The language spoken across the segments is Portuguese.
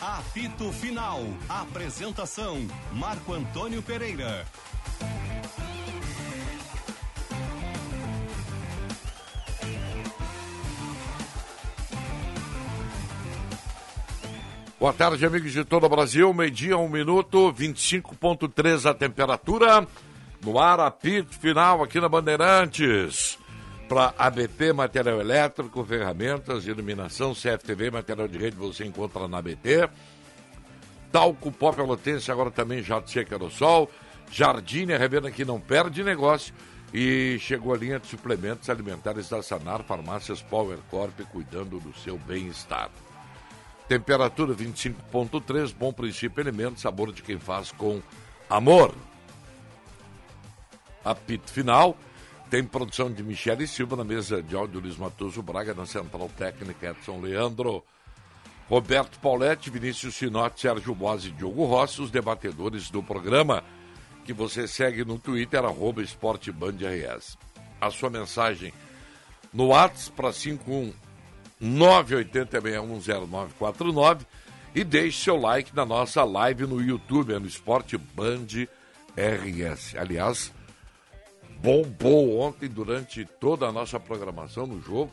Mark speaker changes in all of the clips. Speaker 1: Apito Final. Apresentação: Marco Antônio Pereira.
Speaker 2: Boa tarde, amigos de todo o Brasil. Meio-dia, um minuto, 25,3 a temperatura. No ar, apito final aqui na Bandeirantes. Para ABP, material elétrico, ferramentas, iluminação, CFTV, material de rede, você encontra na ABP. Talco Pó Pelotense, agora também Jato Seca do Sol. Jardim é revenda que não perde negócio. E chegou a linha de suplementos alimentares da Sanar, farmácias Power Corp, cuidando do seu bem-estar. Temperatura 25.3, bom princípio elemento, sabor de quem faz com amor. Apito final, tem produção de Michele Silva na mesa de áudio Luiz Matoso Braga, na central técnica Edson Leandro, Roberto Pauletti, Vinícius Sinotti, Sérgio Boas e Diogo Rossi, os debatedores do programa, que você segue no Twitter, arroba Esporte Band RS. A sua mensagem no WhatsApp para 51980610949 e deixe seu like na nossa live no YouTube, é no Esporte Band RS. Aliás, bombou ontem durante toda a nossa programação no jogo.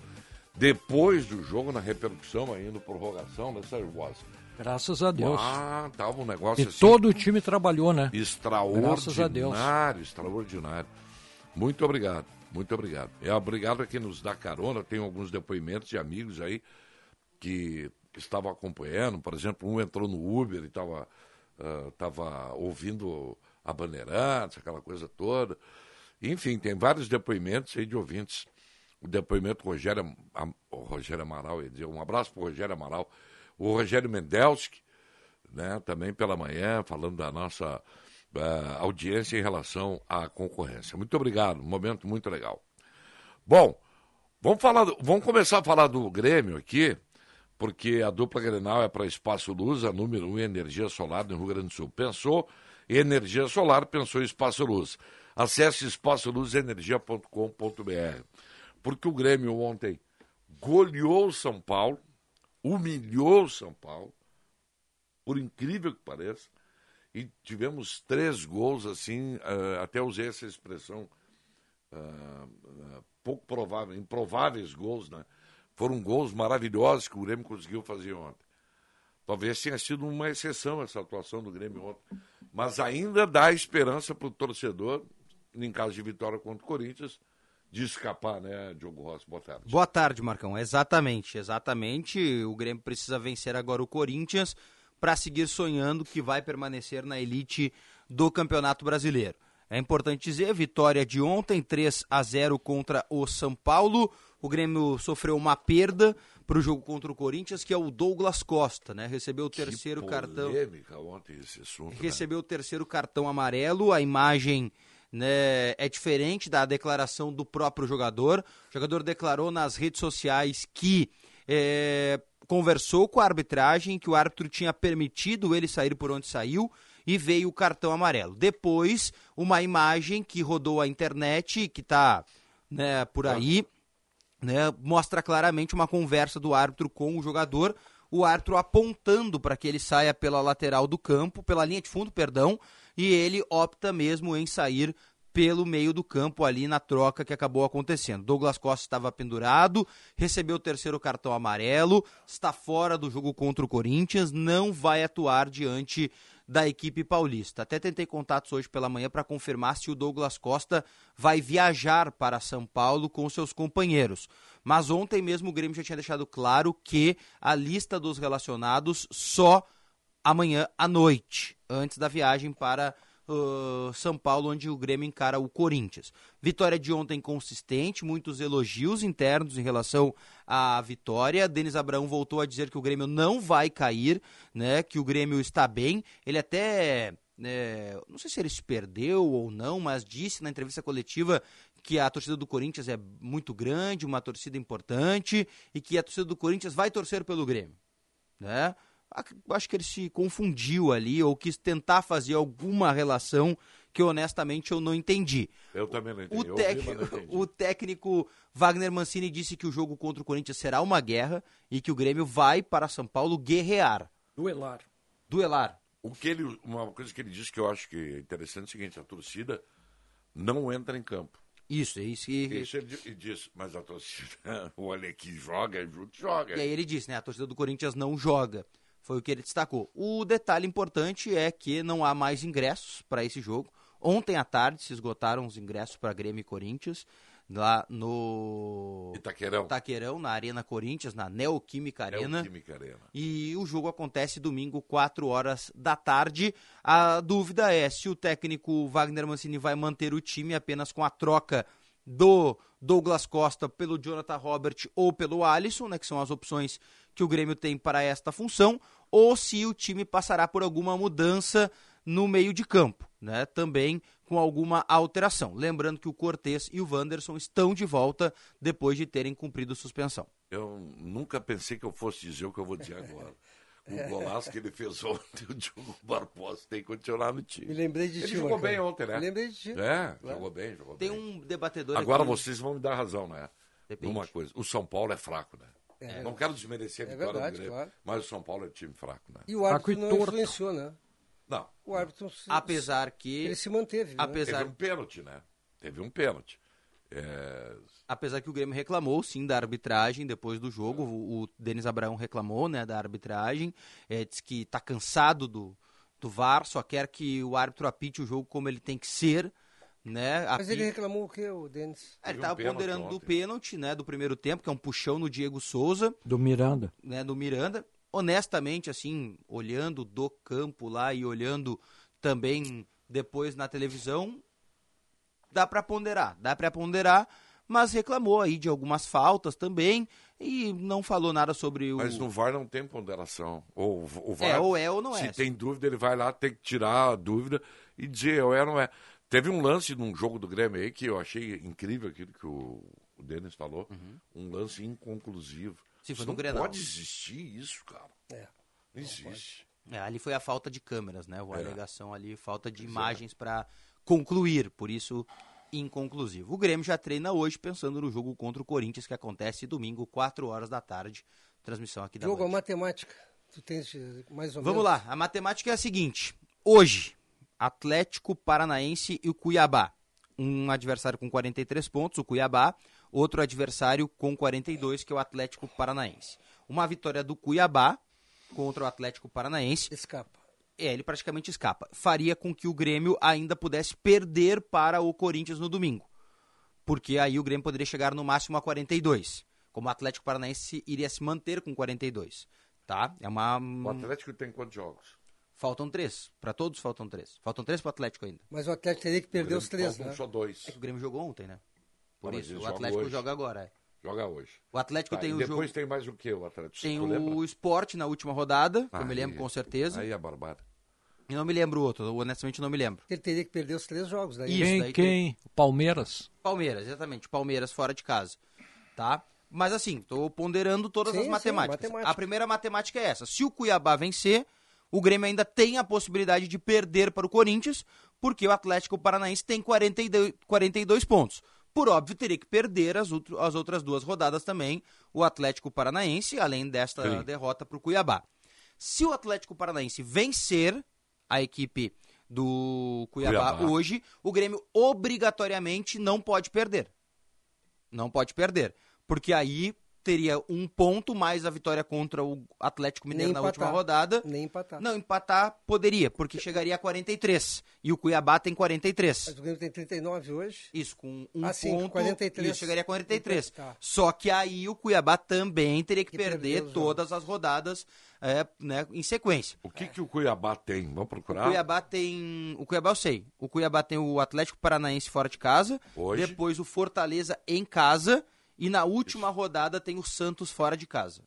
Speaker 2: Depois do jogo, na repercussão ainda, prorrogação, né, Sérgio Boas?
Speaker 3: Graças a Deus.
Speaker 2: Ah, tava um negócio
Speaker 3: e
Speaker 2: assim
Speaker 3: todo o time trabalhou, né?
Speaker 2: extraordinário,
Speaker 3: Graças a Deus.
Speaker 2: extraordinário. Muito obrigado, muito obrigado. É obrigado a quem nos dá carona. Tem alguns depoimentos de amigos aí que estavam acompanhando. Por exemplo, um entrou no Uber e estava tava ouvindo a Bandeirantes, aquela coisa toda. Enfim, tem vários depoimentos aí de ouvintes. O depoimento do Rogério, Am- o Rogério Amaral, eu ia dizer, um abraço para o Rogério Amaral. O Rogério Mendelski, né, também pela manhã, falando da nossa eh, audiência em relação à concorrência. Muito obrigado, um momento muito legal. Bom, vamos, falar do- vamos começar a falar do Grêmio aqui, porque a dupla Grenal é para Espaço Luz, a número 1 um é energia solar no Rio Grande do Sul. Pensou em energia solar, pensou em Espaço Luz. Acesse espaçoluzenergia.com.br. Porque o Grêmio ontem goleou o São Paulo, humilhou o São Paulo, por incrível que pareça, e tivemos três gols assim, ah, até usei essa expressão, ah, ah, pouco provável, improváveis gols, né? Foram gols maravilhosos que o Grêmio conseguiu fazer ontem. Talvez tenha sido uma exceção essa atuação do Grêmio ontem, mas ainda dá esperança para o torcedor, em caso de vitória contra o Corinthians, de escapar, né, Diogo Rossi? Boa tarde.
Speaker 4: Boa tarde, Marcão. Exatamente, exatamente. O Grêmio precisa vencer agora o Corinthians para seguir sonhando que vai permanecer na elite do Campeonato Brasileiro. É importante dizer, vitória de ontem, 3 a 0 contra o São Paulo. O Grêmio sofreu uma perda para o jogo contra o Corinthians, que é o Douglas Costa, né? Recebeu o terceiro cartão.
Speaker 2: Polêmica ontem esse assunto. né?
Speaker 4: Recebeu o terceiro cartão amarelo, a imagem né, é diferente da declaração do próprio jogador. O jogador declarou nas redes sociais que eh, conversou com a arbitragem, que o árbitro tinha permitido ele sair por onde saiu e veio o cartão amarelo. Depois, uma imagem que rodou a internet, que está né, por aí né, mostra claramente uma conversa do árbitro com o jogador, o árbitro apontando para que ele saia pela lateral do campo, pela linha de fundo, perdão, e ele opta mesmo em sair pelo meio do campo ali na troca que acabou acontecendo. Douglas Costa estava pendurado, recebeu o terceiro cartão amarelo, está fora do jogo contra o Corinthians, não vai atuar diante da equipe paulista. Até tentei contatos hoje pela manhã para confirmar se o Douglas Costa vai viajar para São Paulo com seus companheiros. Mas ontem mesmo o Grêmio já tinha deixado claro que a lista dos relacionados só amanhã à noite, antes da viagem para ãh, São Paulo, onde o Grêmio encara o Corinthians. Vitória de ontem consistente, muitos elogios internos em relação à vitória. Denis Abraão voltou a dizer que o Grêmio não vai cair, né? Que o Grêmio está bem. Ele até. né, não sei se ele se perdeu ou não, mas disse na entrevista coletiva que a torcida do Corinthians é muito grande, uma torcida importante, e que a torcida do Corinthians vai torcer pelo Grêmio né? Ac- Acho que ele se confundiu ali ou quis tentar fazer alguma relação que honestamente eu não entendi.
Speaker 2: Eu também não entendi.
Speaker 4: O,
Speaker 2: Eu ouvi,
Speaker 4: tec-
Speaker 2: mas não entendi.
Speaker 4: o técnico Wagner Mancini disse que o jogo contra o Corinthians será uma guerra e que o Grêmio vai para São Paulo guerrear.
Speaker 3: Duelar.
Speaker 4: duelar.
Speaker 2: O que ele, uma coisa que ele disse que eu acho que é interessante é o seguinte, a torcida não entra em campo.
Speaker 4: Isso, é isso que.
Speaker 2: Isso ele di- ele disse, mas a torcida, olha que joga junto, joga.
Speaker 4: E aí ele disse, né? A torcida do Corinthians não joga. Foi o que ele destacou. O detalhe importante é que não há mais ingressos para esse jogo. Ontem à tarde se esgotaram os ingressos para Grêmio e Corinthians, lá no
Speaker 2: Itaquerão.
Speaker 4: Taquerão, na Arena Corinthians, na Neoquímica
Speaker 2: É o
Speaker 4: Arena.
Speaker 2: Química Arena.
Speaker 4: E o jogo acontece domingo, 4 horas da tarde. A dúvida é se o técnico Wagner Mancini vai manter o time apenas com a troca do Douglas Costa pelo Jonathan Robert ou pelo Alisson, né, que são as opções que o Grêmio tem para esta função, ou se o time passará por alguma mudança no meio de campo, né? Também com alguma alteração. Lembrando que o Cortes e o Wanderson estão de volta depois de terem cumprido suspensão.
Speaker 2: Eu nunca pensei que eu fosse dizer o que eu vou dizer agora. O golaço que ele fez ontem, o Diogo Barbosa tem que continuar no time.
Speaker 5: Me lembrei de
Speaker 2: Ele
Speaker 5: ti,
Speaker 2: jogou
Speaker 5: Marcão.
Speaker 2: bem ontem, né?
Speaker 5: Me lembrei de ti.
Speaker 2: É, jogou bem, jogou
Speaker 4: Tem
Speaker 2: bem.
Speaker 4: um debatedor
Speaker 2: Agora
Speaker 4: aqui-
Speaker 2: vocês vão me dar razão, né?
Speaker 4: Depende.
Speaker 2: Numa coisa, o São Paulo é fraco, né? Não quero desmerecer a
Speaker 5: É
Speaker 2: vitória
Speaker 5: verdade,
Speaker 2: do Grêmio,
Speaker 5: claro.
Speaker 2: mas o São Paulo é um time fraco, né?
Speaker 5: E o
Speaker 3: Fraco
Speaker 5: árbitro
Speaker 3: e
Speaker 5: não
Speaker 3: torto.
Speaker 5: influenciou, né?
Speaker 2: Não,
Speaker 5: O árbitro se,
Speaker 4: Apesar que.
Speaker 5: ele se manteve. né?
Speaker 4: Apesar-
Speaker 2: teve um pênalti, né? Teve um pênalti. É,
Speaker 4: Apesar que o Grêmio reclamou, sim, da arbitragem depois do jogo. O, o Denis Abraão reclamou, né, da arbitragem. É, diz que tá cansado do, do VAR, só quer que o árbitro apite o jogo como ele tem que ser, né?
Speaker 5: Mas ele
Speaker 4: apite-
Speaker 5: reclamou o quê, o Denis?
Speaker 4: É,
Speaker 2: Teve
Speaker 4: ele
Speaker 2: um
Speaker 4: tava
Speaker 2: pênalti
Speaker 4: ponderando do
Speaker 2: ontem.
Speaker 4: pênalti, né, do primeiro tempo, que é um puxão no Diego Souza,
Speaker 3: do Miranda.
Speaker 4: né, do Miranda. Honestamente, assim, olhando do campo lá e olhando também depois na televisão, dá pra ponderar, dá pra ponderar, mas reclamou aí de algumas faltas também e não falou nada sobre o
Speaker 2: mas no VAR não tem ponderação. Ou, o VAR,
Speaker 4: É, ou é ou não
Speaker 2: se
Speaker 4: é.
Speaker 2: tem dúvida, ele vai lá, tem que tirar a dúvida e dizer ou é ou não é. Teve um lance num jogo do Grêmio aí que eu achei incrível aquilo que o, o Denis falou. Um lance inconclusivo.
Speaker 4: Uhum. Sim, foi
Speaker 2: Isso
Speaker 4: no
Speaker 2: não
Speaker 4: Grenal.
Speaker 2: pode existir isso, cara.
Speaker 5: É.
Speaker 2: Não existe.
Speaker 4: É, ali foi a falta de câmeras, né? A alegação ali, falta de imagens pra concluir, por isso inconclusivo. O Grêmio já treina hoje pensando no jogo contra o Corinthians que acontece domingo, 4 horas da tarde, transmissão aqui da
Speaker 5: Diogo, a
Speaker 4: Band.
Speaker 5: é matemática. Tu tens de- mais ou
Speaker 4: Vamos
Speaker 5: menos.
Speaker 4: lá, a matemática é a seguinte. Hoje, Atlético Paranaense e o Cuiabá. Um adversário com 43 pontos, o Cuiabá. Outro adversário com 42, que é o Atlético Paranaense. Uma vitória do Cuiabá contra o Atlético Paranaense.
Speaker 5: Escapa.
Speaker 4: É, ele praticamente escapa. Faria com que o Grêmio ainda pudesse perder para o Corinthians no domingo. Porque aí o Grêmio poderia chegar no máximo a 42. Como o Atlético Paranaense iria se manter com 42. Tá? É uma.
Speaker 2: O Atlético tem quantos jogos?
Speaker 4: Faltam três. Pra todos faltam três. Faltam três pro Atlético ainda.
Speaker 5: Mas o Atlético teria que perder os
Speaker 2: Grêmio
Speaker 5: três,
Speaker 2: faltam
Speaker 5: né?
Speaker 2: Só dois.
Speaker 4: O Grêmio jogou ontem, né? Por
Speaker 2: Ah, mas
Speaker 4: isso,
Speaker 2: ele
Speaker 4: o
Speaker 2: joga
Speaker 4: Atlético
Speaker 2: hoje.
Speaker 4: joga agora. é.
Speaker 2: Joga hoje.
Speaker 4: O Atlético
Speaker 2: Tá,
Speaker 4: tem
Speaker 2: e
Speaker 4: o
Speaker 2: depois
Speaker 4: jogo.
Speaker 2: tem mais o que, o Atlético?
Speaker 4: Tem um-
Speaker 2: Tu lembra?
Speaker 4: o esporte na última rodada, que eu me
Speaker 2: Aí-
Speaker 4: lembro com certeza.
Speaker 2: Aí é barbada.
Speaker 4: E não me lembro o outro, honestamente não me lembro.
Speaker 5: Ele teria que perder os três jogos. Daí.
Speaker 4: Isso,
Speaker 3: quem?
Speaker 4: daí
Speaker 3: Quem? Palmeiras.
Speaker 4: Palmeiras, exatamente. Palmeiras fora de casa. Tá? Mas assim, tô ponderando todas
Speaker 5: Sim,
Speaker 4: as
Speaker 5: sim,
Speaker 4: matemáticas.
Speaker 5: matemática.
Speaker 4: A primeira matemática é essa. Se o Cuiabá vencer, o Grêmio ainda tem a possibilidade de perder para o Corinthians, porque o Atlético Paranaense tem 42, 42 pontos. Por óbvio, teria que perder as, outro- as outras duas rodadas também, o Atlético Paranaense, além desta
Speaker 2: Sim.
Speaker 4: derrota para o Cuiabá. Se o Atlético Paranaense vencer a equipe do Cuiabá,
Speaker 2: Cuiabá.
Speaker 4: hoje, o Grêmio obrigatoriamente não pode perder. Não pode perder. Porque aí teria um ponto mais a vitória contra o Atlético
Speaker 5: Nem
Speaker 4: Mineiro na
Speaker 5: empatar.
Speaker 4: última rodada.
Speaker 5: Nem empatar.
Speaker 4: Não, empatar poderia, porque chegaria a 43. E o Cuiabá tem 43.
Speaker 5: Mas o Grêmio tem 39 hoje.
Speaker 4: Isso, com um
Speaker 5: Ah, sim, com
Speaker 4: ponto.
Speaker 5: 43.
Speaker 4: Isso, chegaria a 43.
Speaker 5: Tá.
Speaker 4: Só que aí o Cuiabá também teria que,
Speaker 5: Que
Speaker 4: perder,
Speaker 5: perder os
Speaker 4: todas as rodadas é, né, em sequência.
Speaker 2: O que, que o Cuiabá tem? Vamos procurar?
Speaker 4: O Cuiabá tem. O Cuiabá eu sei. O Cuiabá tem o Atlético Paranaense fora de casa.
Speaker 2: Hoje.
Speaker 4: Depois o Fortaleza em casa. E na última rodada tem o Santos fora de casa.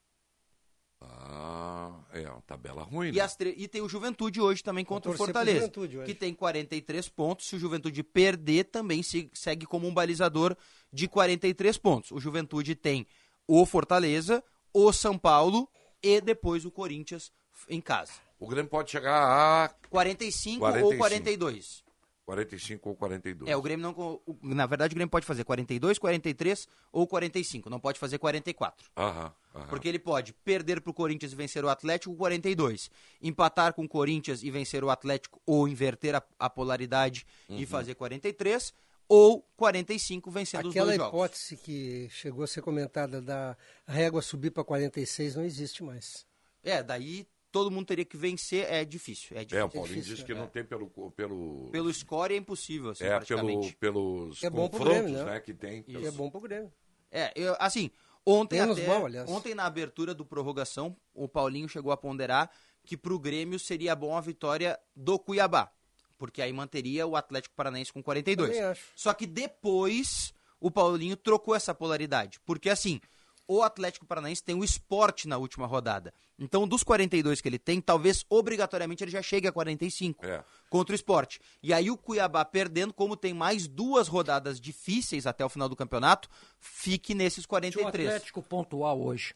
Speaker 2: Ah, é uma tabela ruim,
Speaker 4: E,
Speaker 2: né?
Speaker 4: as tre- e tem o Juventude hoje também contra o
Speaker 5: torcer pro
Speaker 4: Fortaleza.
Speaker 5: Juventude hoje.
Speaker 4: Que tem 43 pontos. Se o Juventude perder, também se- segue como um balizador de 43 pontos. O Juventude tem o Fortaleza, o São Paulo e depois o Corinthians em casa.
Speaker 2: O Grêmio pode chegar a
Speaker 4: 45,
Speaker 2: 45.
Speaker 4: ou 42.
Speaker 2: 45 ou 42.
Speaker 4: É, o Grêmio não. co- o- Na verdade, o Grêmio pode fazer 42, 43 ou 45. Não pode fazer 44.
Speaker 2: Aham.
Speaker 4: Porque ele pode perder para o Corinthians e vencer o Atlético, 42. Empatar com o Corinthians e vencer o Atlético, ou inverter a, a polaridade
Speaker 2: Uhum.
Speaker 4: e fazer 43. Ou 45 vencendo
Speaker 5: Aquela
Speaker 4: os dois jogos.
Speaker 5: hipótese que chegou a ser comentada da régua subir para 46 não existe mais.
Speaker 4: É, daí todo mundo teria que vencer, é difícil. É,
Speaker 2: É,
Speaker 4: difícil.
Speaker 2: o Paulinho
Speaker 5: difícil,
Speaker 2: disse que
Speaker 5: né?
Speaker 2: não tem pelo. pelo,
Speaker 4: Pelo score é impossível, assim,
Speaker 2: é, pelo,
Speaker 4: praticamente.
Speaker 2: pelos
Speaker 5: É bom pro
Speaker 2: confrontos
Speaker 5: Grêmio, né?
Speaker 2: né, que tem.
Speaker 5: E é
Speaker 2: pelos-
Speaker 5: bom pro Grêmio.
Speaker 4: É, eu- assim, ontem
Speaker 5: Menos
Speaker 4: até,
Speaker 5: mal, aliás.
Speaker 4: ontem na abertura do prorrogação, o Paulinho chegou a ponderar que pro Grêmio seria bom a vitória do Cuiabá, porque aí manteria o Atlético Paranaense com 42.
Speaker 5: Também acho.
Speaker 4: Só que depois o Paulinho trocou essa polaridade, porque assim, o Atlético Paranaense tem o esporte na última rodada. Então, dos 42 que ele tem, talvez obrigatoriamente ele já chegue a 45
Speaker 2: É.
Speaker 4: contra o esporte. E aí o Cuiabá perdendo, como tem mais duas rodadas difíceis até o final do campeonato, fique nesses
Speaker 3: Se o
Speaker 4: 43.
Speaker 3: Atlético pontuar hoje,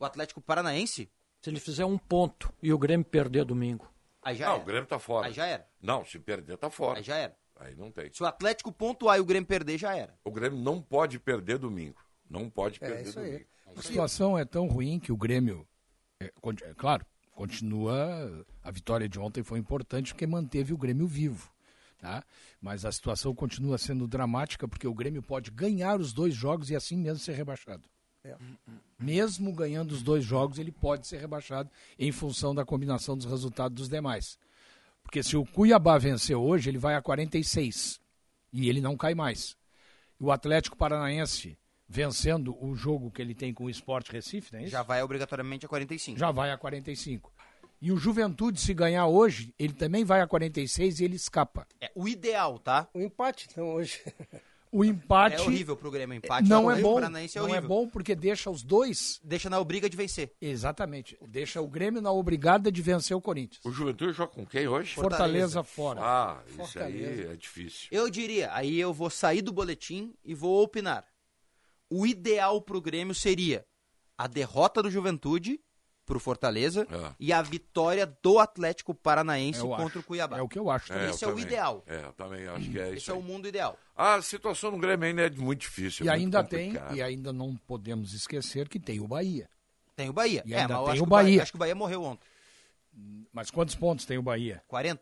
Speaker 4: O Atlético Paranaense,
Speaker 3: se ele fizer um ponto e o Grêmio perder domingo,
Speaker 4: aí já
Speaker 2: Não,
Speaker 4: era.
Speaker 2: o Grêmio tá fora.
Speaker 4: Aí já era.
Speaker 2: Não, se perder, tá fora.
Speaker 4: Aí já era.
Speaker 2: Aí não tem.
Speaker 4: Se o Atlético pontuar e o Grêmio perder, já era.
Speaker 2: O Grêmio não pode perder domingo. Não pode
Speaker 5: É,
Speaker 2: perder
Speaker 5: isso
Speaker 2: domingo.
Speaker 5: aí.
Speaker 6: A situação é tão ruim que o Grêmio, é, con- é claro, continua. A vitória de ontem foi importante porque manteve o Grêmio vivo. Tá? Mas a situação continua sendo dramática porque o Grêmio pode ganhar os dois jogos e assim mesmo ser rebaixado.
Speaker 5: É.
Speaker 6: Mesmo ganhando os dois jogos, ele pode ser rebaixado em função da combinação dos resultados dos demais. Porque se o Cuiabá vencer hoje, ele vai a 46 e ele não cai mais. O Atlético Paranaense vencendo o jogo que ele tem com o Sport Recife, não é isso?
Speaker 4: Já vai obrigatoriamente a 45.
Speaker 6: Já vai a 45. E o Juventude, se ganhar hoje, ele também vai a 46 e ele escapa.
Speaker 4: É o ideal, tá?
Speaker 5: O empate, então, hoje.
Speaker 6: O empate
Speaker 4: É horrível pro Grêmio empate.
Speaker 6: não
Speaker 4: o
Speaker 6: é
Speaker 4: Grêmio
Speaker 6: bom.
Speaker 4: Paranaense é
Speaker 6: não é
Speaker 4: horrível.
Speaker 6: bom porque deixa os dois.
Speaker 4: Deixa na obriga de vencer.
Speaker 6: Exatamente. Deixa o Grêmio na obrigada de vencer o Corinthians.
Speaker 2: O Juventude joga com quem hoje?
Speaker 6: Fortaleza, fora.
Speaker 2: Ah, isso aí é difícil.
Speaker 4: Eu diria, aí eu vou sair do boletim e vou opinar. O ideal pro Grêmio seria a derrota do Juventude pro Fortaleza
Speaker 2: É.
Speaker 4: e a vitória do Atlético Paranaense
Speaker 6: Eu
Speaker 4: contra
Speaker 6: acho.
Speaker 4: o Cuiabá.
Speaker 6: É o que eu acho.
Speaker 4: É.
Speaker 6: também.
Speaker 4: Esse
Speaker 2: eu
Speaker 4: o ideal.
Speaker 2: É, eu também acho que é
Speaker 4: Esse
Speaker 2: isso.
Speaker 4: é
Speaker 2: aí. Ah,
Speaker 4: o mundo ideal.
Speaker 2: A situação no Grêmio ainda é muito difícil.
Speaker 6: E
Speaker 2: é muito
Speaker 6: ainda tem,
Speaker 2: complicado.
Speaker 6: e ainda não podemos esquecer que tem o Bahia.
Speaker 4: Tem o Bahia.
Speaker 6: E
Speaker 4: é,
Speaker 6: ainda
Speaker 4: mas eu
Speaker 6: tem
Speaker 4: acho
Speaker 6: o
Speaker 4: que
Speaker 6: Bahia.
Speaker 4: Acho que o Bahia morreu ontem.
Speaker 6: Mas quantos pontos tem o Bahia?
Speaker 4: 40?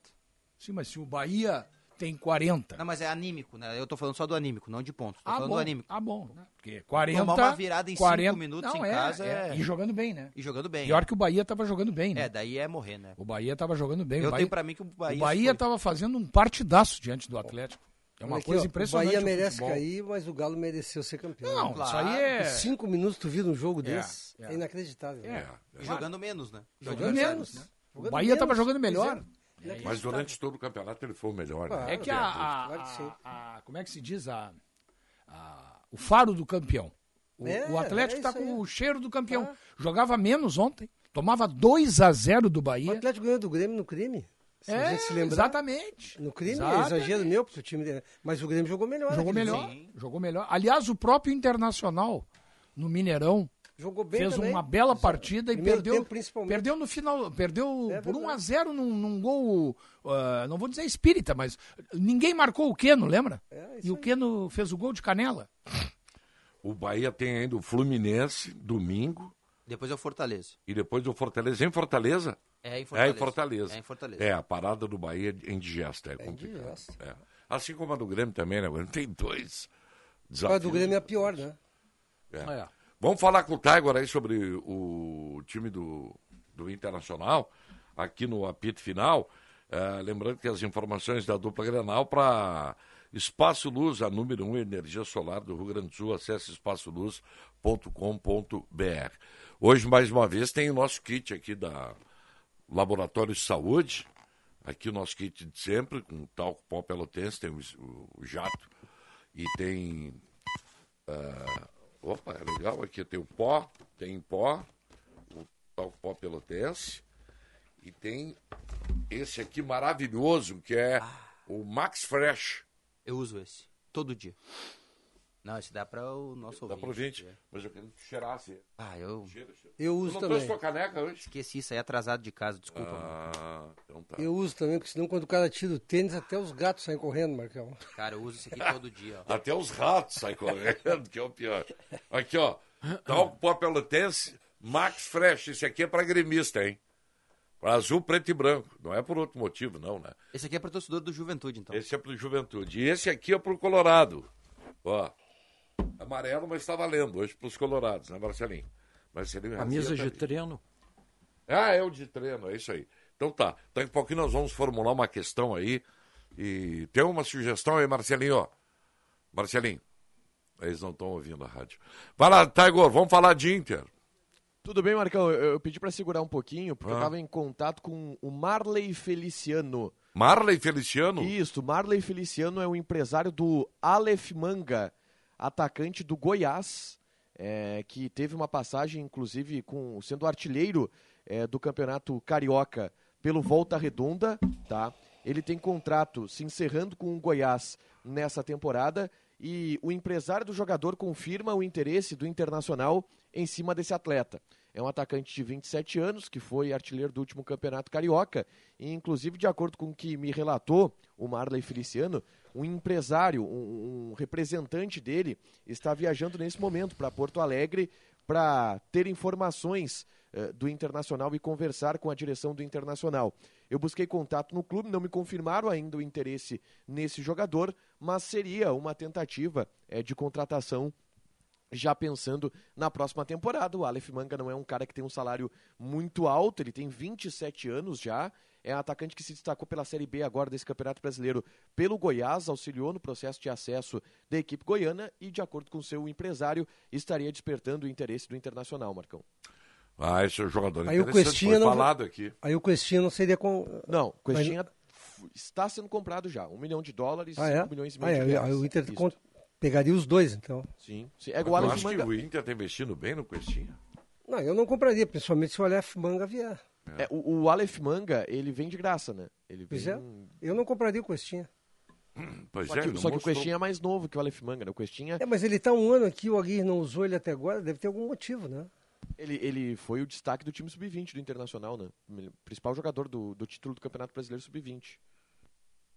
Speaker 6: Sim, mas se o Bahia tem 40.
Speaker 4: Não, mas é anímico, né? Eu tô falando só do anímico, não de pontos. Tô
Speaker 6: ah,
Speaker 4: falando
Speaker 6: bom,
Speaker 4: do anímico.
Speaker 6: ah, bom. né? Porque 40.
Speaker 4: Tomar uma virada em cinco
Speaker 6: 40
Speaker 4: minutos
Speaker 6: não,
Speaker 4: em
Speaker 6: é,
Speaker 4: casa
Speaker 6: é,
Speaker 4: é-
Speaker 6: E jogando bem, né?
Speaker 4: E jogando bem.
Speaker 6: Pior que o Bahia tava jogando bem, né?
Speaker 4: É, daí é morrer, né?
Speaker 6: O Bahia tava jogando bem.
Speaker 4: Eu
Speaker 6: o Bahia,
Speaker 4: tenho pra mim que o Bahia.
Speaker 6: o Bahia
Speaker 4: foi.
Speaker 6: tava fazendo um partidaço diante do Atlético. É uma
Speaker 5: Olha aqui,
Speaker 6: coisa
Speaker 5: ó,
Speaker 6: impressionante.
Speaker 5: O Bahia
Speaker 6: o
Speaker 5: merece
Speaker 6: futebol.
Speaker 5: cair, mas o Galo mereceu ser campeão.
Speaker 6: Não,
Speaker 5: Né?
Speaker 6: isso aí
Speaker 5: Em
Speaker 6: é.
Speaker 5: cinco minutos tu vira um jogo
Speaker 6: É,
Speaker 5: desse. É,
Speaker 6: é.
Speaker 5: inacreditável. né?
Speaker 2: É,
Speaker 4: E jogando menos, né?
Speaker 6: Jogando menos. né?
Speaker 5: Jogando
Speaker 6: o Bahia
Speaker 5: menos,
Speaker 6: tava jogando
Speaker 5: pois
Speaker 6: melhor.
Speaker 5: é.
Speaker 2: é. Mas durante todo o campeonato ele foi o melhor. né?
Speaker 6: É que a, a-
Speaker 5: Claro que sim.
Speaker 6: a- a- Como é que se diz? A, a- o faro do campeão. O,
Speaker 5: É,
Speaker 6: o Atlético
Speaker 5: é
Speaker 6: tá
Speaker 5: isso
Speaker 6: com
Speaker 5: aí. Ah.
Speaker 6: o cheiro do campeão. Jogava menos ontem. Tomava 2 a 0 do
Speaker 5: O
Speaker 6: Bahia.
Speaker 5: Atlético ganhou do Grêmio no crime. Se a
Speaker 6: É,
Speaker 5: gente se lembrar.
Speaker 6: exatamente.
Speaker 5: No crime
Speaker 6: Exatamente.
Speaker 5: é exagero meu, porque o time dele. Mas o Grêmio jogou melhor.
Speaker 6: Jogou
Speaker 5: naquele
Speaker 6: melhor.
Speaker 5: jogo.
Speaker 6: Jogou melhor. Aliás, o próprio Internacional no Mineirão
Speaker 5: Jogou bem
Speaker 6: fez
Speaker 5: também.
Speaker 6: uma bela partida e
Speaker 5: Primeiro
Speaker 6: perdeu,
Speaker 5: tempo, principalmente.
Speaker 6: perdeu no final, perdeu
Speaker 5: É
Speaker 6: por
Speaker 5: verdade.
Speaker 6: 1 a 0 num, num gol, ah, não vou dizer espírita, mas ninguém marcou o Keno, lembra?
Speaker 5: É, isso
Speaker 6: e o Keno fez o gol de canela.
Speaker 2: O Bahia tem ainda o Fluminense, domingo,
Speaker 4: Depois é o Fortaleza.
Speaker 2: e depois o Fortaleza. Em Fortaleza?
Speaker 4: É em
Speaker 2: É
Speaker 4: Fortaleza.
Speaker 2: em Fortaleza.
Speaker 4: É em Fortaleza.
Speaker 2: É, a parada do Bahia é indigesta, é complicado.
Speaker 5: indigesta.
Speaker 2: É. Assim como a do Grêmio também, né? O Grêmio tem dois
Speaker 5: A
Speaker 2: desafios.
Speaker 5: do Grêmio é a pior, né?
Speaker 2: É. Vamos falar com o Thay agora aí sobre o time do, do Internacional, aqui no apito final. Eh, lembrando que as informações da dupla Grenal para Espaço Luz, a número 1 um, energia solar do Rio Grande do Sul, acesse espaçoluz.com.br. Hoje, mais uma vez, tem o nosso kit aqui da Laboratório de Saúde, aqui o nosso kit de sempre, com talco pó pelotense, tem o, o jato e tem Opa, é legal aqui. Tem o pó, tem pó, o tal pó pelotense. E tem esse aqui maravilhoso, que é o Max Fresh.
Speaker 4: Ah. Eu uso esse. Todo dia. Não, esse dá pra o nosso
Speaker 2: Dá
Speaker 4: ouvinte.
Speaker 2: pra gente, mas eu quero que tu cheirasse.
Speaker 4: Ah, eu
Speaker 2: Cheira, cheira.
Speaker 5: Eu
Speaker 2: Tu
Speaker 5: uso
Speaker 2: não trouxe tua
Speaker 5: também.
Speaker 2: caneca hoje?
Speaker 4: esqueci, saí atrasado de casa, desculpa. mano.
Speaker 2: Ah, então tá.
Speaker 5: Eu uso também, porque senão quando o cara tira o tênis, até os gatos saem correndo, Marcão.
Speaker 4: Cara, eu uso esse aqui todo dia, ó.
Speaker 2: Até os ratos saem correndo, que é o pior. Aqui, ó. Talco Pó Pelotense, Max Fresh. Esse aqui é para gremista, hein? Para azul, preto e branco. Não é por outro motivo, não, né?
Speaker 4: Esse aqui é para torcedor do Juventude, então.
Speaker 2: Esse é pro Juventude. E esse aqui é pro Colorado. Ó. Amarelo, mas está valendo hoje pros Colorados, né, Marcelinho? Marcelinho e Rafinha tá
Speaker 3: Camisa de
Speaker 2: também.
Speaker 3: treino.
Speaker 2: Ah, é o de treino, é isso aí. Então tá. Daqui a pouquinho nós vamos formular uma questão aí. E tem uma sugestão aí, Marcelinho, ó. Marcelinho. Eles não estão ouvindo a rádio. Vai lá, Taigor, vamos falar de Inter.
Speaker 7: Tudo bem, Marcão? Eu, eu pedi pra segurar um pouquinho, porque
Speaker 2: Ah.
Speaker 7: eu tava em contato com o Marley Feliciano.
Speaker 2: Marley Feliciano?
Speaker 7: Isso, Marley Feliciano é o empresário do Aleph Manga, atacante do Goiás, é, que teve uma passagem, inclusive, com sendo artilheiro é, do Campeonato Carioca pelo Volta Redonda, tá? Ele tem contrato se encerrando com o Goiás nessa temporada e o empresário do jogador confirma o interesse do Internacional em cima desse atleta. É um atacante de 27 anos que foi artilheiro do último campeonato carioca e, inclusive, de acordo com o que me relatou o Marley Feliciano, um empresário, um, um representante dele, está viajando nesse momento para Porto Alegre para ter informações eh, do Internacional e conversar com a direção do Internacional. Eu busquei contato no clube, não me confirmaram ainda o interesse nesse jogador, mas seria uma tentativa eh, de contratação já pensando na próxima temporada. O Aleph Manga não é um cara que tem um salário muito alto, ele tem 27 anos já. É um atacante que se destacou pela Série B agora desse Campeonato Brasileiro pelo Goiás, auxiliou no processo de acesso da equipe goiana e, de acordo com seu empresário, estaria despertando o interesse do Internacional, Marcão.
Speaker 2: Ah, esse é o jogador
Speaker 5: Aí o
Speaker 2: interessante,
Speaker 5: Questinha
Speaker 2: foi
Speaker 5: não-
Speaker 2: falado aqui.
Speaker 5: Aí o Questinha não seria com.
Speaker 7: Não, o Questinha f- está sendo comprado já. Um milhão de dólares,
Speaker 5: Ah, é?
Speaker 7: cinco milhões e meio
Speaker 5: Ah,
Speaker 7: de
Speaker 5: é.
Speaker 7: reais.
Speaker 5: Aí o Inter
Speaker 7: Isso.
Speaker 5: con- pegaria os dois, então.
Speaker 7: Sim, sim. É que o
Speaker 2: Eu
Speaker 7: Aleph
Speaker 2: acho que
Speaker 7: Manga...
Speaker 2: o Inter está tá investindo bem no Questinha.
Speaker 5: Não, eu não compraria, principalmente se o Aleph Manga vier.
Speaker 7: é, o, o Aleph Manga, ele vem de graça, né? Ele vem...
Speaker 5: Pois é.
Speaker 2: um
Speaker 5: Eu não compraria o Questinha.
Speaker 2: Pois
Speaker 7: Só
Speaker 2: é,
Speaker 7: que,
Speaker 2: ele
Speaker 7: só que o
Speaker 2: mostrou.
Speaker 7: Questinha é mais novo que o Aleph Manga, né? O Questinha,
Speaker 5: É, mas ele tá um ano aqui, o Aguirre não usou ele até agora, deve ter algum motivo, né?
Speaker 7: ele, ele foi o destaque do time sub-20 do Internacional, né? Ele- Principal jogador do, do título do Campeonato Brasileiro sub-20.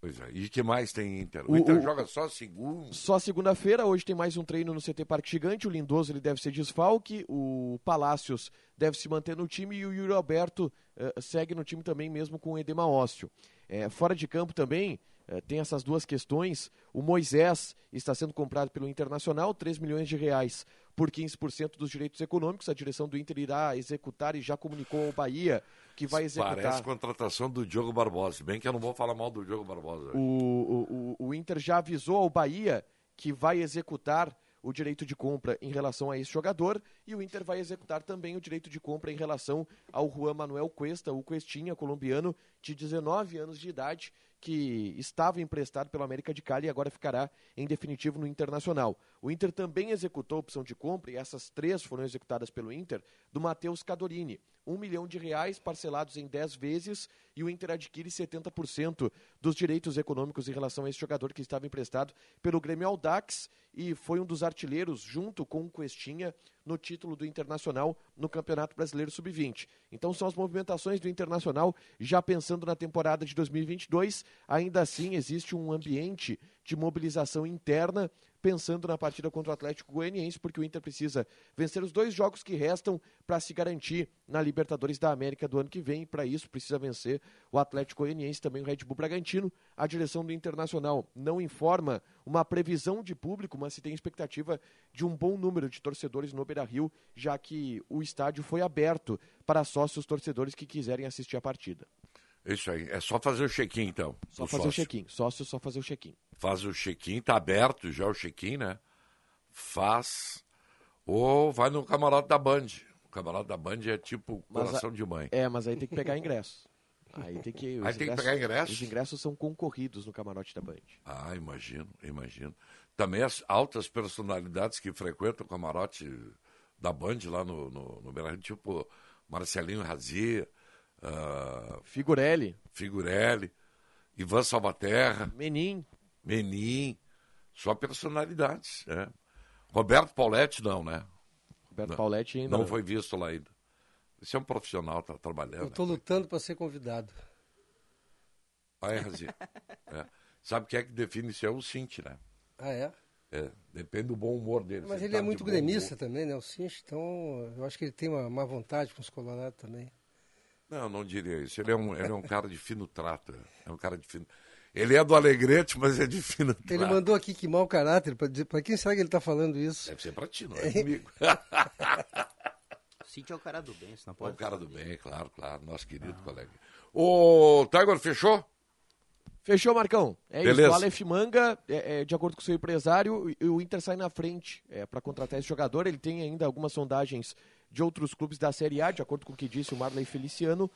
Speaker 2: Pois é. E que mais tem Inter? O,
Speaker 7: O-
Speaker 2: Inter
Speaker 7: o-
Speaker 2: joga só segundo.
Speaker 7: Só segunda-feira, hoje tem mais um treino no CT Parque Gigante, o Lindoso ele deve ser desfalque, o Palácios deve se manter no time e o Yuri Alberto eh, segue no time também, mesmo com o Edema Ósseo. Eh, fora de campo também, eh, tem essas duas questões, o Moisés está sendo comprado pelo Internacional, 3 milhões de reais por 15% dos direitos econômicos, a direção do Inter irá executar e já comunicou ao Bahia que vai executar...
Speaker 2: Parece contratação do Diogo Barbosa. Bem que eu não vou falar mal do Diogo Barbosa.
Speaker 7: O, o, o- o Inter já avisou ao Bahia que vai executar o direito de compra em relação a esse jogador e o Inter vai executar também o direito de compra em relação ao Juan Manuel Cuesta, o Cuestinha colombiano de 19 anos de idade que estava emprestado pelo América de Cali e agora ficará em definitivo no Internacional. O Inter também executou a opção de compra e essas três foram executadas pelo Inter do Matheus Cadorini, um milhão de reais parcelados em 10 vezes e o Inter adquire 70% dos direitos econômicos em relação a esse jogador que estava emprestado pelo Grêmio Aldax e foi um dos artilheiros junto com o Questinha no título do Internacional no Campeonato Brasileiro Sub-20. Então são as movimentações do Internacional já pensando na temporada de 2022. Ainda assim existe um ambiente de mobilização interna pensando na partida contra o Atlético Goianiense, porque o Inter precisa vencer os dois jogos que restam para se garantir na Libertadores da América do ano que vem. Para isso, precisa vencer o Atlético Goianiense, também o Red Bull Bragantino. A direção do Internacional não informa uma previsão de público, mas se tem expectativa de um bom número de torcedores no Beira-Rio, já que o estádio foi aberto para sócios torcedores que quiserem assistir a partida.
Speaker 2: Isso aí. É só fazer o check-in, então.
Speaker 7: Só
Speaker 2: do
Speaker 7: fazer o
Speaker 2: sócio.
Speaker 7: check-in. Sócio, só fazer o check-in.
Speaker 2: Faz o check-in, tá aberto já o check-in, né? Faz. Ou vai no camarote da Band. O camarote da Band é tipo
Speaker 7: Mas a-
Speaker 2: coração de mãe.
Speaker 7: É, mas aí tem que pegar ingresso. Aí tem que. os
Speaker 2: Aí tem que
Speaker 7: ingressos-
Speaker 2: pegar ingresso?
Speaker 7: Os ingressos são concorridos no camarote da Band.
Speaker 2: Ah, imagino, imagino. Também as altas personalidades que frequentam o camarote da Band lá no, no, no Beira-Rio, tipo Marcelinho Razia, ah,
Speaker 7: Figurelli,
Speaker 2: Figurelli, Ivan Salvaterra,
Speaker 7: Menin.
Speaker 2: Menin, só personalidades. né? Roberto Pauletti não, né?
Speaker 7: Roberto
Speaker 2: Não,
Speaker 7: Pauletti ainda.
Speaker 2: Não foi visto lá ainda. Esse é um profissional, tá trabalhando.
Speaker 5: Eu tô lutando para ser convidado.
Speaker 2: Vai, Razia. É. Sabe quem é que define isso? É o Cinti, um né?
Speaker 5: Ah, é?
Speaker 2: É, depende do bom humor dele.
Speaker 5: Mas
Speaker 2: se
Speaker 5: ele
Speaker 2: tá
Speaker 5: é
Speaker 2: de
Speaker 5: muito
Speaker 2: bom
Speaker 5: gremista também, né? O Cinch, então eu acho que ele tem uma má vontade com os colorados também.
Speaker 2: Não, não diria isso. Ele é um, ele é um cara de fino trato. É um cara de fino. Ele é do Alegrete, mas é de fino trato.
Speaker 5: Ele mandou aqui que mau caráter, pra, dizer, pra quem será que ele tá falando isso?
Speaker 2: Deve ser pra ti, não é comigo.
Speaker 4: Cintia é o cara do bem, isso não
Speaker 2: É um
Speaker 4: pode. Ah.
Speaker 2: cara do bem, claro, claro. Nosso querido colega. Ô, Tiger, fechou?
Speaker 7: Fechou, Marcão? É
Speaker 2: Beleza.
Speaker 7: isso. O Aleph Manga, é, é, de acordo com o seu empresário, o- o Inter sai na frente para contratar esse jogador. Ele tem ainda algumas sondagens de outros clubes da Série A, de acordo com o que disse o Marley Feliciano,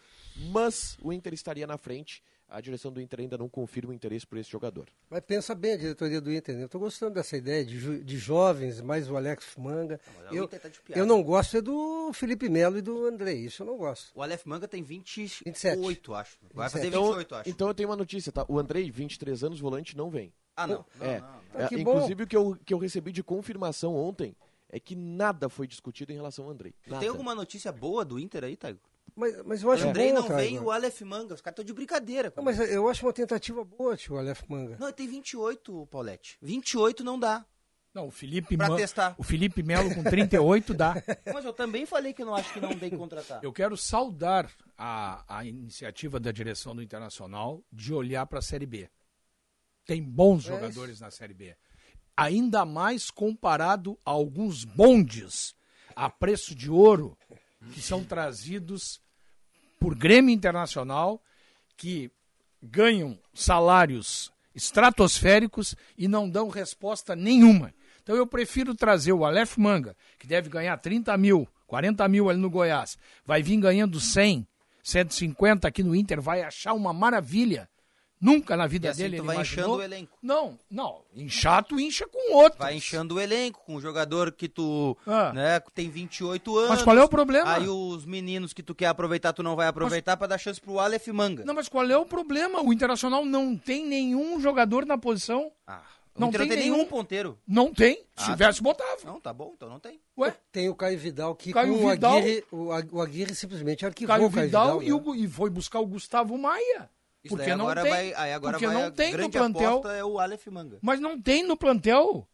Speaker 7: mas o Inter estaria na frente. A direção do Inter ainda não confirma o interesse por esse jogador.
Speaker 5: Mas pensa bem a diretoria do Inter, né? Eu tô gostando dessa ideia de, ju- de jovens, mais o Alex Fumanga.
Speaker 4: mas o
Speaker 5: eu,
Speaker 4: Inter tá de piada.
Speaker 5: eu não gosto é do Felipe Melo e do André, isso eu não gosto.
Speaker 4: O Aleph Manga tem 28,
Speaker 5: 27.
Speaker 4: acho. Vai fazer
Speaker 5: 27.
Speaker 4: 28, acho.
Speaker 7: é então eu tenho uma notícia, tá? O Andrei, 23 anos, volante, não vem.
Speaker 4: Ah, não. não,
Speaker 7: é.
Speaker 4: não.
Speaker 5: Ah,
Speaker 7: É,
Speaker 5: que bom.
Speaker 7: inclusive, o que eu, que eu recebi de confirmação ontem é que nada foi discutido em relação ao Andrei.
Speaker 4: Tu
Speaker 7: Nada.
Speaker 4: Tem alguma notícia boa do Inter aí, Taigo?
Speaker 5: Mas, mas eu acho
Speaker 4: É. Andrei
Speaker 5: bom,
Speaker 4: não
Speaker 5: cara.
Speaker 4: vem, o Aleph Manga. Os caras estão de brincadeira.
Speaker 5: Não,
Speaker 4: Não,
Speaker 5: mas eu acho uma tentativa boa, tio Aleph Manga.
Speaker 4: ele tem 28, Paulette. 28 não dá.
Speaker 6: Não, o Felipe,
Speaker 4: Pra
Speaker 6: Man-
Speaker 4: testar.
Speaker 6: o Felipe Melo com 38
Speaker 5: Ah.
Speaker 6: dá.
Speaker 4: Mas eu também falei que eu não acho que não tem que contratar.
Speaker 6: Eu quero saudar a, a iniciativa da direção do Internacional de olhar para a Série B. Tem
Speaker 4: É
Speaker 6: bons jogadores na Série B. Ainda mais comparado a alguns bondes a preço de ouro que são trazidos por Grêmio Internacional que ganham salários estratosféricos e não dão resposta nenhuma. Então eu prefiro trazer o Aleph Manga, que deve ganhar 30 mil, 40 mil ali no Goiás, vai vir ganhando 100, 150 aqui no Inter, vai achar uma maravilha. Nunca na vida
Speaker 4: E assim
Speaker 6: dele
Speaker 4: tu
Speaker 6: ele
Speaker 4: vai
Speaker 6: imaginou.
Speaker 4: inchando o elenco.
Speaker 6: Não, não, inchato incha com outro.
Speaker 4: Vai enchendo o elenco com um jogador que tu
Speaker 6: Ah.
Speaker 4: né, que tem 28 anos.
Speaker 6: Mas qual é o problema?
Speaker 4: Aí os meninos que tu quer aproveitar, tu não vai aproveitar pra dar chance pro Aleph Manga.
Speaker 6: Não, mas qual é o problema? O Internacional não tem nenhum jogador na posição.
Speaker 4: Ah, o
Speaker 6: Não
Speaker 4: Inter não
Speaker 6: tem
Speaker 4: tem nenhum,
Speaker 6: nenhum.
Speaker 4: ponteiro.
Speaker 6: Não tem.
Speaker 4: Ah,
Speaker 6: Se tivesse, botava.
Speaker 4: Não, tá bom, então não tem.
Speaker 6: Ué?
Speaker 5: Tem o Caio Vidal que
Speaker 6: Caio
Speaker 5: com o
Speaker 6: Vidal-
Speaker 5: Aguirre, o, Ag- o Aguirre simplesmente arquivou
Speaker 6: Caio
Speaker 5: o Caio
Speaker 6: Vidal,
Speaker 5: Vidal
Speaker 6: e, o
Speaker 5: né?
Speaker 6: Gu- e foi buscar o Gustavo Maia.
Speaker 4: Isso
Speaker 6: Porque
Speaker 4: daí
Speaker 6: não
Speaker 4: agora
Speaker 6: tem,
Speaker 4: vai, aí agora
Speaker 6: porque
Speaker 4: vai a
Speaker 6: não tem no
Speaker 4: grande
Speaker 6: plantel.
Speaker 4: aposta é o Aleph Manga.
Speaker 6: Mas não tem no plantel.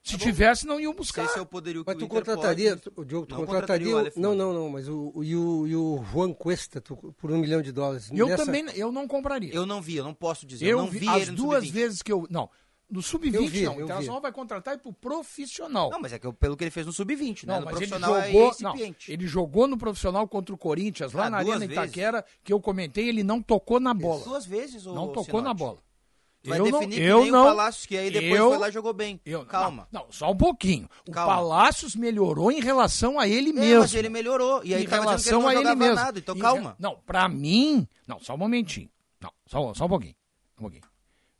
Speaker 6: Se tivesse, não iam
Speaker 4: Tá Não sei
Speaker 6: buscar.
Speaker 4: se é o poderio que
Speaker 5: Mas
Speaker 4: o
Speaker 5: tu
Speaker 4: Inter
Speaker 5: contrataria,
Speaker 4: pode.
Speaker 5: o Diogo, tu
Speaker 4: Não
Speaker 5: contrataria.
Speaker 4: contrataria o
Speaker 5: o-
Speaker 4: Aleph
Speaker 5: não,
Speaker 4: Manga.
Speaker 5: não, não, mas o, o- e, o, e o Juan Cuesta tu- por um milhão de dólares.
Speaker 6: Eu
Speaker 5: Nessa-
Speaker 6: também eu não compraria.
Speaker 4: Eu não vi, eu não posso dizer.
Speaker 6: Eu
Speaker 4: Eu, não
Speaker 6: vi,
Speaker 4: vi,
Speaker 6: as
Speaker 4: ele no
Speaker 6: duas
Speaker 4: sub-vinte.
Speaker 6: vezes que eu. Não. No
Speaker 5: Eu
Speaker 6: sub-20,
Speaker 5: vi,
Speaker 6: não. O
Speaker 5: eu
Speaker 6: Internacional
Speaker 5: vi.
Speaker 6: vai contratar e pro profissional.
Speaker 4: Não, mas é que eu- pelo que ele fez no sub-20, né?
Speaker 6: Não,
Speaker 4: No
Speaker 6: mas ele
Speaker 4: profissional é
Speaker 6: jogou, não,
Speaker 4: incipiente.
Speaker 6: ele jogou no profissional contra o Corinthians, lá
Speaker 4: Ah,
Speaker 6: na
Speaker 4: duas
Speaker 6: Arena
Speaker 4: vezes.
Speaker 6: Itaquera, que eu comentei, ele não tocou na bola.
Speaker 4: Duas vezes o
Speaker 6: não tocou na bola.
Speaker 4: Vai
Speaker 6: eu não,
Speaker 4: definir que
Speaker 6: eu
Speaker 4: nem
Speaker 6: não,
Speaker 4: o Palácios, que aí depois
Speaker 6: eu-
Speaker 4: foi lá e jogou bem.
Speaker 6: eu-
Speaker 4: Calma.
Speaker 6: Não, não, só um pouquinho. O
Speaker 4: Calma.
Speaker 6: Palácios melhorou em relação a ele
Speaker 4: É,
Speaker 6: mesmo.
Speaker 4: mas ele melhorou. E aí
Speaker 6: em
Speaker 4: tava dizendo
Speaker 6: relação
Speaker 4: que ele
Speaker 6: a
Speaker 4: não
Speaker 6: ele
Speaker 4: jogava
Speaker 6: mesmo.
Speaker 4: nada. Então
Speaker 6: Em
Speaker 4: calma.
Speaker 6: re- Não, pra mim. Não, só um momentinho. Não, só, só um pouquinho. Um pouquinho.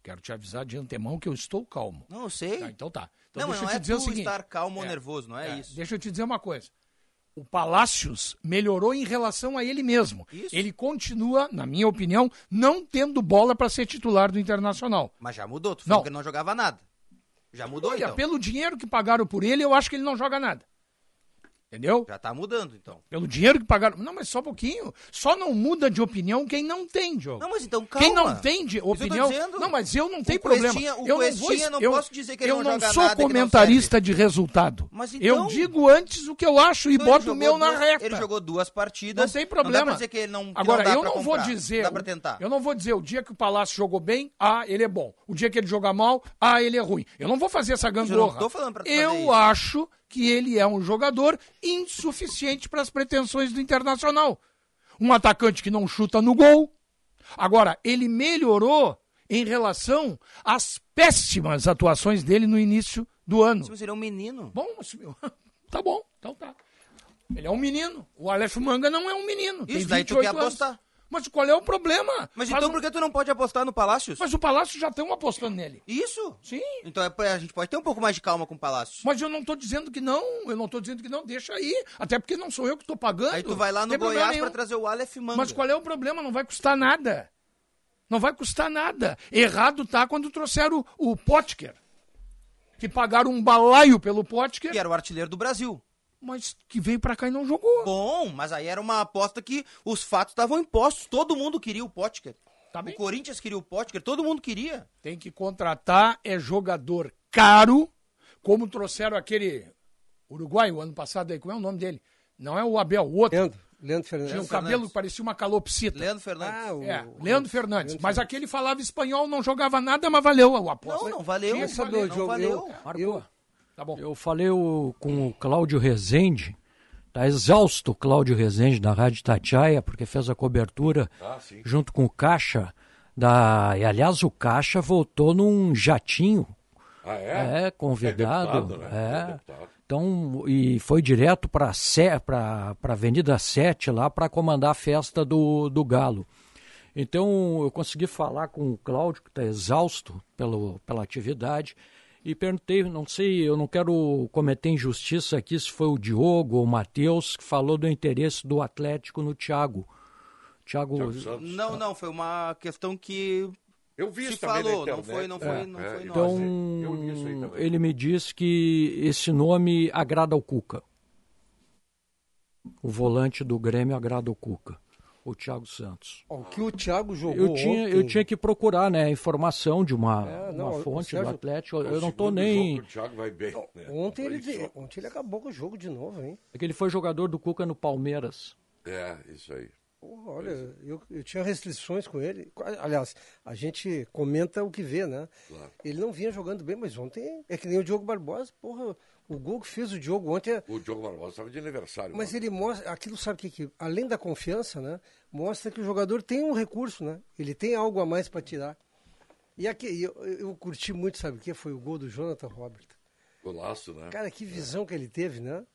Speaker 6: Quero te avisar de antemão que eu estou calmo.
Speaker 4: Não, eu sei.
Speaker 6: Tá, então tá. Então
Speaker 4: não,
Speaker 6: deixa
Speaker 4: não
Speaker 6: eu te
Speaker 4: é
Speaker 6: dizer
Speaker 4: tu
Speaker 6: o seguinte.
Speaker 4: estar calmo ou
Speaker 6: É,
Speaker 4: nervoso, não é,
Speaker 6: é,
Speaker 4: isso.
Speaker 6: Deixa eu te dizer uma coisa. O Palácios melhorou em relação a ele mesmo.
Speaker 4: Isso.
Speaker 6: Ele continua, na minha opinião, não tendo bola pra ser titular do Internacional.
Speaker 4: Mas já mudou, tu falou
Speaker 6: Não.
Speaker 4: que ele não jogava nada. Já mudou,
Speaker 6: Olha,
Speaker 4: então.
Speaker 6: pelo dinheiro que pagaram por ele, eu acho que ele não joga nada. Entendeu?
Speaker 4: Já tá mudando, então.
Speaker 6: Pelo dinheiro que pagaram. Não, mas só um pouquinho. Só não muda de opinião quem não tem, Diogo.
Speaker 4: Não, mas então calma.
Speaker 6: Quem não tem de
Speaker 4: Mas eu tô
Speaker 6: opinião.
Speaker 4: dizendo.
Speaker 6: Não, mas eu não
Speaker 4: O
Speaker 6: tenho
Speaker 4: Cuestinha-
Speaker 6: problema.
Speaker 4: o
Speaker 6: eu
Speaker 4: Cuestinha não
Speaker 6: eu-
Speaker 4: posso dizer que ele
Speaker 6: eu
Speaker 4: não
Speaker 6: não
Speaker 4: joga
Speaker 6: sou
Speaker 4: nada, que não
Speaker 6: comentarista de resultado.
Speaker 4: Mas então-
Speaker 6: eu digo antes o que eu acho e
Speaker 4: Então, ele
Speaker 6: boto o
Speaker 4: jogou
Speaker 6: meu na
Speaker 4: duas-
Speaker 6: reta.
Speaker 4: Ele jogou duas partidas.
Speaker 6: Não tem
Speaker 4: Não
Speaker 6: problema.
Speaker 4: dá pra dizer que ele não que
Speaker 6: Agora,
Speaker 4: dá
Speaker 6: eu
Speaker 4: pra
Speaker 6: não vou
Speaker 4: comprar.
Speaker 6: dizer.
Speaker 4: Dá pra tentar.
Speaker 6: Eu não vou dizer o dia que o Palácio jogou bem, ah, ele é bom. O dia que ele jogar mal, ah, ele é ruim. Eu não vou fazer essa
Speaker 4: eu
Speaker 6: gangorra.
Speaker 4: não tô falando pra tu fazer
Speaker 6: Eu
Speaker 4: isso.
Speaker 6: acho que ele é um jogador insuficiente para as pretensões do Internacional. Um atacante que não chuta no gol. Agora, ele melhorou em relação às péssimas atuações dele no início do ano.
Speaker 4: Mas ele é um menino.
Speaker 6: Bom, mas- tá bom, então tá. Ele é um menino. O Aleph Manga não é um menino. tem
Speaker 4: Isso daí tu
Speaker 6: 28
Speaker 4: quer
Speaker 6: anos.
Speaker 4: apostar.
Speaker 6: Mas qual é o problema?
Speaker 4: Mas então
Speaker 6: o-
Speaker 4: por que tu não pode apostar no Palácios?
Speaker 6: mas o Palácio já estão apostando nele.
Speaker 4: Isso?
Speaker 6: Sim.
Speaker 4: Então é pra- a gente pode ter um pouco mais de calma com o Palácios.
Speaker 6: Mas eu não tô dizendo que não, eu não tô dizendo que não, deixa aí. Até porque não sou eu que tô pagando.
Speaker 4: Aí tu vai lá
Speaker 6: não
Speaker 4: no
Speaker 6: tem problema
Speaker 4: Goiás pra
Speaker 6: nenhum.
Speaker 4: trazer o Aleph Manga.
Speaker 6: Mas qual é o problema? Não vai custar nada. Não vai custar nada. Errado tá quando trouxeram o, o Potker. Que pagaram um balaio pelo Potker,
Speaker 4: Que era o artilheiro do Brasil.
Speaker 6: mas que veio pra cá e não jogou.
Speaker 4: Bom, mas aí era uma aposta que os fatos estavam impostos. Todo mundo queria o Potker.
Speaker 6: Tá
Speaker 4: O
Speaker 6: bem?
Speaker 4: Corinthians queria o Potker, todo mundo queria.
Speaker 6: Tem que contratar é jogador caro Como trouxeram aquele uruguaio ano passado aí, como é o nome dele? Não é o Abel, o outro.
Speaker 5: Leandro, Leandro Fernandes.
Speaker 6: Tinha um cabelo que parecia uma calopsita.
Speaker 4: Leandro Fernandes.
Speaker 5: Ah, o-
Speaker 6: É, Leandro Fernandes. Mas aquele falava espanhol, não jogava nada, mas valeu o aposta.
Speaker 4: Não, não valeu.
Speaker 5: Mas sabe, ô,
Speaker 4: não
Speaker 5: Diogo,
Speaker 4: valeu.
Speaker 5: eu, eu,
Speaker 6: Tá bom.
Speaker 3: Eu falei o- com o Cláudio Rezende, tá exausto o Cláudio Rezende da Rádio Tatiaia, porque fez a cobertura junto com o Caixa. Da... E, aliás, o Caixa voltou num jatinho,
Speaker 2: Ah,
Speaker 3: é, convidado.
Speaker 2: deputado, né?
Speaker 3: é.
Speaker 2: É deputado.
Speaker 3: Então, e foi direto para a Avenida 7 lá para comandar a festa do, do Galo. Então, eu consegui falar com o Cláudio, que está exausto pelo, pela atividade, e perguntei, não sei, eu não quero cometer injustiça aqui, se foi o Diogo ou o Matheus que falou do interesse do Atlético no Thiago. Thiago,
Speaker 4: Não, não, foi uma questão que
Speaker 2: tá. Eu vi
Speaker 4: Se
Speaker 2: isso também
Speaker 4: falou,
Speaker 2: na
Speaker 4: não
Speaker 2: internet. né? É,
Speaker 4: foi- não foi- não foi
Speaker 2: eu
Speaker 4: nós.
Speaker 2: vi-
Speaker 3: Então,
Speaker 2: eu vi isso aí também.
Speaker 3: ele me disse que esse nome agrada ao Cuca. O volante do Grêmio agrada ao Cuca, o Thiago Santos.
Speaker 5: ó, o que o Thiago jogou
Speaker 3: Eu tinha, eu
Speaker 5: ontem-
Speaker 3: tinha que procurar né, informação de uma,
Speaker 5: É,
Speaker 3: uma
Speaker 5: não, o
Speaker 3: fonte
Speaker 5: Sérgio-
Speaker 3: do Atlético.
Speaker 2: É
Speaker 3: Eu
Speaker 2: o
Speaker 3: não estou
Speaker 2: segundo
Speaker 3: nem.
Speaker 2: jogo que O Thiago vai bem. né?
Speaker 5: Ontem
Speaker 2: Olha
Speaker 5: ele,
Speaker 2: só.
Speaker 5: ontem ele acabou com o jogo de novo, hein?
Speaker 3: É que ele foi jogador do Cuca no Palmeiras.
Speaker 2: É, isso aí.
Speaker 5: Porra, olha, eu, eu tinha restrições com ele. Aliás, a gente comenta o que vê, né? Ele não vinha jogando bem, mas ontem é que nem o Diogo Barbosa. Porra, o gol que fez o Diogo ontem. é-
Speaker 2: O Diogo Barbosa estava de aniversário.
Speaker 5: Mas
Speaker 2: mano.
Speaker 5: ele mostra, aquilo sabe o que, que? Além da confiança, né? Mostra que o jogador tem um recurso, né? Ele tem algo a mais para tirar. E aqui, eu, eu curti muito, sabe o que? Foi o gol do Jonathan Robert.
Speaker 2: Golaço, né?
Speaker 5: Cara, que visão que ele teve, né?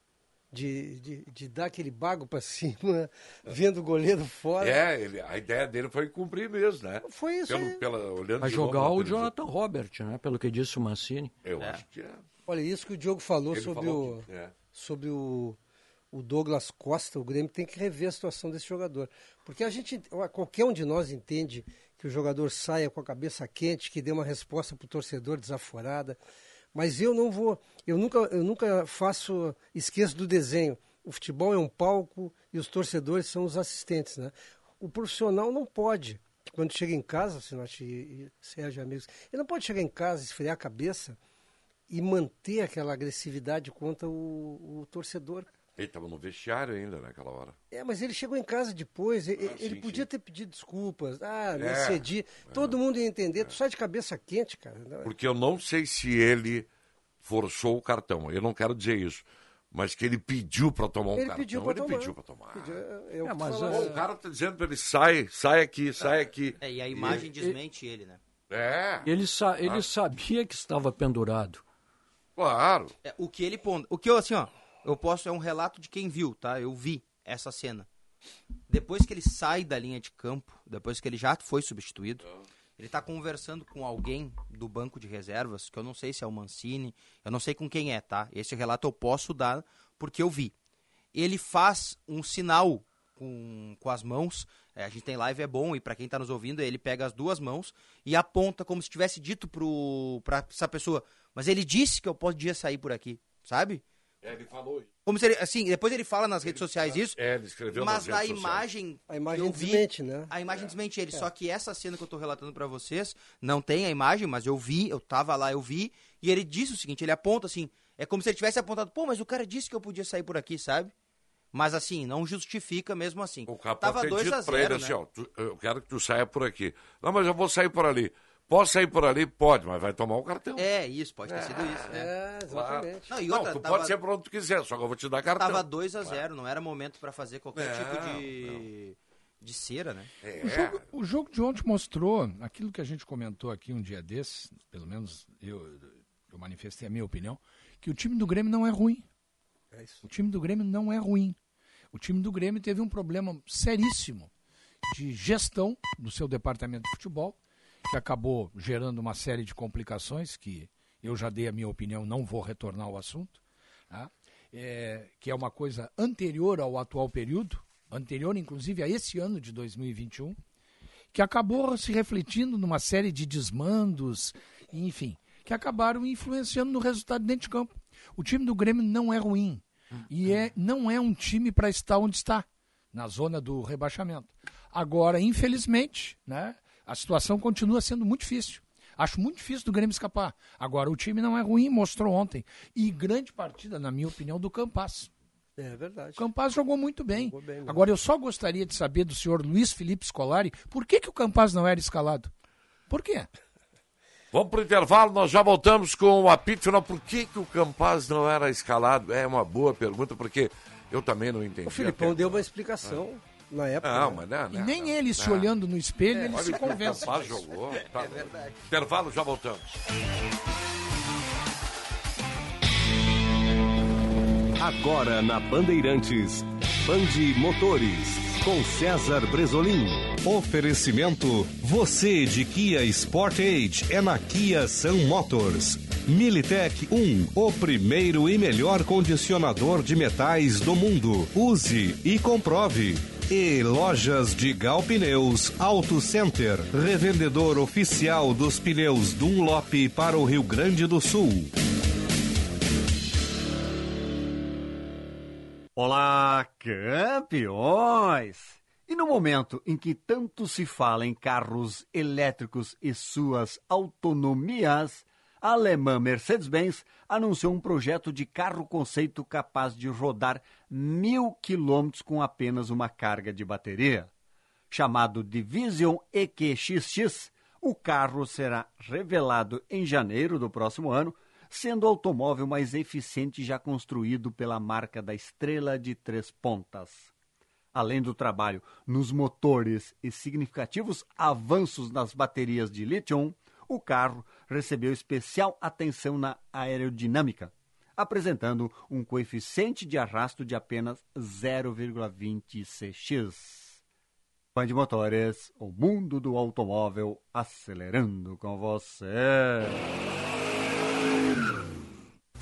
Speaker 5: De, de, de dar aquele bago pra cima, vendo o goleiro fora.
Speaker 2: É, ele- a ideia dele foi cumprir mesmo, né?
Speaker 5: Foi isso
Speaker 2: Pelo,
Speaker 5: aí.
Speaker 2: pela, olhando
Speaker 3: Vai
Speaker 2: de novo
Speaker 3: jogar
Speaker 2: na
Speaker 3: o
Speaker 2: televisão.
Speaker 3: Jonathan Robert, né? Pelo que disse o Mancini.
Speaker 2: Eu acho que é.
Speaker 5: Olha, isso que o Diogo falou
Speaker 2: Ele
Speaker 5: sobre,
Speaker 2: falou
Speaker 5: o,
Speaker 2: que- é.
Speaker 5: sobre o, o Douglas Costa, o Grêmio tem que rever a situação desse jogador. Porque a gente, qualquer um de nós entende que o jogador saia com a cabeça quente, que dê uma resposta pro torcedor desaforada. Mas eu não vou, eu nunca, eu nunca faço, esqueço do desenho. O futebol é um palco e os torcedores são os assistentes, né? O profissional não pode, quando chega em casa, Sinote e e Sérgio amigos, ele não pode chegar em casa, esfriar a cabeça e manter aquela agressividade contra o, o torcedor.
Speaker 2: Ele estava no vestiário ainda naquela hora.
Speaker 5: É, mas ele chegou em casa depois, e- e- ele,
Speaker 2: Ah, sim,
Speaker 5: podia ter pedido desculpas, ah, me
Speaker 2: É,
Speaker 5: excedi. Todo mundo ia entender, tu sai de cabeça quente, cara. Não,
Speaker 2: Porque eu não sei se ele forçou o cartão. Eu não quero dizer isso. Mas que ele pediu para tomar um
Speaker 5: Ele
Speaker 2: cartão.
Speaker 5: pediu pra
Speaker 2: ele
Speaker 5: tomar.
Speaker 2: pediu para tomar.
Speaker 5: É, é o
Speaker 3: É,
Speaker 5: que tu
Speaker 3: mas,
Speaker 5: fala.
Speaker 2: Pô, o cara tá dizendo pra ele, sai, sai aqui, sai aqui.
Speaker 4: É, e a imagem desmente ele, né?
Speaker 2: É,
Speaker 3: Ele, sa- ele sabia que estava pendurado.
Speaker 2: claro.
Speaker 4: É, o que ele pon... O que eu, assim, ó, eu posso. É um relato de quem viu, tá? Eu vi essa cena. Depois que ele sai da linha de campo, depois que ele já foi substituído, ele tá conversando com alguém do banco de reservas, que eu não sei se é o Mancini, eu não sei com quem é, tá? Esse relato eu posso dar porque eu vi. Ele faz um sinal com, com as mãos. é, a gente tem live, é bom, e pra quem tá nos ouvindo, ele pega as duas mãos e aponta como se tivesse dito pro, pra essa pessoa. Mas ele disse que eu podia sair por aqui, sabe?
Speaker 5: É,
Speaker 2: ele falou.
Speaker 4: Como se ele, assim, depois ele fala nas redes sociais isso,
Speaker 2: É, ele escreveu nas
Speaker 4: mas na
Speaker 2: redes sociais.
Speaker 4: imagem.
Speaker 5: A imagem
Speaker 4: eu vi,
Speaker 5: desmente, né?
Speaker 4: A imagem desmente ele. Só que essa cena que eu tô relatando pra vocês, não tem a imagem, mas eu vi, eu tava lá, eu vi. E ele disse o seguinte: ele aponta assim. É como se ele tivesse apontado, pô, mas o cara disse que eu podia sair por aqui, sabe? Mas assim, não justifica mesmo assim.
Speaker 2: O capô
Speaker 4: Tava
Speaker 2: tem
Speaker 4: 2
Speaker 2: dito
Speaker 4: a
Speaker 2: pra
Speaker 4: 0
Speaker 2: ele
Speaker 4: né?
Speaker 2: assim, ó, tu- eu quero que tu saia por aqui. Não, mas eu vou sair por ali. Posso sair por ali? Pode, mas vai tomar o cartão.
Speaker 4: É, isso, pode ter sido isso. né?
Speaker 2: Claro.
Speaker 5: É, exatamente.
Speaker 4: Não, e
Speaker 2: Não,
Speaker 4: outra,
Speaker 2: tu
Speaker 4: tava,
Speaker 2: pode ser pra onde tu quiser, só que eu vou te dar cartão. É,
Speaker 4: tava 2 a 0 não era momento pra fazer qualquer
Speaker 2: Não,
Speaker 4: tipo de. de cera, né?
Speaker 2: É.
Speaker 6: O jogo, o jogo de ontem mostrou aquilo que a gente comentou aqui um dia desses, pelo menos eu, eu manifestei a minha opinião, que o time do Grêmio não é ruim. O time do Grêmio não é ruim. O time do Grêmio teve um problema seríssimo de gestão do seu departamento de futebol, que acabou gerando uma série de complicações que eu já dei a minha opinião, não vou retornar ao assunto, tá? É, que é uma coisa anterior ao atual período, anterior inclusive a esse ano de 2021, que acabou se refletindo numa série de desmandos, enfim, que acabaram influenciando no resultado dentro de campo. O time do Grêmio não é ruim e é, não é um time para estar onde está, na zona do rebaixamento. Agora, infelizmente, né, a situação continua sendo muito difícil. Acho muito difícil do Grêmio escapar. Agora, o time não é ruim, mostrou ontem. E grande partida, na minha opinião, do Campas.
Speaker 5: É verdade.
Speaker 6: O Campaz jogou muito bem.
Speaker 5: Jogou bem mesmo.
Speaker 6: Agora, eu só gostaria de saber do senhor Luiz Felipe Scolari por que, que o Campaz não era escalado. Por quê?
Speaker 2: Vamos pro intervalo, nós já voltamos com o apito final. Por que, que o Campaz não era escalado? É uma boa pergunta, porque eu também não entendi.
Speaker 5: O Filipão
Speaker 2: até-
Speaker 5: deu uma explicação na época.
Speaker 2: Não,
Speaker 5: né?
Speaker 2: mas não,
Speaker 6: E
Speaker 2: não,
Speaker 6: nem
Speaker 2: não,
Speaker 6: ele se
Speaker 2: não.
Speaker 6: olhando no espelho, ele
Speaker 2: Olha
Speaker 6: se
Speaker 2: o que o
Speaker 6: convence. É
Speaker 2: Campaz jogou. Tá verdade. Intervalo, já voltamos.
Speaker 1: Agora na Bandeirantes, Bande Motores, com César Bresolim. Oferecimento, você de Kia Sportage é na Kia São Motors. Militech 1, o primeiro e melhor condicionador de metais do mundo. Use e comprove. E lojas de Gal Pneus Auto Center, revendedor oficial dos pneus Dunlop para o Rio Grande do Sul.
Speaker 8: Olá, campeões! E no momento em que tanto se fala em carros elétricos e suas autonomias, a alemã Mercedes-Benz anunciou um projeto de carro conceito capaz de rodar mil quilômetros com apenas uma carga de bateria. Chamado Division EQXX, o carro será revelado em janeiro do próximo ano, sendo o automóvel mais eficiente já construído pela marca da estrela de três pontas. Além do trabalho nos motores e significativos avanços nas baterias de lítio, o carro recebeu especial atenção na aerodinâmica, apresentando um coeficiente de arrasto de apenas 0,20 cx. Band Motores, o mundo do automóvel acelerando com você.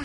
Speaker 9: A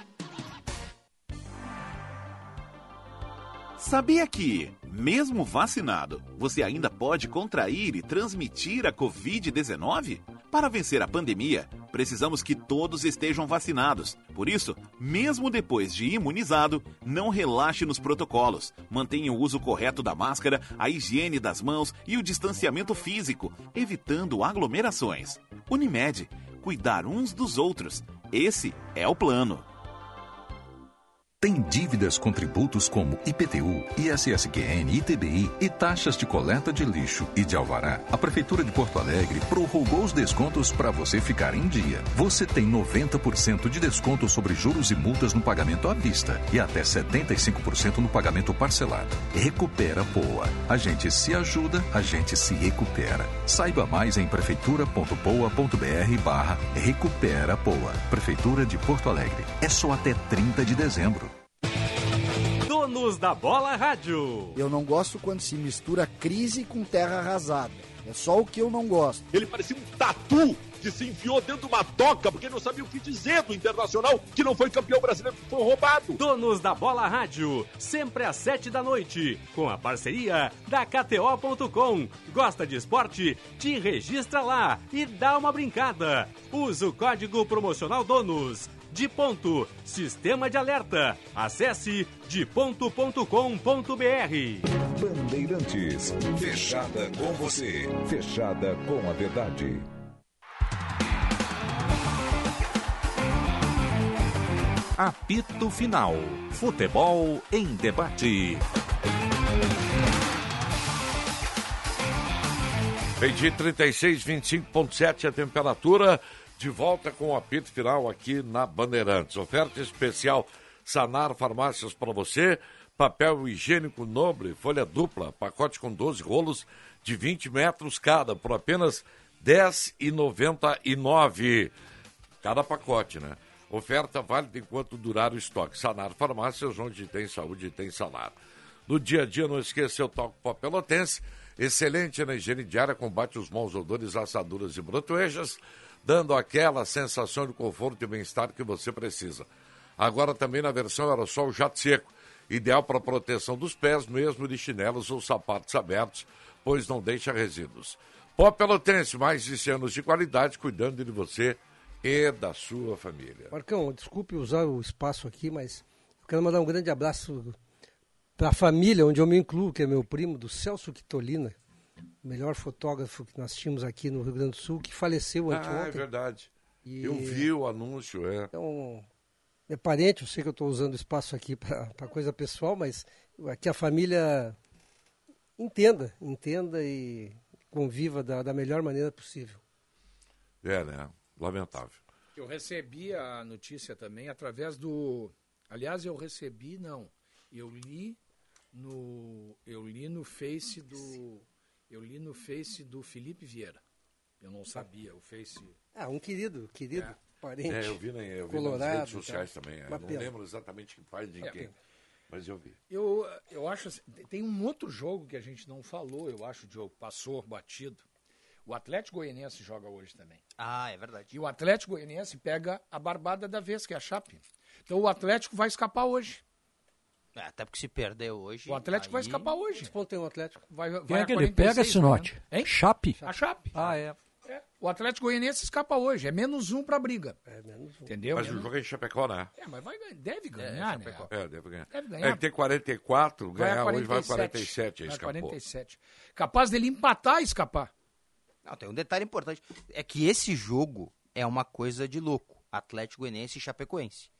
Speaker 9: Sabia que, mesmo vacinado, você ainda pode contrair e transmitir a Covid-19? Para vencer a pandemia, precisamos que todos estejam vacinados. Por isso, mesmo depois de imunizado, não relaxe nos protocolos. Mantenha o uso correto da máscara, a higiene das mãos e o distanciamento físico, evitando aglomerações. Unimed, cuidar uns dos outros. Esse é o plano.
Speaker 10: Tem dívidas com tributos como IPTU, ISSQN, ITBI e taxas de coleta de lixo e de alvará. A Prefeitura de Porto Alegre prorrogou os descontos para você ficar em dia. Você tem 90% de desconto sobre juros e multas no pagamento à vista e até 75% no pagamento parcelado. Recupera Poa. A gente se ajuda, a gente se recupera. Saiba mais em prefeitura.poa.br barra Recupera Poa. Prefeitura de Porto Alegre. É só até 30 de dezembro.
Speaker 1: Donos da Bola Rádio.
Speaker 11: Eu não gosto quando se mistura crise com terra arrasada. É só o que eu não gosto.
Speaker 9: Ele parecia um tatu
Speaker 11: que se enfiou dentro de uma toca porque não sabia o que dizer do Internacional, que não foi campeão brasileiro, que foi roubado.
Speaker 12: Donos da Bola Rádio, sempre às sete da noite, com a parceria da KTO.com. Gosta de esporte? Te registra lá e dá uma brincada. Usa o código promocional DONOS. De ponto, sistema de alerta. Acesse deponto.com.br.
Speaker 1: Bandeirantes, fechada com você, fechada com a verdade.
Speaker 13: Apito Final. Futebol em debate.
Speaker 2: Meio-dia 36, 25.7 a temperatura. De volta com o apito final aqui na Bandeirantes. Oferta especial Sanar Farmácias para você. Papel higiênico nobre, folha dupla, pacote com 12 rolos de 20 metros cada, por apenas R$ 10,99. Cada pacote, né? Oferta válida enquanto durar o estoque. Sanar Farmácias, onde tem saúde, tem salário. No dia a dia, não esqueça o toque papelotense. Excelente na higiene diária, combate os maus odores, assaduras e brotoejas, dando aquela sensação de conforto e bem-estar que você precisa. Agora também na versão aerossol jato seco, ideal para proteção dos pés, mesmo de chinelos ou sapatos abertos, pois não deixa resíduos. Pó Pelotense, mais de 100 anos de qualidade, cuidando de você e da sua família.
Speaker 5: Marcão, desculpe usar o espaço aqui, mas eu quero mandar um grande abraço para a família, onde eu me incluo, que é meu primo, do Celso Quitolina, o melhor fotógrafo que nós tínhamos aqui no Rio Grande do Sul, que faleceu
Speaker 2: Ah,
Speaker 5: anteontem.
Speaker 2: é verdade.
Speaker 5: E-
Speaker 2: Eu vi o anúncio, é.
Speaker 5: Então, é parente, eu sei que eu estou usando espaço aqui para coisa pessoal, mas que a família entenda, entenda e conviva da, da melhor maneira possível.
Speaker 2: É, né? Lamentável.
Speaker 6: Eu recebi a notícia também através do. Aliás, eu recebi, não. Eu li no. Eu li no Face do. Eu li no Face do Felipe Vieira. Eu não sabia, o Face.
Speaker 5: Ah, um querido, querido parente.
Speaker 2: É, eu vi, né? eu vi nas
Speaker 5: colorado,
Speaker 2: redes sociais
Speaker 5: tá?
Speaker 2: também. é.
Speaker 5: Uma
Speaker 2: Não
Speaker 5: pena.
Speaker 2: lembro exatamente que faz de
Speaker 6: É,
Speaker 2: quem,
Speaker 6: pena.
Speaker 2: mas eu vi.
Speaker 6: Eu, eu acho assim, tem- tem um outro jogo que a gente não falou, eu acho, Diogo, passou batido. O Atlético Goianiense joga hoje também.
Speaker 4: Ah, é verdade.
Speaker 6: E o Atlético Goianiense pega a barbada da vez, que é a Chape. Então o Atlético vai escapar hoje.
Speaker 4: É, até porque se perder hoje.
Speaker 6: O Atlético vai escapar hoje.
Speaker 5: Quantos pontos tem o Atlético?
Speaker 6: Vai,
Speaker 3: Quem
Speaker 6: vai
Speaker 3: é
Speaker 6: a
Speaker 3: que ele pega
Speaker 6: 46,
Speaker 3: esse note?
Speaker 6: né? Hein?
Speaker 3: Chape.
Speaker 6: A Chape. Ah, é. O Atlético Goianiense escapa hoje. É menos um pra briga.
Speaker 5: É, menos um.
Speaker 6: Entendeu?
Speaker 2: mas o
Speaker 6: Menos-
Speaker 2: jogo é em Chapecó, né?
Speaker 6: É, mas vai, ganhar- deve ganhar, né?
Speaker 2: É, deve ganhar.
Speaker 6: Deve ganhar.
Speaker 2: É que tem 44,
Speaker 6: Vai a
Speaker 2: ganhar hoje vai 47,
Speaker 6: Vai a
Speaker 2: escapou.
Speaker 6: 47. Capaz dele empatar e escapar.
Speaker 4: Não, tem um detalhe importante. É que esse jogo é uma coisa de louco. Atlético Goianiense e Chapecoense.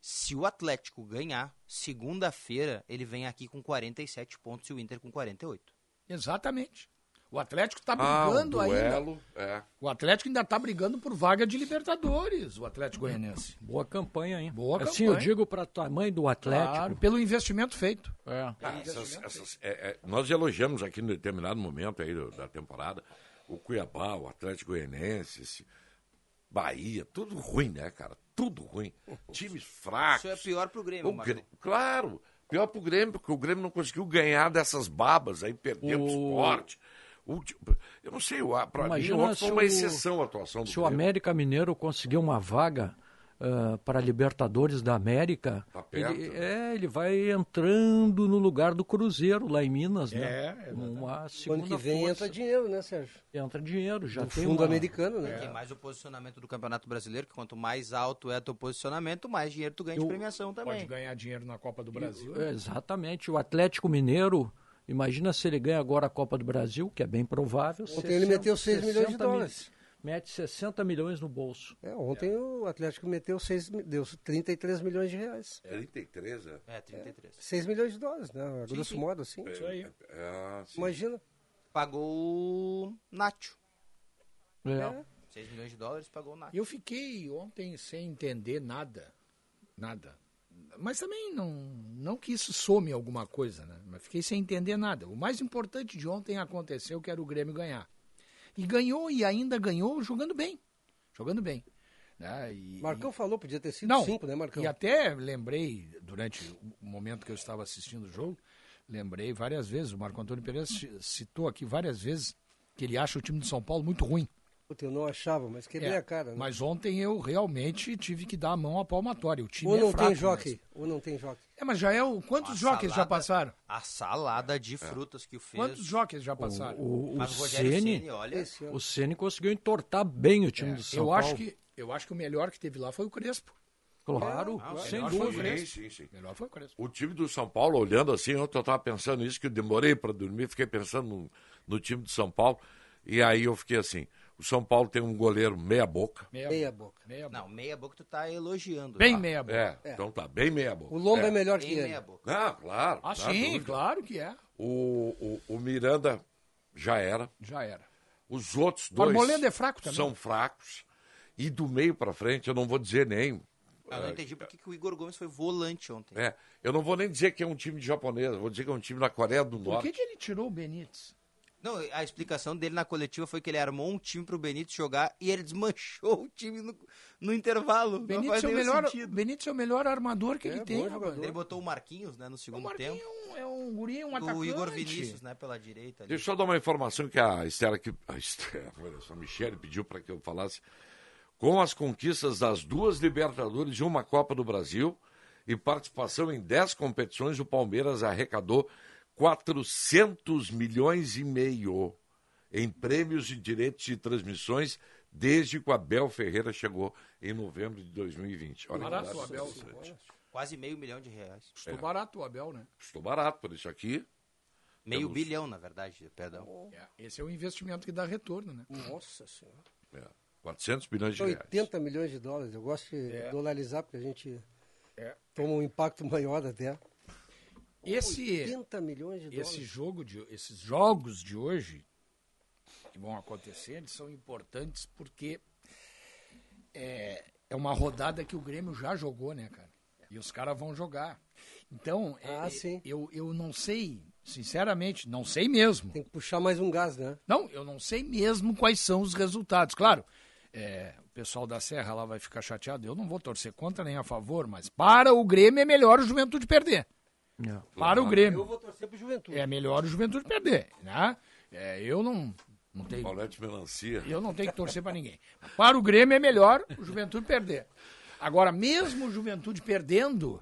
Speaker 4: Se o Atlético ganhar, segunda-feira ele vem aqui com 47 pontos e o Inter com 48.
Speaker 6: Exatamente. O Atlético tá
Speaker 2: Ah, um
Speaker 6: brigando ainda.
Speaker 2: duelo, é.
Speaker 6: O Atlético ainda tá brigando por vaga de Libertadores, o Atlético Goianiense.
Speaker 3: Boa campanha, hein?
Speaker 6: Boa
Speaker 3: assim eu
Speaker 6: campanha.
Speaker 3: digo para tamanho do Atlético.
Speaker 6: é Claro, pelo investimento feito.
Speaker 3: É.
Speaker 2: Ah, essas- essas- é, é, nós elogiamos aqui em determinado momento aí do- da temporada o Cuiabá, o Atlético Goianense, esse Bahia, tudo ruim, né, cara? Tudo ruim. Times fracos.
Speaker 4: Isso é pior pro Grêmio,
Speaker 2: O
Speaker 4: Marcão.
Speaker 2: Grê- Claro, pior pro Grêmio, porque o Grêmio não conseguiu ganhar dessas babas, aí perdeu o esporte. O ti- eu não sei, o- pra
Speaker 3: Imagina
Speaker 2: mim ontem foi
Speaker 3: se
Speaker 2: uma
Speaker 3: o-
Speaker 2: exceção a atuação do
Speaker 3: Se o América Mineiro conseguir uma vaga ah, para Libertadores da América,
Speaker 2: perto,
Speaker 3: ele, é, ele vai entrando no lugar do Cruzeiro lá em Minas, né? uma
Speaker 5: Ano
Speaker 3: segunda
Speaker 5: que vem
Speaker 3: força.
Speaker 5: entra dinheiro, né, Sérgio?
Speaker 3: Entra dinheiro, já
Speaker 5: Do
Speaker 3: tem
Speaker 5: fundo
Speaker 3: uma-
Speaker 5: americano, né?
Speaker 4: É. Tem mais o posicionamento do Campeonato Brasileiro, que quanto mais alto é teu posicionamento, mais dinheiro tu ganha de
Speaker 3: Eu-
Speaker 4: premiação
Speaker 6: Pode
Speaker 4: também.
Speaker 6: ganhar dinheiro na Copa do Brasil.
Speaker 3: É, Exatamente. O Atlético Mineiro, imagina se ele ganha agora a Copa do Brasil, que é bem provável.
Speaker 5: Ontem ele meteu 6 milhões de
Speaker 3: 60 mil-
Speaker 5: dólares.
Speaker 3: Mete 60 milhões no bolso.
Speaker 5: É, ontem o Atlético meteu 6, deu 33 milhões de reais.
Speaker 2: 33, é?
Speaker 4: É, 33.
Speaker 5: 6 milhões de dólares, né? A grosso
Speaker 4: sim.
Speaker 5: modo, assim.
Speaker 2: Isso aí. É, sim.
Speaker 5: Imagina.
Speaker 4: Pagou o Nacho.
Speaker 3: É.
Speaker 4: 6 milhões de dólares pagou o Nacho.
Speaker 6: Eu fiquei ontem sem entender nada. Nada. Mas também não, não que isso some alguma coisa, né? Mas fiquei sem entender nada. O mais importante de ontem aconteceu, que era o Grêmio ganhar. E ganhou e ainda ganhou jogando bem. Jogando bem. Né? E-
Speaker 5: Marcão falou, podia ter sido
Speaker 6: não,
Speaker 5: 5, né, Marcão?
Speaker 6: e até lembrei, durante o momento que eu estava assistindo o jogo, lembrei várias vezes, o Marco Antônio Pereira ci- citou aqui várias vezes que ele acha o time de São Paulo muito ruim.
Speaker 5: Puta, eu não achava, mas quebrei
Speaker 6: É,
Speaker 5: a cara. Né?
Speaker 6: Mas ontem eu realmente tive que dar a mão à palmatória. O time
Speaker 5: ou
Speaker 6: é
Speaker 5: não
Speaker 6: fraco,
Speaker 5: tem
Speaker 6: mas-
Speaker 5: jockey, ou não tem jockey.
Speaker 6: É, mas já é o. Quantos
Speaker 5: Uma
Speaker 6: jockeys já
Speaker 5: salada.
Speaker 6: passaram?
Speaker 4: A salada
Speaker 2: É.
Speaker 4: de frutas que fez.
Speaker 6: Quantos jockeys já passaram?
Speaker 3: O, o, o
Speaker 4: Mas o Rogério
Speaker 3: Ceni,
Speaker 4: Ceni, olha- Esse ano.
Speaker 3: o Ceni conseguiu entortar bem o time do São
Speaker 6: eu
Speaker 3: Paulo.
Speaker 6: Acho que, eu acho que o melhor que teve lá foi o Crespo.
Speaker 3: Claro,
Speaker 6: Ah, o
Speaker 3: sem
Speaker 6: melhor
Speaker 3: dúvida.
Speaker 6: foi o Crespo.
Speaker 2: Sim, sim, sim.
Speaker 6: Melhor foi o Crespo.
Speaker 2: O time do São Paulo, olhando assim, ontem eu estava pensando nisso, que eu demorei para dormir, fiquei pensando no, no time do São Paulo, e aí eu fiquei assim, o São Paulo tem um goleiro meia boca.
Speaker 6: Meia,
Speaker 5: boca.
Speaker 4: Não, meia boca tu tá elogiando.
Speaker 2: Tá? É, então tá bem meia boca.
Speaker 4: O Lomba é melhor que
Speaker 2: Bem
Speaker 4: ele.
Speaker 2: meia boca. Ah, claro.
Speaker 6: Ah,
Speaker 2: tá
Speaker 6: sim,
Speaker 2: dúvida.
Speaker 6: claro que é.
Speaker 2: O, o, o Miranda já era.
Speaker 6: Já era.
Speaker 2: Os outros
Speaker 6: O
Speaker 2: dois.
Speaker 6: Arboleda é fraco também.
Speaker 2: São fracos. E do meio pra frente, eu não vou dizer nem.
Speaker 4: Eu não
Speaker 2: eh,
Speaker 4: entendi porque que o Igor Gomes foi volante ontem.
Speaker 2: é, eu não vou nem dizer que é um time de japonês, eu vou dizer que é um time da Coreia do
Speaker 6: Por
Speaker 2: Norte.
Speaker 6: que, que ele tirou o Benítez?
Speaker 4: Não, a explicação dele na coletiva foi que ele armou um time pro Benítez jogar e ele desmanchou o time no, no intervalo. Não
Speaker 6: Benítez
Speaker 4: faz
Speaker 6: é, o
Speaker 4: nenhum
Speaker 6: melhor,
Speaker 4: sentido.
Speaker 6: Benítez é o melhor armador que ele
Speaker 2: É,
Speaker 5: É,
Speaker 6: tem. né, rapaz.
Speaker 4: Ele botou o Marquinhos, né, no segundo tempo.
Speaker 6: É um guri, um
Speaker 4: O
Speaker 6: atacante.
Speaker 4: Igor Vinícius, né, pela direita. ali.
Speaker 2: Deixa eu dar uma informação que a Estela que a Estela, olha só, a Michele pediu para que eu falasse com as conquistas das duas Libertadores e uma Copa do Brasil e participação em 10 competições, o Palmeiras arrecadou 400 milhões e meio em prêmios e direitos de transmissões desde que o Abel Ferreira chegou em novembro de 2020. Olha que
Speaker 6: Barato o
Speaker 2: dado
Speaker 6: Abel. né?
Speaker 2: interessante. É.
Speaker 4: Quase meio milhão de reais.
Speaker 6: Custou barato o Abel, né?
Speaker 2: Estou barato por isso aqui.
Speaker 4: Meio
Speaker 2: Temos-
Speaker 4: bilhão, na verdade, perdão.
Speaker 6: Esse é um investimento que dá retorno, né?
Speaker 5: Nossa senhora.
Speaker 2: É, 400 milhões de reais.
Speaker 5: 80 milhões de dólares. Eu gosto de
Speaker 6: É.
Speaker 5: dolarizar, porque a gente
Speaker 6: É.
Speaker 5: toma um impacto maior até.
Speaker 6: Esse,
Speaker 5: 80 milhões de
Speaker 6: esse
Speaker 5: dólares.
Speaker 6: jogo de, esses jogos de hoje que vão acontecer eles são importantes porque é, é uma rodada que o Grêmio já jogou, né, cara? E os caras vão jogar. Então, é,
Speaker 5: Ah,
Speaker 6: é,
Speaker 5: sim.
Speaker 6: Eu, eu não sei, sinceramente, não sei mesmo.
Speaker 5: Tem que puxar mais um gás, né?
Speaker 6: Não, eu não sei mesmo quais são os resultados. Claro, é, o pessoal da Serra lá vai ficar chateado. Eu não vou torcer contra nem a favor, mas para o Grêmio é melhor o Juventude perder. Para o Grêmio.
Speaker 5: Eu vou torcer pro Juventude.
Speaker 6: É melhor o Juventude perder, né? É, eu não, não tenho,
Speaker 2: Paulete Melancia.
Speaker 6: eu não tenho que torcer para ninguém. Para o Grêmio é melhor o Juventude perder. Agora, mesmo o Juventude perdendo,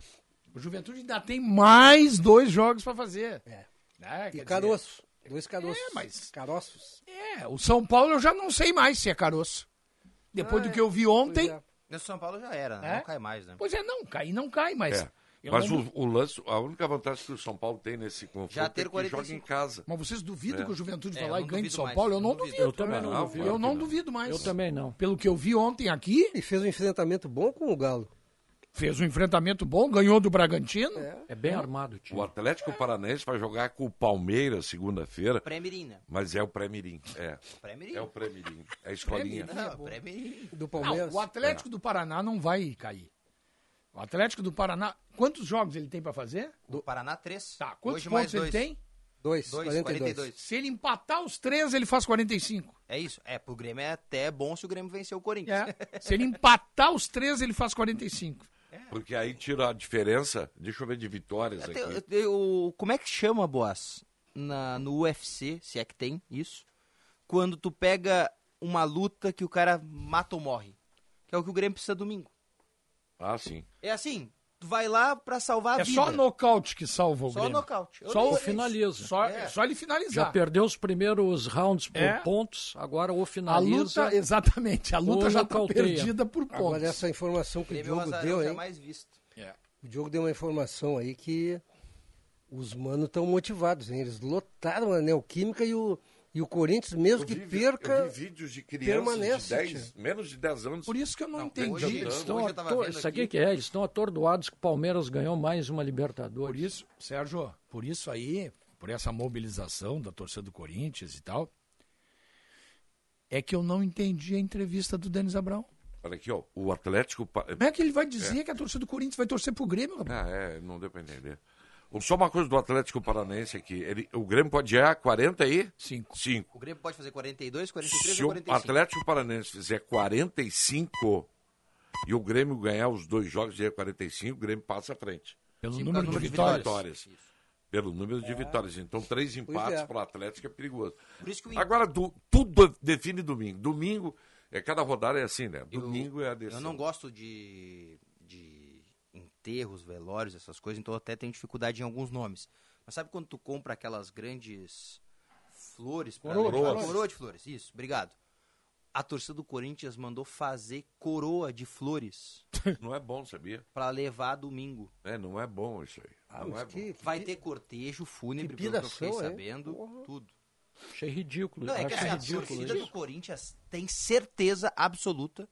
Speaker 6: o Juventude ainda tem mais dois jogos para fazer. É. Né?
Speaker 5: E
Speaker 6: Quer
Speaker 5: caroço. Dois caroços.
Speaker 6: É, mas-
Speaker 5: Caroços.
Speaker 6: dizer, é, o São Paulo eu já não sei mais se é caroço. Depois
Speaker 4: Ah,
Speaker 6: do
Speaker 4: é.
Speaker 6: que eu vi ontem,
Speaker 4: Pois é. No São Paulo já era, né?
Speaker 6: É?
Speaker 4: Não cai mais, né?
Speaker 6: pois é, não, cai, não cai, mas...
Speaker 2: É.
Speaker 6: eu
Speaker 2: Mas
Speaker 6: não-
Speaker 2: o, o lance, a única vantagem que o São Paulo tem nesse confronto
Speaker 6: Já ter
Speaker 2: é que joga
Speaker 6: 45.
Speaker 2: em casa.
Speaker 6: Mas vocês duvidam
Speaker 2: É.
Speaker 6: que o Juventude
Speaker 2: É,
Speaker 6: vai
Speaker 2: eu
Speaker 6: lá e
Speaker 2: não
Speaker 6: ganhe de
Speaker 2: duvido
Speaker 6: São
Speaker 2: mais.
Speaker 6: Paulo? Eu
Speaker 2: Eu
Speaker 6: não
Speaker 2: duvido.
Speaker 6: duvido.
Speaker 2: Eu também não
Speaker 6: Eu
Speaker 2: duvido.
Speaker 6: não duvido mais.
Speaker 3: Eu também não.
Speaker 6: Pelo que eu vi ontem aqui,
Speaker 5: E fez um enfrentamento bom com o Galo.
Speaker 6: fez um enfrentamento bom, ganhou do Bragantino. Né?
Speaker 3: É bem armado o time.
Speaker 2: O Atlético Paranaense vai jogar com o Palmeiras segunda-feira.
Speaker 4: Pré-mirim, né?
Speaker 2: Mas é o Pré-Mirim. É.
Speaker 4: Pré-mirim.
Speaker 2: É o Pré-Mirim. É a escolinha.
Speaker 4: Não, é- pré-mirim.
Speaker 5: Do
Speaker 6: Não, o Atlético do Paraná não vai cair. O Atlético do Paraná, quantos jogos ele tem pra fazer?
Speaker 4: Do Paraná, três.
Speaker 6: Tá, quantos
Speaker 4: Hoje mais
Speaker 6: pontos ele
Speaker 4: dois.
Speaker 6: tem?
Speaker 5: Dois,
Speaker 4: Dois, 42. 42.
Speaker 6: Se ele empatar os três, ele faz 45.
Speaker 4: É isso. É, pro Grêmio é até bom se o Grêmio vencer o Corinthians.
Speaker 6: É. Se ele empatar os três, ele faz 45.
Speaker 2: Porque aí tira a diferença. Deixa eu ver de vitórias
Speaker 4: Tem-
Speaker 2: aqui.
Speaker 4: tem o- como é que chama, Boas? Na, no UFC, se é que tem isso. Quando tu pega uma luta que o cara mata ou morre. Que é o que o Grêmio precisa domingo.
Speaker 2: Ah, sim.
Speaker 4: É assim, tu vai lá pra salvar a
Speaker 6: É
Speaker 4: vida.
Speaker 6: só nocaute que salva o
Speaker 4: Só
Speaker 6: Grêmio.
Speaker 4: nocaute. Eu
Speaker 6: Só
Speaker 4: não
Speaker 6: o
Speaker 4: sei.
Speaker 6: finaliza. Só,
Speaker 4: É.
Speaker 6: é só ele
Speaker 3: Já
Speaker 6: finalizar.
Speaker 3: perdeu os primeiros rounds por
Speaker 6: É.
Speaker 3: pontos, agora o
Speaker 6: A
Speaker 3: finaliza.
Speaker 6: luta, exatamente, a luta
Speaker 3: Ou
Speaker 6: já tá
Speaker 3: nocauteia.
Speaker 6: perdida por pontos.
Speaker 5: Agora, essa informação que o
Speaker 4: Grêmio é um
Speaker 5: Diogo
Speaker 4: azarão
Speaker 5: deu, hein?
Speaker 4: jamais visto.
Speaker 6: É.
Speaker 5: O Diogo deu uma informação aí que os manos estão motivados, hein? Eles lotaram a Neoquímica e o, e o Corinthians, mesmo
Speaker 2: Eu
Speaker 5: que
Speaker 2: vi-
Speaker 5: perca,
Speaker 2: Eu vi vídeos de crianças
Speaker 5: permanece,
Speaker 2: de 10, menos de 10 anos.
Speaker 6: Por isso que eu não,
Speaker 2: hoje
Speaker 6: entendi.
Speaker 2: eles
Speaker 3: Estão
Speaker 4: Hoje eu tava
Speaker 3: ator-
Speaker 4: vendo
Speaker 3: Sabe o que
Speaker 4: aqui.
Speaker 3: que é? Eles estão atordoados que o Palmeiras ganhou mais uma
Speaker 6: Por
Speaker 3: Libertadores.
Speaker 6: isso, Sérgio, por isso aí, por essa mobilização da torcida do Corinthians e tal, é que eu não entendi a entrevista do Denis Abrão.
Speaker 2: Olha aqui, ó. O Atlético. Pa-
Speaker 6: Como é que ele vai dizer que a torcida do Corinthians vai torcer pro Grêmio, rapaz?
Speaker 2: Ah, é, não deu pra entender. O- Só uma coisa do Atlético Paranaense aqui. Ele, o Grêmio pode ir a 40 e?
Speaker 6: Cinco.
Speaker 2: Cinco.
Speaker 4: O Grêmio pode fazer 42, 43
Speaker 2: Se
Speaker 4: ou
Speaker 2: o
Speaker 4: 45.
Speaker 2: Atlético Paranaense fizer 45 e o Grêmio ganhar os dois jogos de 45, o Grêmio passa à frente.
Speaker 6: Pelo
Speaker 4: Sim,
Speaker 6: número
Speaker 4: pelo
Speaker 6: de
Speaker 4: número de
Speaker 6: vitórias.
Speaker 2: Vitórias. Pelo número de vitórias. Então, três empates
Speaker 4: é.
Speaker 2: para o Atlético é perigoso.
Speaker 4: Por isso que o-
Speaker 2: Agora, du- tudo define domingo. Domingo, é, cada rodada é assim, né? Domingo é a decisão.
Speaker 4: Eu não gosto de, de enterros, velórios, essas coisas, então eu até tenho dificuldade em alguns nomes. Mas sabe quando tu compra aquelas grandes flores? pra
Speaker 6: Coroa de
Speaker 4: levar-
Speaker 6: flores.
Speaker 4: Coroa de flores, isso, obrigado. A torcida do Corinthians mandou fazer coroa de flores
Speaker 2: Não é bom, sabia?
Speaker 4: pra levar domingo.
Speaker 2: É, não é bom isso aí. não é bom.
Speaker 4: Vai ter cortejo fúnebre,
Speaker 2: que
Speaker 4: pelo que eu fiquei
Speaker 2: piração, é?
Speaker 4: sabendo, tudo.
Speaker 3: Achei ridículo.
Speaker 4: Não, é que
Speaker 3: achei
Speaker 4: assim, a
Speaker 3: ridículo
Speaker 4: torcida
Speaker 3: isso.
Speaker 4: do Corinthians tem certeza absoluta,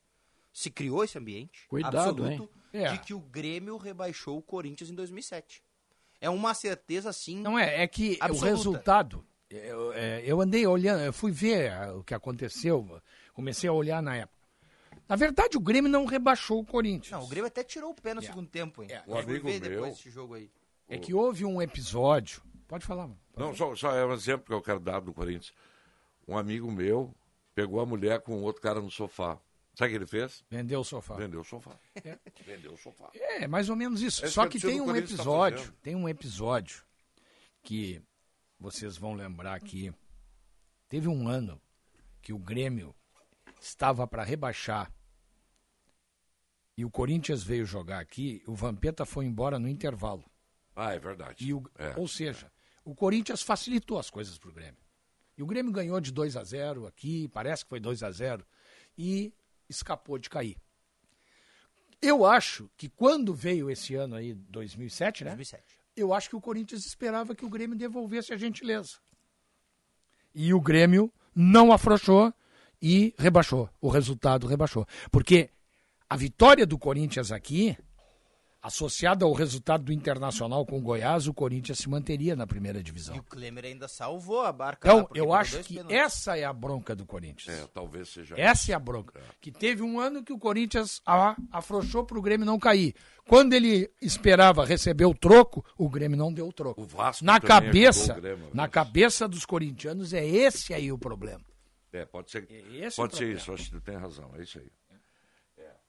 Speaker 4: se criou esse ambiente
Speaker 3: Cuidado,
Speaker 4: absoluto,
Speaker 3: hein? É.
Speaker 4: de que o Grêmio rebaixou o Corinthians em 2007. É uma certeza, sim.
Speaker 6: Não é, é que
Speaker 4: absoluta.
Speaker 6: o resultado. Eu, é, eu andei olhando, eu fui ver ah, o que aconteceu, comecei a olhar na época. Na verdade, o Grêmio não rebaixou o Corinthians.
Speaker 4: Não, o Grêmio até tirou o pé no segundo tempo, hein?
Speaker 6: Um amigo
Speaker 4: ver depois
Speaker 6: meu-
Speaker 4: desse jogo aí.
Speaker 6: É que houve um episódio. Pode falar, mano.
Speaker 2: Não, só, só é um exemplo que eu quero dar do Corinthians. Um amigo meu pegou a mulher com outro cara no sofá. Sabe o que ele fez?
Speaker 6: Vendeu o sofá.
Speaker 2: Vendeu o sofá.
Speaker 6: É.
Speaker 2: Vendeu o sofá.
Speaker 6: É, mais ou menos isso.
Speaker 2: É isso
Speaker 6: Só
Speaker 2: que
Speaker 6: que
Speaker 2: o time
Speaker 6: tem
Speaker 2: do
Speaker 6: um
Speaker 2: Corinthians tá
Speaker 6: episódio,
Speaker 2: fazendo.
Speaker 6: tem um episódio que vocês vão lembrar aqui. Teve um ano que o Grêmio estava para rebaixar e o Corinthians veio jogar aqui, o Vampeta foi embora no intervalo.
Speaker 2: Ah, é verdade.
Speaker 6: E o-
Speaker 2: É.
Speaker 6: Ou seja, o Corinthians facilitou as coisas para o Grêmio. E o Grêmio ganhou de 2 a 0 aqui, parece que foi 2 a 0 e escapou de cair. Eu acho que quando veio esse ano aí, 2007, né?
Speaker 4: 2007.
Speaker 6: Eu acho que o Corinthians esperava que o Grêmio devolvesse a gentileza. E o Grêmio não afrouxou e rebaixou. O resultado rebaixou. Porque a vitória do Corinthians aqui, associada ao resultado do Internacional com o Goiás, o Corinthians se manteria na primeira divisão.
Speaker 4: O Klemer ainda salvou a barca. lá,
Speaker 6: Então,
Speaker 4: porque
Speaker 6: eu
Speaker 4: pegou
Speaker 6: acho
Speaker 4: dois
Speaker 6: que
Speaker 4: pênaltis.
Speaker 6: essa é a bronca do Corinthians.
Speaker 2: É, talvez seja.
Speaker 6: Essa é a bronca. Que teve um ano que o Corinthians a- afrouxou para o Grêmio não cair. Quando ele esperava receber o troco, o Grêmio não deu o troco.
Speaker 2: Vasco
Speaker 6: na
Speaker 2: também
Speaker 6: cabeça,
Speaker 2: ajudou o Grêmio,
Speaker 6: na cabeça dos corintianos é esse aí o problema.
Speaker 2: É, pode ser,
Speaker 6: esse
Speaker 2: pode
Speaker 6: o
Speaker 2: ser
Speaker 6: problema. É.
Speaker 2: isso, acho que tu tem razão, é isso aí.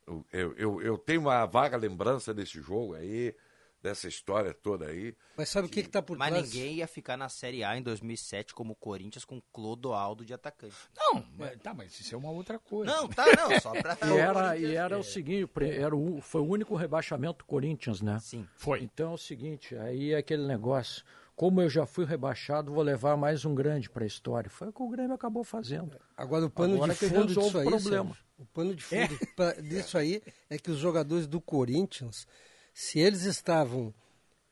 Speaker 2: Eu, eu, eu- eu tenho uma vaga lembrança desse jogo aí, dessa história toda aí.
Speaker 5: Mas sabe o que está por
Speaker 4: Mas
Speaker 5: trás?
Speaker 4: ninguém ia ficar na Série A em 2007 como o Corinthians com Clodoaldo de atacante.
Speaker 6: Não, mas- tá, mas isso é uma outra coisa.
Speaker 4: Não, tá, não, só pra...
Speaker 3: E era, e era o seguinte, pre- era o, foi o único rebaixamento do Corinthians, né?
Speaker 4: Sim.
Speaker 6: Foi.
Speaker 3: Então é o seguinte, aí é aquele negócio, como eu já fui rebaixado, vou levar mais um grande para a história. Foi o que o Grêmio acabou fazendo.
Speaker 5: Agora o pano
Speaker 3: Agora
Speaker 5: de
Speaker 3: que
Speaker 5: fundo
Speaker 3: resolve
Speaker 5: disso
Speaker 3: o
Speaker 5: aí,
Speaker 3: problema.
Speaker 5: Sérgio, o pano de
Speaker 6: É.
Speaker 5: fundo pra- disso aí é que os jogadores do Corinthians, se eles estavam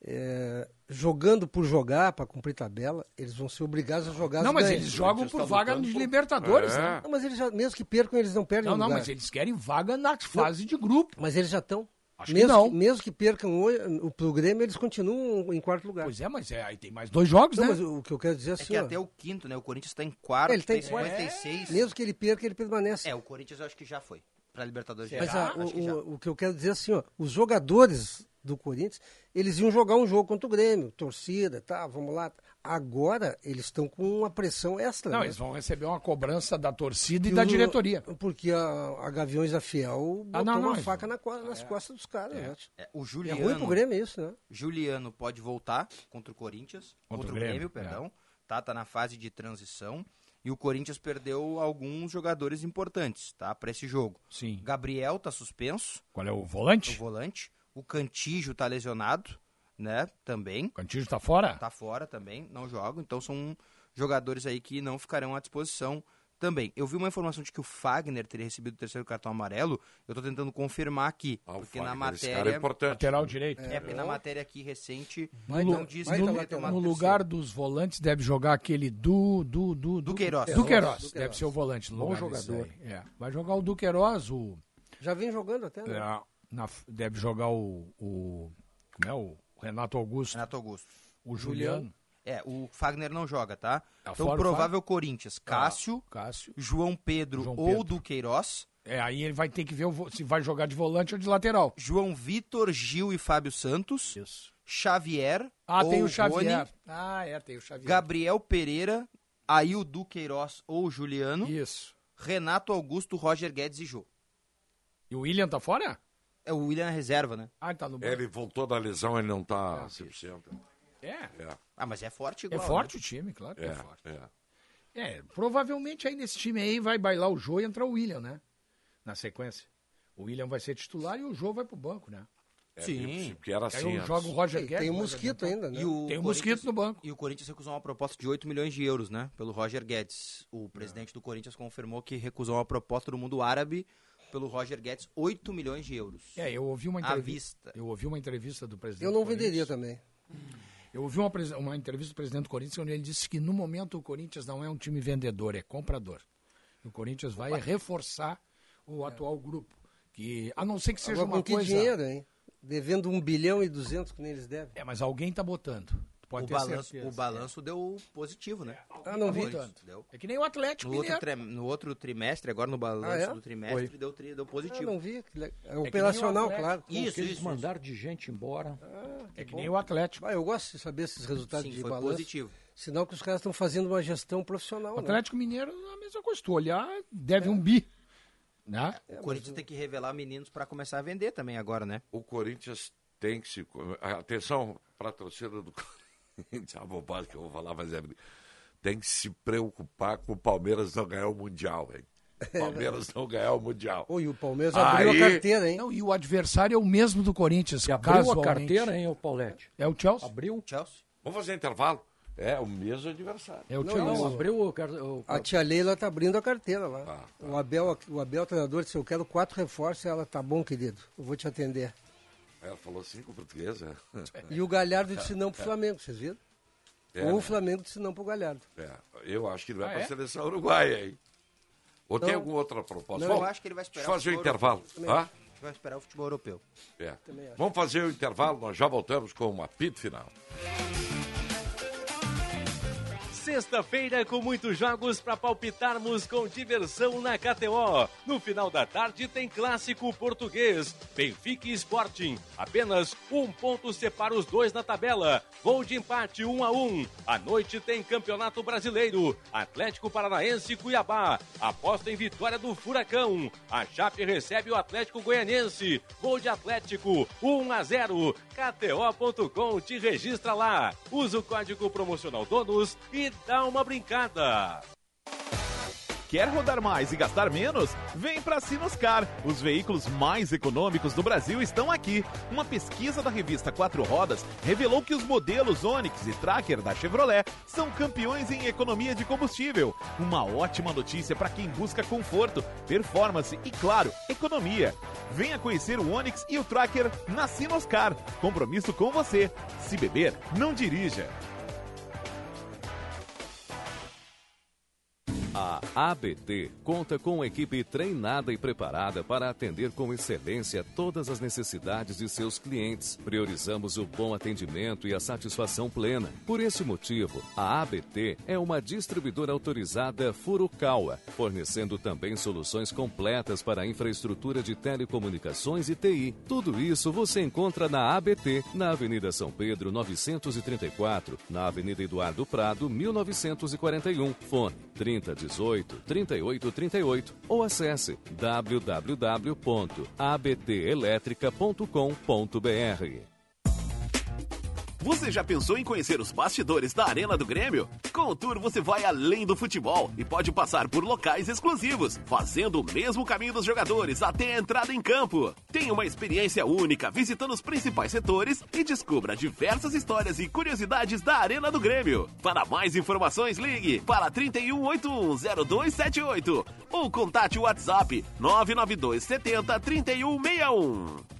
Speaker 5: eh, jogando por jogar para cumprir tabela, eles vão ser obrigados a jogar.
Speaker 6: Não,
Speaker 5: as
Speaker 6: mas
Speaker 5: ganhas.
Speaker 6: eles jogam por vaga de Libertadores, né?
Speaker 5: Não, mas eles já, mesmo que percam, eles não perdem
Speaker 6: Não, não,
Speaker 5: lugar.
Speaker 6: mas eles querem vaga na fase de grupo.
Speaker 5: Mas eles já estão.
Speaker 6: Acho
Speaker 5: mesmo
Speaker 6: que não.
Speaker 5: mesmo que percam o, o pro Grêmio, eles continuam em quarto lugar.
Speaker 6: Pois é, mas é, aí tem mais dois jogos, né?
Speaker 5: Mas o que eu quero dizer é
Speaker 4: É
Speaker 5: assim,
Speaker 4: que
Speaker 5: ó,
Speaker 4: até o quinto, né? O Corinthians tá em quarto,
Speaker 5: ele tem
Speaker 4: tem 56.
Speaker 5: Mesmo que ele perca, ele permanece.
Speaker 4: É, o Corinthians eu acho que já foi. Pra Libertadores
Speaker 5: Mas
Speaker 4: já
Speaker 5: a-
Speaker 4: acho que já.
Speaker 5: o, o, o que eu quero dizer é assim, ó, os jogadores do Corinthians, eles iam jogar um jogo contra o Grêmio, torcida, tá, vamos lá. Agora eles estão com uma pressão extra.
Speaker 6: Não,
Speaker 5: né?
Speaker 6: eles vão receber uma cobrança da torcida e
Speaker 5: E
Speaker 6: da
Speaker 5: o-
Speaker 6: diretoria.
Speaker 5: Porque a, a Gaviões da Fiel botou
Speaker 6: Ah, não, não,
Speaker 5: uma
Speaker 6: eles
Speaker 5: faca na co- nas costas dos caras. né?
Speaker 4: É, o
Speaker 5: É
Speaker 4: Juliano.
Speaker 5: ruim pro Grêmio isso, né?
Speaker 4: Juliano pode voltar contra o Corinthians, contra, o Grêmio,
Speaker 6: Grêmio, é.
Speaker 4: perdão. Tá, tá na fase de transição. E o Corinthians perdeu alguns jogadores importantes, tá? Pra esse jogo.
Speaker 6: Sim.
Speaker 4: Gabriel tá suspenso.
Speaker 6: Qual é o volante?
Speaker 4: O volante. O Cantijo tá lesionado, né? Também.
Speaker 6: Cantígio tá fora?
Speaker 4: Tá fora também, não joga. Então são jogadores aí que não ficarão à disposição também. Eu vi uma informação de que o Fagner teria recebido o terceiro cartão amarelo. Eu tô tentando confirmar aqui. porque na
Speaker 2: Ah, Fagner, esse
Speaker 4: matéria.
Speaker 2: cara é importante.
Speaker 6: Lateral direito.
Speaker 4: É, porque na matéria aqui recente
Speaker 6: No,
Speaker 4: não
Speaker 6: lu-
Speaker 4: diz
Speaker 6: no
Speaker 4: que
Speaker 6: lu-
Speaker 4: teria tomado
Speaker 6: no
Speaker 4: terceiro.
Speaker 6: lugar dos volantes deve jogar aquele do do do do
Speaker 4: Queiroz.
Speaker 6: Do Queiroz,
Speaker 4: Do Queiroz.
Speaker 6: deve ser o volante. no
Speaker 3: Bom
Speaker 6: lugar desse
Speaker 3: jogador.
Speaker 6: aí. É. Vai jogar o do Queiroz, o
Speaker 5: Já vem jogando até, né?
Speaker 6: é, na- deve jogar o, o como é o Renato Augusto,
Speaker 4: Renato Augusto.
Speaker 6: o Juliano,
Speaker 4: É, o Fagner não joga, tá?
Speaker 6: Tá
Speaker 4: então,
Speaker 6: fora o
Speaker 4: provável Corinthians. Cássio,
Speaker 6: Cássio.
Speaker 4: João Pedro
Speaker 6: João
Speaker 4: ou
Speaker 6: Pedro.
Speaker 4: Duqueiroz.
Speaker 6: É, aí ele vai ter que ver o vo- se vai jogar de volante ou de lateral.
Speaker 4: João Vitor, Gil e Fábio Santos. Xavier.
Speaker 6: Ah,
Speaker 4: ou
Speaker 6: tem o Xavier.
Speaker 4: Rony,
Speaker 6: Ah, é, tem o Xavier.
Speaker 4: Gabriel Pereira, aí o Duqueiroz ou Juliano.
Speaker 6: Isso.
Speaker 4: Renato Augusto, Roger Guedes e Jô.
Speaker 6: E o William tá fora?
Speaker 4: É o William na reserva, né?
Speaker 6: Ah, ele tá no banco.
Speaker 2: Ele voltou da lesão, ele não tá 100%.
Speaker 6: É.
Speaker 4: Ah, mas é forte igual.
Speaker 6: É forte
Speaker 4: né?
Speaker 6: o time, claro que é, forte.
Speaker 2: É.
Speaker 6: É, provavelmente aí nesse time aí vai bailar o Jô e entrar o William, né? Na sequência. O William vai ser titular e o Jô vai pro banco, né?
Speaker 2: É, Sim. porque era
Speaker 6: Aí
Speaker 2: assim
Speaker 6: eu
Speaker 2: antes.
Speaker 6: jogo o Roger
Speaker 2: E
Speaker 6: Guedes.
Speaker 2: tem o
Speaker 6: Roger
Speaker 2: Mosquito
Speaker 6: Guedes.
Speaker 2: ainda, né?
Speaker 6: E o tem o Mosquito no banco.
Speaker 4: E o Corinthians recusou uma proposta de 8 milhões de euros, né? Pelo Roger Guedes. O presidente do Corinthians confirmou que recusou uma proposta do mundo árabe pelo Roger Guedes, 8 milhões de euros.
Speaker 6: É, eu ouvi uma
Speaker 4: À
Speaker 6: entrevista. Eu ouvi uma entrevista do presidente.
Speaker 4: Eu não
Speaker 6: do Corinthians.
Speaker 4: venderia
Speaker 5: também.
Speaker 6: Eu ouvi uma, presen- uma entrevista do presidente do Corinthians onde ele disse que no momento o Corinthians não é um time vendedor, é comprador. O Corinthians vai reforçar o atual grupo. Que, a não ser que seja
Speaker 5: Agora,
Speaker 6: uma
Speaker 5: com que
Speaker 6: coisa.
Speaker 5: dinheiro, hein? Devendo 1 bilhão e 200 que nem eles devem.
Speaker 6: É, mas alguém tá botando. Tu Pode
Speaker 4: o,
Speaker 6: ter
Speaker 4: balanço,
Speaker 6: certeza.
Speaker 4: o balanço deu positivo, né?
Speaker 5: Ah, não vi.
Speaker 4: Deu.
Speaker 6: É que nem o Atlético
Speaker 4: No outro,
Speaker 6: Mineiro.
Speaker 4: tri- no outro trimestre, agora no balanço
Speaker 5: Ah, é?
Speaker 4: do trimestre,
Speaker 5: Foi.
Speaker 4: deu, tri- deu positivo.
Speaker 5: Ah, não vi, que le- é
Speaker 4: que nem o
Speaker 5: operacional,
Speaker 4: Atlético.
Speaker 5: claro.
Speaker 4: Isso,
Speaker 5: que eles
Speaker 4: isso,
Speaker 5: mandaram
Speaker 3: de gente embora.
Speaker 5: é
Speaker 6: que nem o Atlético.
Speaker 5: eu gosto de saber esses resultados
Speaker 4: Sim,
Speaker 5: de
Speaker 4: foi
Speaker 5: balanço.
Speaker 4: positivo.
Speaker 5: Sinal que os caras estão fazendo uma gestão profissional. né?
Speaker 6: O Atlético Mineiro é a mesma coisa. Tu olhar, deve um bi. Né?
Speaker 4: O Corinthians tem que revelar meninos para começar a vender também agora, né?
Speaker 2: O Corinthians tem que se. Atenção para a torcida do Corinthians. A bobagem que eu vou falar, mas é. Tem que se preocupar com o Palmeiras não ganhar o Mundial, hein? O Palmeiras não ganhar o Mundial.
Speaker 5: Oi, o Palmeiras abriu a carteira, hein?
Speaker 6: Não, e o adversário é o mesmo do Corinthians. Que
Speaker 3: abriu a carteira, hein, o Paulette?
Speaker 6: É o Chelsea?
Speaker 3: Abriu.
Speaker 4: Chelsea.
Speaker 2: Vamos fazer intervalo? É, o mesmo adversário.
Speaker 6: É o
Speaker 5: Não, Chelsea. não,
Speaker 3: abriu o, car- o-
Speaker 5: A tia Leila tá abrindo a carteira lá.
Speaker 4: Ah, tá.
Speaker 5: O Abel, o Abel, treinador, disse, eu quero quatro reforços. Ela, tá bom, querido, eu vou te atender.
Speaker 2: Ela É, falou assim cinco portuguesa.
Speaker 5: E o Galhardo
Speaker 4: É,
Speaker 5: disse não pro Flamengo, vocês viram?
Speaker 2: É,
Speaker 5: Ou
Speaker 2: né?
Speaker 5: o Flamengo disse não pro Galhardo.
Speaker 2: É, eu acho que ele vai
Speaker 5: Ah,
Speaker 2: para a
Speaker 5: é?
Speaker 2: seleção uruguaia, hein? Ou tem
Speaker 5: Não.
Speaker 2: alguma outra proposta?
Speaker 4: Não, eu
Speaker 2: Bom,
Speaker 4: acho que ele vai esperar
Speaker 2: deixa eu fazer o
Speaker 4: futebol
Speaker 2: intervalo,
Speaker 4: europeu. Também
Speaker 2: tá?
Speaker 4: acho. Acho que Vai esperar o futebol europeu.
Speaker 2: É.
Speaker 4: Também acho.
Speaker 2: Vamos fazer o intervalo, nós já voltamos com o apito final.
Speaker 12: Sexta-feira com muitos jogos para palpitarmos com diversão na KTO. No final da tarde tem clássico português, Benfica e Sporting. Apenas um ponto separa os dois na tabela. Gol de empate 1 a 1. À noite tem Campeonato Brasileiro, Atlético Paranaense e Cuiabá. Aposta em vitória do Furacão. A Chape recebe o Atlético Goianiense. Gol de Atlético 1 a 0. KTO.com te registra lá. Usa o código promocional DONOS e dá uma brincada.
Speaker 9: Quer rodar mais e gastar menos? Vem para Sinoscar. Os veículos mais econômicos do Brasil estão aqui. Uma pesquisa da revista Quatro Rodas revelou que os modelos Onix e Tracker da Chevrolet são campeões em economia de combustível. Uma ótima notícia para quem busca conforto, performance e, claro, economia. Venha conhecer o Onix e o Tracker na Sinoscar. Compromisso com você. Se beber, não dirija.
Speaker 14: A ABT conta com uma equipe treinada e preparada para atender com excelência todas as necessidades de seus clientes. Priorizamos o bom atendimento e a satisfação plena. Por esse motivo, a ABT é uma distribuidora autorizada Furukawa, fornecendo também soluções completas para a infraestrutura de telecomunicações e TI. Tudo isso você encontra na ABT, na Avenida São Pedro 934, na Avenida Eduardo Prado 1941. Fone 3018 3838 ou acesse www.abtelétrica.com.br.
Speaker 9: Você já pensou em conhecer os bastidores da Arena do Grêmio? Com o Tour você vai além do futebol e pode passar por locais exclusivos, fazendo o mesmo caminho dos jogadores até a entrada em campo. Tenha uma experiência única visitando os principais setores e descubra diversas histórias e curiosidades da Arena do Grêmio. Para mais informações, ligue para 31810278 ou contate o WhatsApp 992 70 3161.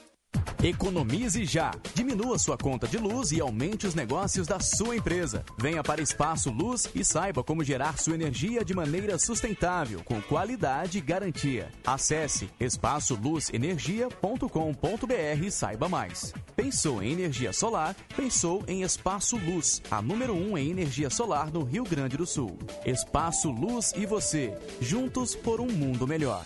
Speaker 15: Economize já! Diminua sua conta de luz e aumente os negócios da sua empresa. Venha para Espaço Luz e saiba como gerar sua energia de maneira sustentável, com qualidade e garantia. Acesse espaçoluzenergia.com.br e saiba mais. Pensou em energia solar? Pensou em Espaço Luz, a número 1 um em energia solar no Rio Grande do Sul. Espaço Luz e você, juntos por um mundo melhor.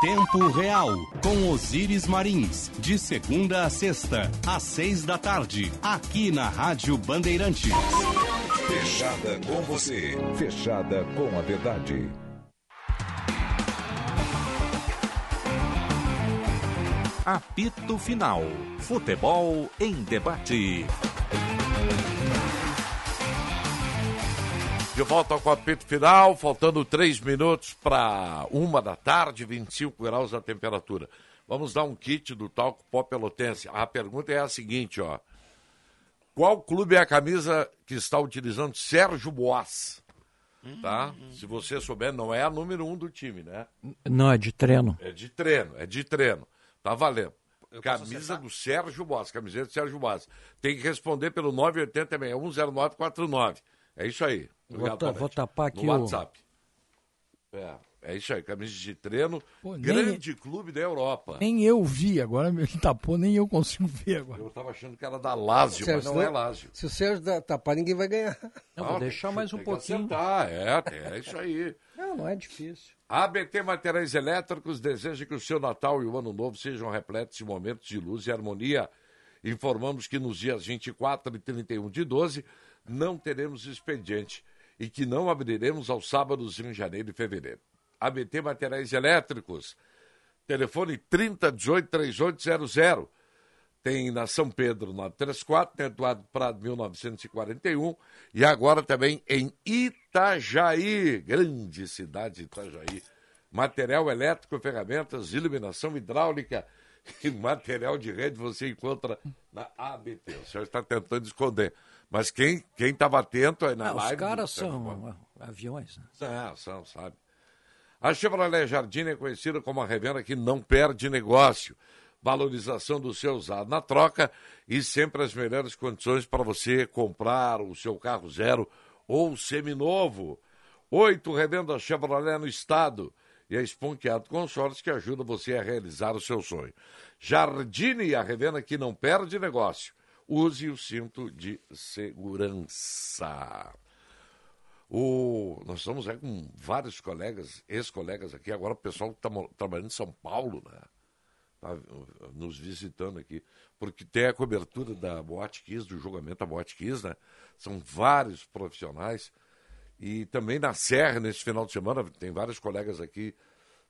Speaker 1: Tempo Real, com Osiris Marins, de segunda a sexta, às seis da tarde, aqui na Rádio Bandeirantes.
Speaker 16: Fechada com você. Fechada com a verdade.
Speaker 13: Apito Final. Futebol em debate.
Speaker 2: De volta com o apito final, faltando três minutos para uma da tarde, 25 graus a temperatura. Vamos dar um kit do talco pó pelotense. A pergunta é a seguinte, ó. Qual clube é a camisa que está utilizando Sérgio Boas? Tá? Se você souber, não é a número um do time, né?
Speaker 3: Não, é de treino.
Speaker 2: É de treino, é de treino. Tá valendo.
Speaker 3: posso
Speaker 2: Camisa do Sérgio Boas, camiseta do Sérgio Boas. Tem que responder pelo 980-610949. É isso aí.
Speaker 3: Vou, ta- vou
Speaker 2: Obrigadamente.
Speaker 3: tapar aqui
Speaker 2: no
Speaker 3: o.
Speaker 2: WhatsApp. É, é isso aí, camisa de treino,
Speaker 6: Pô, nem-
Speaker 2: grande clube da Europa.
Speaker 6: Nem eu vi agora, ele tapou, nem eu consigo ver agora.
Speaker 2: Eu tava achando que era da Lazio, mas
Speaker 5: Sérgio,
Speaker 2: não é
Speaker 5: não-
Speaker 2: Lazio.
Speaker 5: Se o Sérgio da- tapar, ninguém vai ganhar.
Speaker 2: Não, vou deixar mais um pouquinho. Tá, é, é isso aí.
Speaker 3: Não, não é difícil.
Speaker 2: ABT Materiais Elétricos deseja que o seu Natal e o Ano Novo sejam repletos de momentos de luz e harmonia. Informamos que nos dias 24 e 31 de 12 não teremos expediente e que não abriremos aos sábados em janeiro e fevereiro. ABT Materiais Elétricos, telefone 3018-3800. Tem na São Pedro 934, na Eduardo Prado 1941 e agora também em Itajaí, grande cidade de Itajaí. Material elétrico, ferramentas, iluminação hidráulica e material de rede você encontra na ABT. O senhor está tentando esconder, mas quem quem estava atento aí na
Speaker 3: Ah, os
Speaker 2: live...
Speaker 3: caras
Speaker 2: do-
Speaker 3: são ah, aviões. né?
Speaker 2: é, são, sabe? A Chevrolet Jardim é conhecida como a revenda que não perde negócio. Valorização do seu usado na troca e sempre as melhores condições para você comprar o seu carro zero ou seminovo. Oito revendas Chevrolet no estado e a Esponqueado Consórcio que ajuda você a realizar o seu sonho. Jardine, a revenda que não perde negócio. Use o cinto de segurança. O- nós estamos aí com vários colegas, ex-colegas aqui, agora o pessoal que está trabalhando em São Paulo, né? Tá uh, nos visitando aqui, porque tem a cobertura da Boate Kiss, do julgamento da Boate Kiss, né? São vários profissionais. E também na Serra, nesse final de semana, tem vários colegas aqui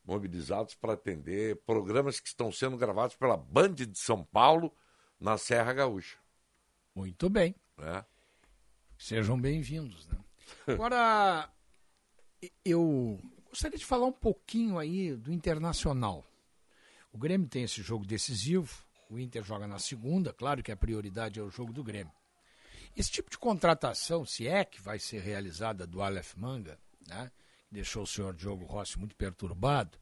Speaker 2: mobilizados para atender programas que estão sendo gravados pela Band de São Paulo na Serra Gaúcha.
Speaker 6: Muito bem.
Speaker 2: Né?
Speaker 6: Sejam bem-vindos. Né? Agora, e- eu gostaria de falar um pouquinho aí do Internacional. O Grêmio tem esse jogo decisivo, o Inter joga na segunda, claro que a prioridade é o jogo do Grêmio. Esse tipo de contratação, se é que vai ser realizada do Aleph Manga, né? deixou o senhor Diogo Rossi muito perturbado.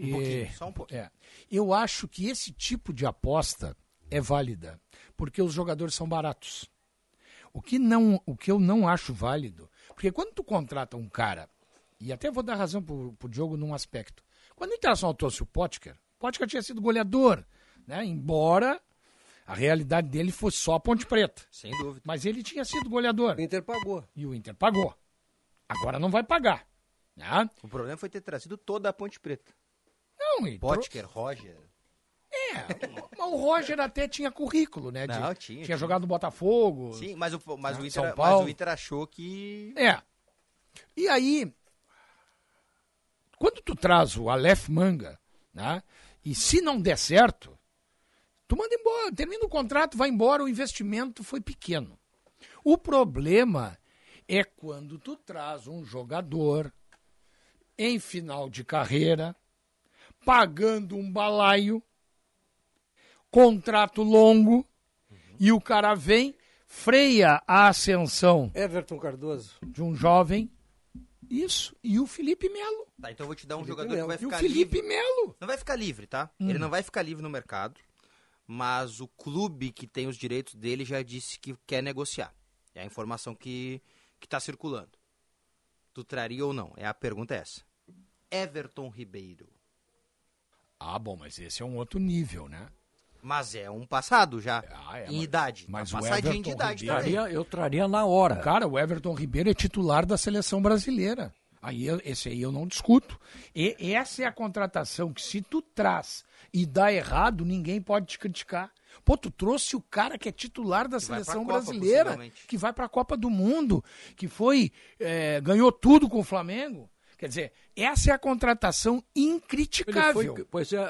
Speaker 17: Um pouquinho, só um
Speaker 6: pouquinho. é, Eu acho que esse tipo de aposta é válida, porque os jogadores são baratos. O que, não, o que eu não acho válido, porque quando tu contrata um cara, e até vou dar razão pro, pro Diogo num aspecto, quando o Internacional trouxe o Potker, o Potker tinha sido goleador, né? embora a realidade dele fosse só a Ponte Preta.
Speaker 4: Sem dúvida.
Speaker 6: Mas ele tinha sido goleador. O
Speaker 5: Inter pagou.
Speaker 6: E o Inter pagou. Agora não vai pagar. Né?
Speaker 4: O problema foi ter trazido toda a Ponte Preta.
Speaker 6: Não, e trou-
Speaker 4: Potker, Roger.
Speaker 6: Mas o Roger até tinha currículo, né? de-
Speaker 4: Não, tinha, tinha.
Speaker 6: Tinha jogado no Botafogo.
Speaker 4: Sim, mas o, mas,
Speaker 6: Ah,
Speaker 4: o Inter,
Speaker 6: São
Speaker 4: mas
Speaker 6: Paulo.
Speaker 4: o Inter achou que.
Speaker 6: É. E aí, quando tu traz o Aleph Manga, né? E se não der certo, tu manda embora, termina o contrato, vai embora, o investimento foi pequeno. O problema é quando tu traz um jogador em final de carreira, pagando um balaio, contrato longo, e o cara vem, freia a ascensão
Speaker 5: Everton Cardoso.
Speaker 6: de um jovem. Isso. E o Felipe Melo.
Speaker 4: Tá, então eu vou te dar um
Speaker 6: Felipe
Speaker 4: jogador
Speaker 6: Melo.
Speaker 4: que vai
Speaker 6: E o
Speaker 4: ficar
Speaker 6: Felipe
Speaker 4: livre.
Speaker 6: Melo?
Speaker 4: Não vai ficar livre, tá?
Speaker 6: Hum.
Speaker 4: Ele não vai ficar livre no mercado, mas o clube que tem os direitos dele já disse que quer negociar. É a informação que, que tá circulando. Tu traria ou não? É a pergunta é essa. Everton Ribeiro.
Speaker 6: Ah, bom, mas esse é um outro nível, né? Ah, é,
Speaker 4: Mas é um passado já. em
Speaker 6: mas-
Speaker 4: idade.
Speaker 6: mas
Speaker 4: tá
Speaker 6: o
Speaker 4: passadinho de
Speaker 6: Everton
Speaker 4: idade
Speaker 6: Ribeiro-
Speaker 4: também.
Speaker 3: Eu traria na hora.
Speaker 6: Cara, o Everton Ribeiro é titular da seleção brasileira. Aí eu- esse aí eu não discuto. E essa é a contratação que se tu traz e dá errado, ninguém pode te criticar. Pô, tu trouxe o cara que é titular da
Speaker 4: vai pra
Speaker 6: seleção
Speaker 4: Copa,
Speaker 6: brasileira,
Speaker 4: possivelmente.
Speaker 6: que vai pra Copa do Mundo, que foi eh, ganhou tudo com o Flamengo. Quer dizer, essa é a contratação
Speaker 3: Ele
Speaker 6: incriticável.
Speaker 3: foi, pois é, é,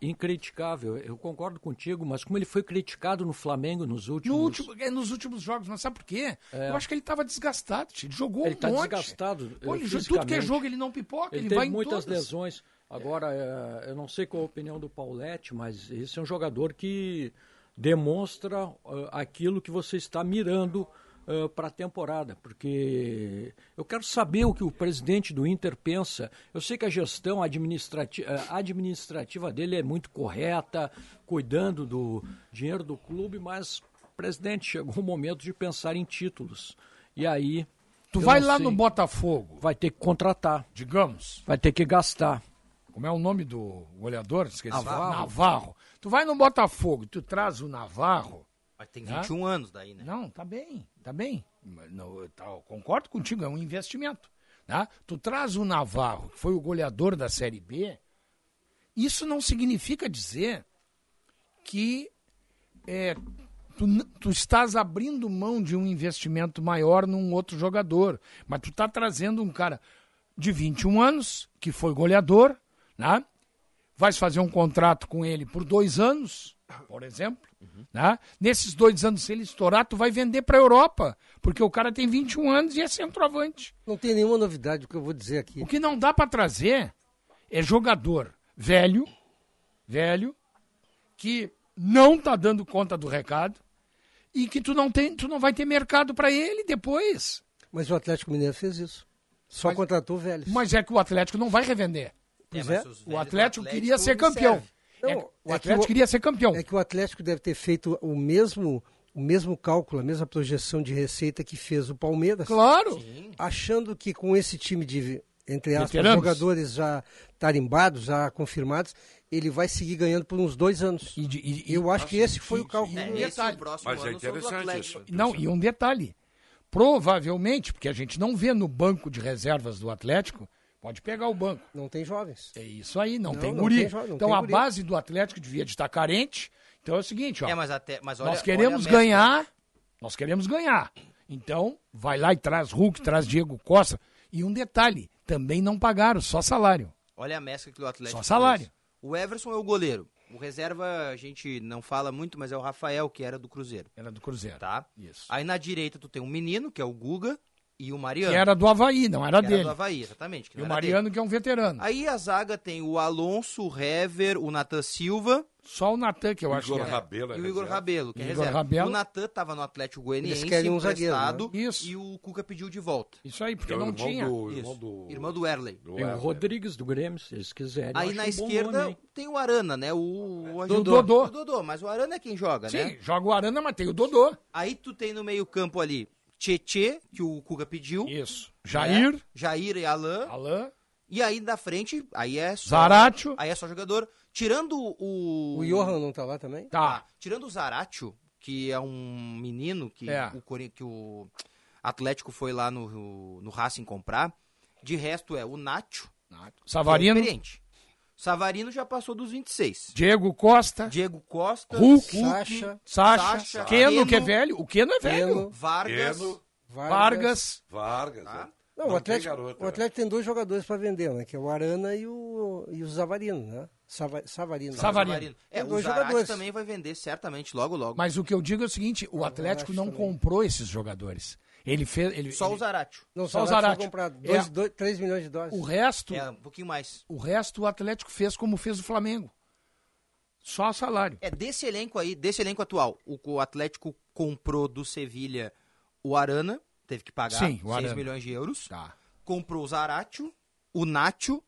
Speaker 3: incriticável. Eu concordo contigo, mas como ele foi criticado no Flamengo nos últimos.
Speaker 6: No último- é, nos últimos jogos, mas sabe por quê?
Speaker 3: É.
Speaker 6: Eu acho que ele estava desgastado, tio. ele jogou
Speaker 3: Ele
Speaker 6: um
Speaker 3: tá
Speaker 6: monte.
Speaker 3: desgastado,
Speaker 6: Pô,
Speaker 3: eh,
Speaker 6: ele, joga- tudo que é
Speaker 3: fisicamente.
Speaker 6: jogo ele não pipoca, ele,
Speaker 3: teve
Speaker 6: vai em
Speaker 3: muitas
Speaker 6: todas.
Speaker 3: lesões. Agora, eh, eu não sei qual a opinião do Paulette, mas esse é um jogador que demonstra eh, aquilo que você está mirando para a temporada, porque eu quero saber o que o presidente do Inter pensa. Eu sei que a gestão administrati- eh, administrativa dele é muito correta, cuidando do dinheiro do clube, mas presidente chegou o momento de pensar em títulos. E aí
Speaker 6: Tu
Speaker 3: eu
Speaker 6: vai
Speaker 3: não
Speaker 6: lá
Speaker 3: sei.
Speaker 6: no Botafogo.
Speaker 3: Vai ter que contratar.
Speaker 6: Digamos.
Speaker 3: Vai ter que gastar.
Speaker 6: Como é o nome do goleador? Esqueci.
Speaker 3: Navarro.
Speaker 6: Navarro. Tu vai no Botafogo, tu traz o Navarro.
Speaker 4: Mas tem 21 anos daí, né?
Speaker 6: Não, tá bem, tá bem. Mas Não, eu tá- eu concordo contigo, é um investimento. Tá? Tu traz o Navarro, que foi o goleador da Série B, isso não significa dizer que é, tu, n- tu estás abrindo mão de um investimento maior num outro jogador. Mas tu tá trazendo um cara de 21 anos, que foi goleador, né? vais fazer um contrato com ele por dois anos, por exemplo. né? Nesses dois anos, se ele estourar, tu vai vender para a Europa, porque o cara tem 21 anos e é centroavante.
Speaker 5: Não tem nenhuma novidade o que eu vou dizer aqui.
Speaker 6: O que não dá para trazer é jogador velho, velho, que não tá dando conta do recado e que tu não tem, tu não vai ter mercado para ele depois.
Speaker 5: Mas o Atlético Mineiro fez isso. Só contratou velhos.
Speaker 6: Mas é que o Atlético não vai revender.
Speaker 5: Pois é.
Speaker 6: O Atlético queria ser campeão. É que- o Atlético queria ser campeão.
Speaker 5: É que o Atlético deve ter feito o mesmo, o mesmo cálculo, a mesma projeção de receita que fez o Palmeiras.
Speaker 6: Claro!
Speaker 5: Achando que com esse time de, entre aspas,
Speaker 6: Veteranos.
Speaker 5: jogadores já tarimbados, já confirmados, ele vai seguir ganhando por uns dois anos. Eu acho que esse foi o cálculo.
Speaker 4: É, esse é o próximo
Speaker 2: Mas é
Speaker 4: ano são do
Speaker 2: interessante
Speaker 4: Atlético.
Speaker 6: Não, e um detalhe. Provavelmente, porque a gente não vê no banco de reservas do Atlético, pode pegar o banco.
Speaker 5: Não tem jovens.
Speaker 6: É isso aí, não,
Speaker 4: Não,
Speaker 6: tem
Speaker 4: não
Speaker 6: guri.
Speaker 4: tem jo- não
Speaker 6: então
Speaker 4: tem
Speaker 6: a
Speaker 4: guri.
Speaker 6: base do Atlético devia de estar carente. Então é o seguinte, ó.
Speaker 4: É, mas até- mas olha-
Speaker 6: nós queremos
Speaker 4: olha a mescla.
Speaker 6: ganhar, nós queremos ganhar. Então, vai lá e traz Hulk, traz Diego Costa. E um detalhe, também não pagaram, só salário.
Speaker 4: Olha a mescla que o Atlético
Speaker 6: Só salário.
Speaker 4: fez. O Everson é o goleiro. O reserva a gente não fala muito, mas é o Rafael, que era do Cruzeiro.
Speaker 6: Era do Cruzeiro.
Speaker 4: Tá?
Speaker 6: Isso.
Speaker 4: Aí na direita tu tem um menino, que é o Guga, e o Mariano.
Speaker 6: Que era do Havaí, não era
Speaker 4: que
Speaker 6: dele.
Speaker 4: Era do Havaí, exatamente. que
Speaker 6: E
Speaker 4: não
Speaker 6: o
Speaker 4: era
Speaker 6: Mariano, que é um veterano.
Speaker 4: dele. Aí a zaga tem o Alonso, o Hever, o Natan Silva.
Speaker 6: Só o Natan, que eu acho que
Speaker 4: é.
Speaker 6: era.
Speaker 3: né,
Speaker 4: E o Igor Rabelo, que é
Speaker 6: Igor
Speaker 4: reserva.
Speaker 6: Rabelo.
Speaker 4: O Natan tava no Atlético Goianiense,
Speaker 6: Eles querem um zagueiro, né?
Speaker 4: emprestado, e o Cuca pediu de volta.
Speaker 6: Isso aí,
Speaker 3: porque É o não irmão tinha. do- irmão
Speaker 4: Isso.
Speaker 3: do-
Speaker 4: Irmão do Erley.
Speaker 3: Tem o Rodrigues do Grêmio, se eles quiserem. Eu
Speaker 4: Aí
Speaker 3: acho
Speaker 4: na
Speaker 3: um bom
Speaker 4: esquerda
Speaker 3: nome, hein?
Speaker 4: tem o Arana, né? O, o, o
Speaker 6: É. Dodô.
Speaker 4: Dodô. Mas o Arana é quem joga,
Speaker 6: Sim,
Speaker 4: né?
Speaker 6: joga o Arana, mas tem o Dodô.
Speaker 4: Aí tu tem no meio campo ali Tietê, que o Cuca pediu. Né?
Speaker 6: Isso. Jair.
Speaker 4: Jair e Alain.
Speaker 6: Alain.
Speaker 4: E aí da frente, aí é só...
Speaker 6: Zaratio.
Speaker 4: Aí é só jogador. Tirando o.
Speaker 5: O Johan não tá lá também?
Speaker 4: Tá. Tirando o Zaratio, que é um menino que,
Speaker 5: É.
Speaker 4: o, Corin- que o Atlético foi lá no, no Racing comprar, de resto é o Nacho.
Speaker 6: Savarino.
Speaker 4: Que é experiente. Savarino já passou dos 26.
Speaker 6: Diego Costa.
Speaker 4: Diego Costa.
Speaker 6: Hulk.
Speaker 4: Sacha.
Speaker 6: Sacha.
Speaker 4: Sacha,
Speaker 6: Keno,
Speaker 4: Keno,
Speaker 6: que é velho. O Keno é
Speaker 5: Keno,
Speaker 6: velho.
Speaker 4: Vargas.
Speaker 5: Keno,
Speaker 6: Vargas.
Speaker 2: Vargas.
Speaker 4: né?
Speaker 5: Não,
Speaker 2: Não
Speaker 5: o,
Speaker 2: tem né?
Speaker 5: Atlético,
Speaker 2: garoto,
Speaker 5: o Atlético tem dois jogadores para vender, né? Que é o Arana e o, e o Zavarino, né? Sava, Savarino.
Speaker 4: É,
Speaker 5: Tem
Speaker 4: o
Speaker 5: dois
Speaker 4: Zarate
Speaker 5: jogadores.
Speaker 4: também vai vender certamente logo, logo.
Speaker 6: Mas o que eu digo é o seguinte, o Atlético não comprou esses jogadores. Ele fez... Ele,
Speaker 4: Só
Speaker 6: ele-
Speaker 4: o Zarate.
Speaker 5: Não,
Speaker 6: Só o
Speaker 5: Zarate foi
Speaker 6: Zarate.
Speaker 5: comprado.
Speaker 6: É.
Speaker 5: Dois, dois, 3 milhões de dólares.
Speaker 6: O resto...
Speaker 4: É, um pouquinho mais.
Speaker 6: O resto o Atlético fez como fez o Flamengo. Só salário.
Speaker 4: É desse elenco aí, desse elenco atual. O, o Atlético comprou do Sevilha o Arana, teve que pagar
Speaker 6: Sim, o
Speaker 4: 6
Speaker 6: Arana. Tá.
Speaker 4: milhões de euros. Comprou o Zaratio, o Nacho.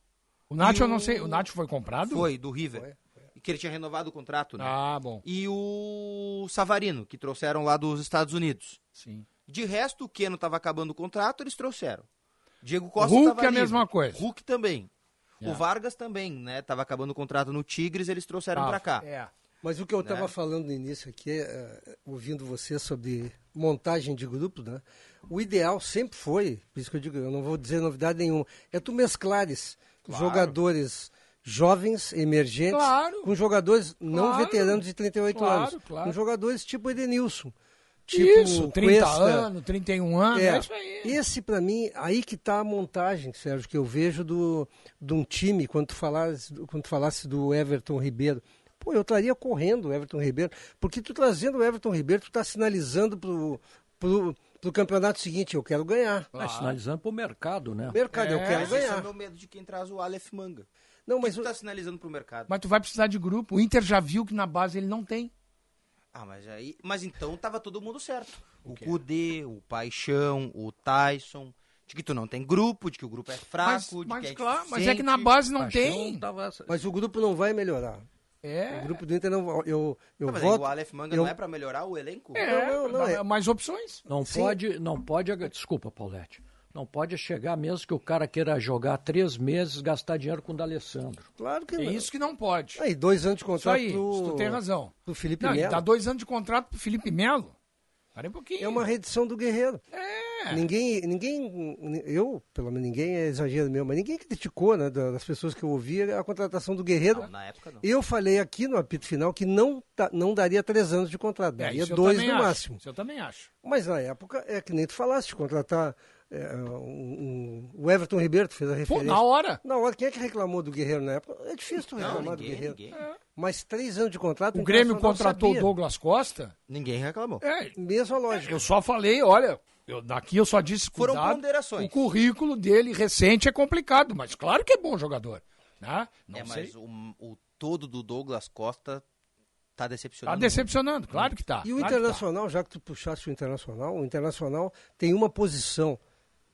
Speaker 6: O Nacho
Speaker 4: e
Speaker 6: eu não sei, o Nacho é foi comprado?
Speaker 4: Foi, do River. Que ele tinha renovado o contrato, né?
Speaker 6: Ah, bom.
Speaker 4: E o Savarino, que trouxeram lá dos Estados Unidos.
Speaker 6: Sim.
Speaker 4: De resto, o Keno estava acabando o contrato, eles trouxeram. Diego Costa
Speaker 6: Hulk
Speaker 4: tava
Speaker 6: é a
Speaker 4: livre.
Speaker 6: mesma coisa.
Speaker 4: Hulk também. O
Speaker 6: É.
Speaker 4: Vargas também, né? Tava acabando o contrato no Tigres, eles trouxeram pra cá.
Speaker 5: Mas o que eu
Speaker 4: Né?
Speaker 5: estava falando no início aqui, eh, ouvindo você sobre montagem de grupo, né? O ideal sempre foi, por isso que eu digo, eu não vou dizer novidade nenhuma, é tu mesclares
Speaker 18: Claro.
Speaker 5: jogadores jovens, emergentes,
Speaker 18: Claro.
Speaker 5: com jogadores não
Speaker 18: Claro.
Speaker 5: veteranos de 38
Speaker 6: Claro,
Speaker 5: anos,
Speaker 6: claro.
Speaker 5: com jogadores tipo Edenilson. Tipo
Speaker 6: Isso, 30
Speaker 5: Cuesta.
Speaker 6: anos, 31 anos, é isso aí.
Speaker 5: Esse, pra mim, aí que tá a montagem, Sérgio, que eu vejo do, de um time, quando tu, falasse, quando tu falasse do Everton Ribeiro. Pô, eu estaria correndo o Everton Ribeiro, porque tu trazendo o Everton Ribeiro, tu tá sinalizando pro, pro, pro campeonato seguinte, eu quero ganhar.
Speaker 3: Ah,
Speaker 4: é
Speaker 3: sinalizando pro mercado, né?
Speaker 5: Mercado, eu quero
Speaker 4: mas esse é o
Speaker 5: ganhar.
Speaker 4: meu medo de quem traz o Aleph Manga.
Speaker 5: Não,
Speaker 4: mas tu tá sinalizando pro mercado.
Speaker 6: Mas tu vai precisar de grupo. O Inter já viu que na base ele não tem.
Speaker 4: Ah, mas aí, mas então tava todo mundo certo. O Kudê, o Paixão, o Tyson, de que tu não tem grupo, de que o grupo é fraco, de que é deficiente.
Speaker 5: Mas o grupo não vai melhorar.
Speaker 6: É.
Speaker 5: O grupo do Inter não vai. Eu, eu
Speaker 4: Ah, mas aí
Speaker 5: voto.
Speaker 4: o Aleph Manga
Speaker 5: eu-
Speaker 4: não é pra melhorar o elenco?
Speaker 5: Não, não, não, é-
Speaker 6: mais opções.
Speaker 3: Não
Speaker 5: Sim.
Speaker 3: pode, não pode, ag- desculpa, Paulette. Não pode chegar mesmo que o cara queira jogar três meses, gastar dinheiro com o D'Alessandro.
Speaker 5: Claro que
Speaker 6: É
Speaker 3: não.
Speaker 6: isso que não pode.
Speaker 5: Aí, dois anos de contrato
Speaker 6: Isso aí,
Speaker 5: pro-
Speaker 6: isso tu tem razão.
Speaker 5: pro Felipe
Speaker 6: Não, e
Speaker 5: Melo.
Speaker 6: Dá dois anos de contrato pro Felipe Melo. Para um pouquinho. É.
Speaker 5: É uma redução do Guerreiro. Ninguém, ninguém, eu, pelo menos ninguém, é exagero meu, mas ninguém criticou, né, da- das pessoas que eu ouvi, a contratação do Guerreiro.
Speaker 4: Não, Ah, na época não.
Speaker 5: Eu falei aqui no apito final que não, tá- não daria três anos de contrato,
Speaker 6: É,
Speaker 5: daria
Speaker 6: isso eu
Speaker 5: dois
Speaker 6: também
Speaker 5: no
Speaker 6: acho,
Speaker 5: máximo.
Speaker 6: Isso eu também acho.
Speaker 5: Mas na época, é que nem tu falaste, contratar é, um- um- o Everton Ribeiro, tu fez a referência.
Speaker 6: na hora.
Speaker 5: Na hora, quem é que reclamou do Guerreiro na época? É difícil tu
Speaker 4: Não,
Speaker 5: reclamar do
Speaker 4: ninguém,
Speaker 5: Guerreiro.
Speaker 4: ninguém.
Speaker 5: Mas três anos de contrato...
Speaker 6: O
Speaker 5: um
Speaker 6: Grêmio
Speaker 5: profissional
Speaker 6: contratou o
Speaker 5: sabia.
Speaker 6: Douglas Costa.
Speaker 4: Ninguém reclamou.
Speaker 6: É.
Speaker 5: Mesma lógica.
Speaker 6: Eu só falei, olha, eu, daqui eu só disse
Speaker 4: Foram
Speaker 6: cuidado.
Speaker 4: ponderações.
Speaker 6: O currículo dele recente é complicado, mas claro que é bom jogador. Né? Não
Speaker 4: é,
Speaker 6: sei.
Speaker 4: mas o, o todo do Douglas Costa tá decepcionando.
Speaker 6: Tá decepcionando, claro que tá.
Speaker 5: E
Speaker 6: claro
Speaker 5: o
Speaker 6: que
Speaker 5: Internacional, já que tu puxaste o Internacional, o Internacional tem uma posição.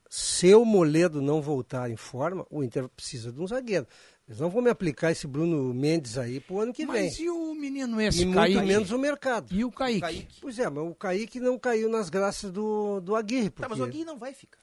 Speaker 5: Se o Moledo não voltar em forma, o Inter precisa de um zagueiro. Eles não vão me aplicar esse Bruno Mendes aí pro ano que vem.
Speaker 6: Mas e o menino esse,
Speaker 5: E muito
Speaker 6: Kaique?
Speaker 5: menos o mercado.
Speaker 6: E o Kaique?
Speaker 5: Pois é, mas o Kaique não caiu nas graças do, do Aguirre. Porque...
Speaker 4: Tá, mas o Aguirre não vai ficar.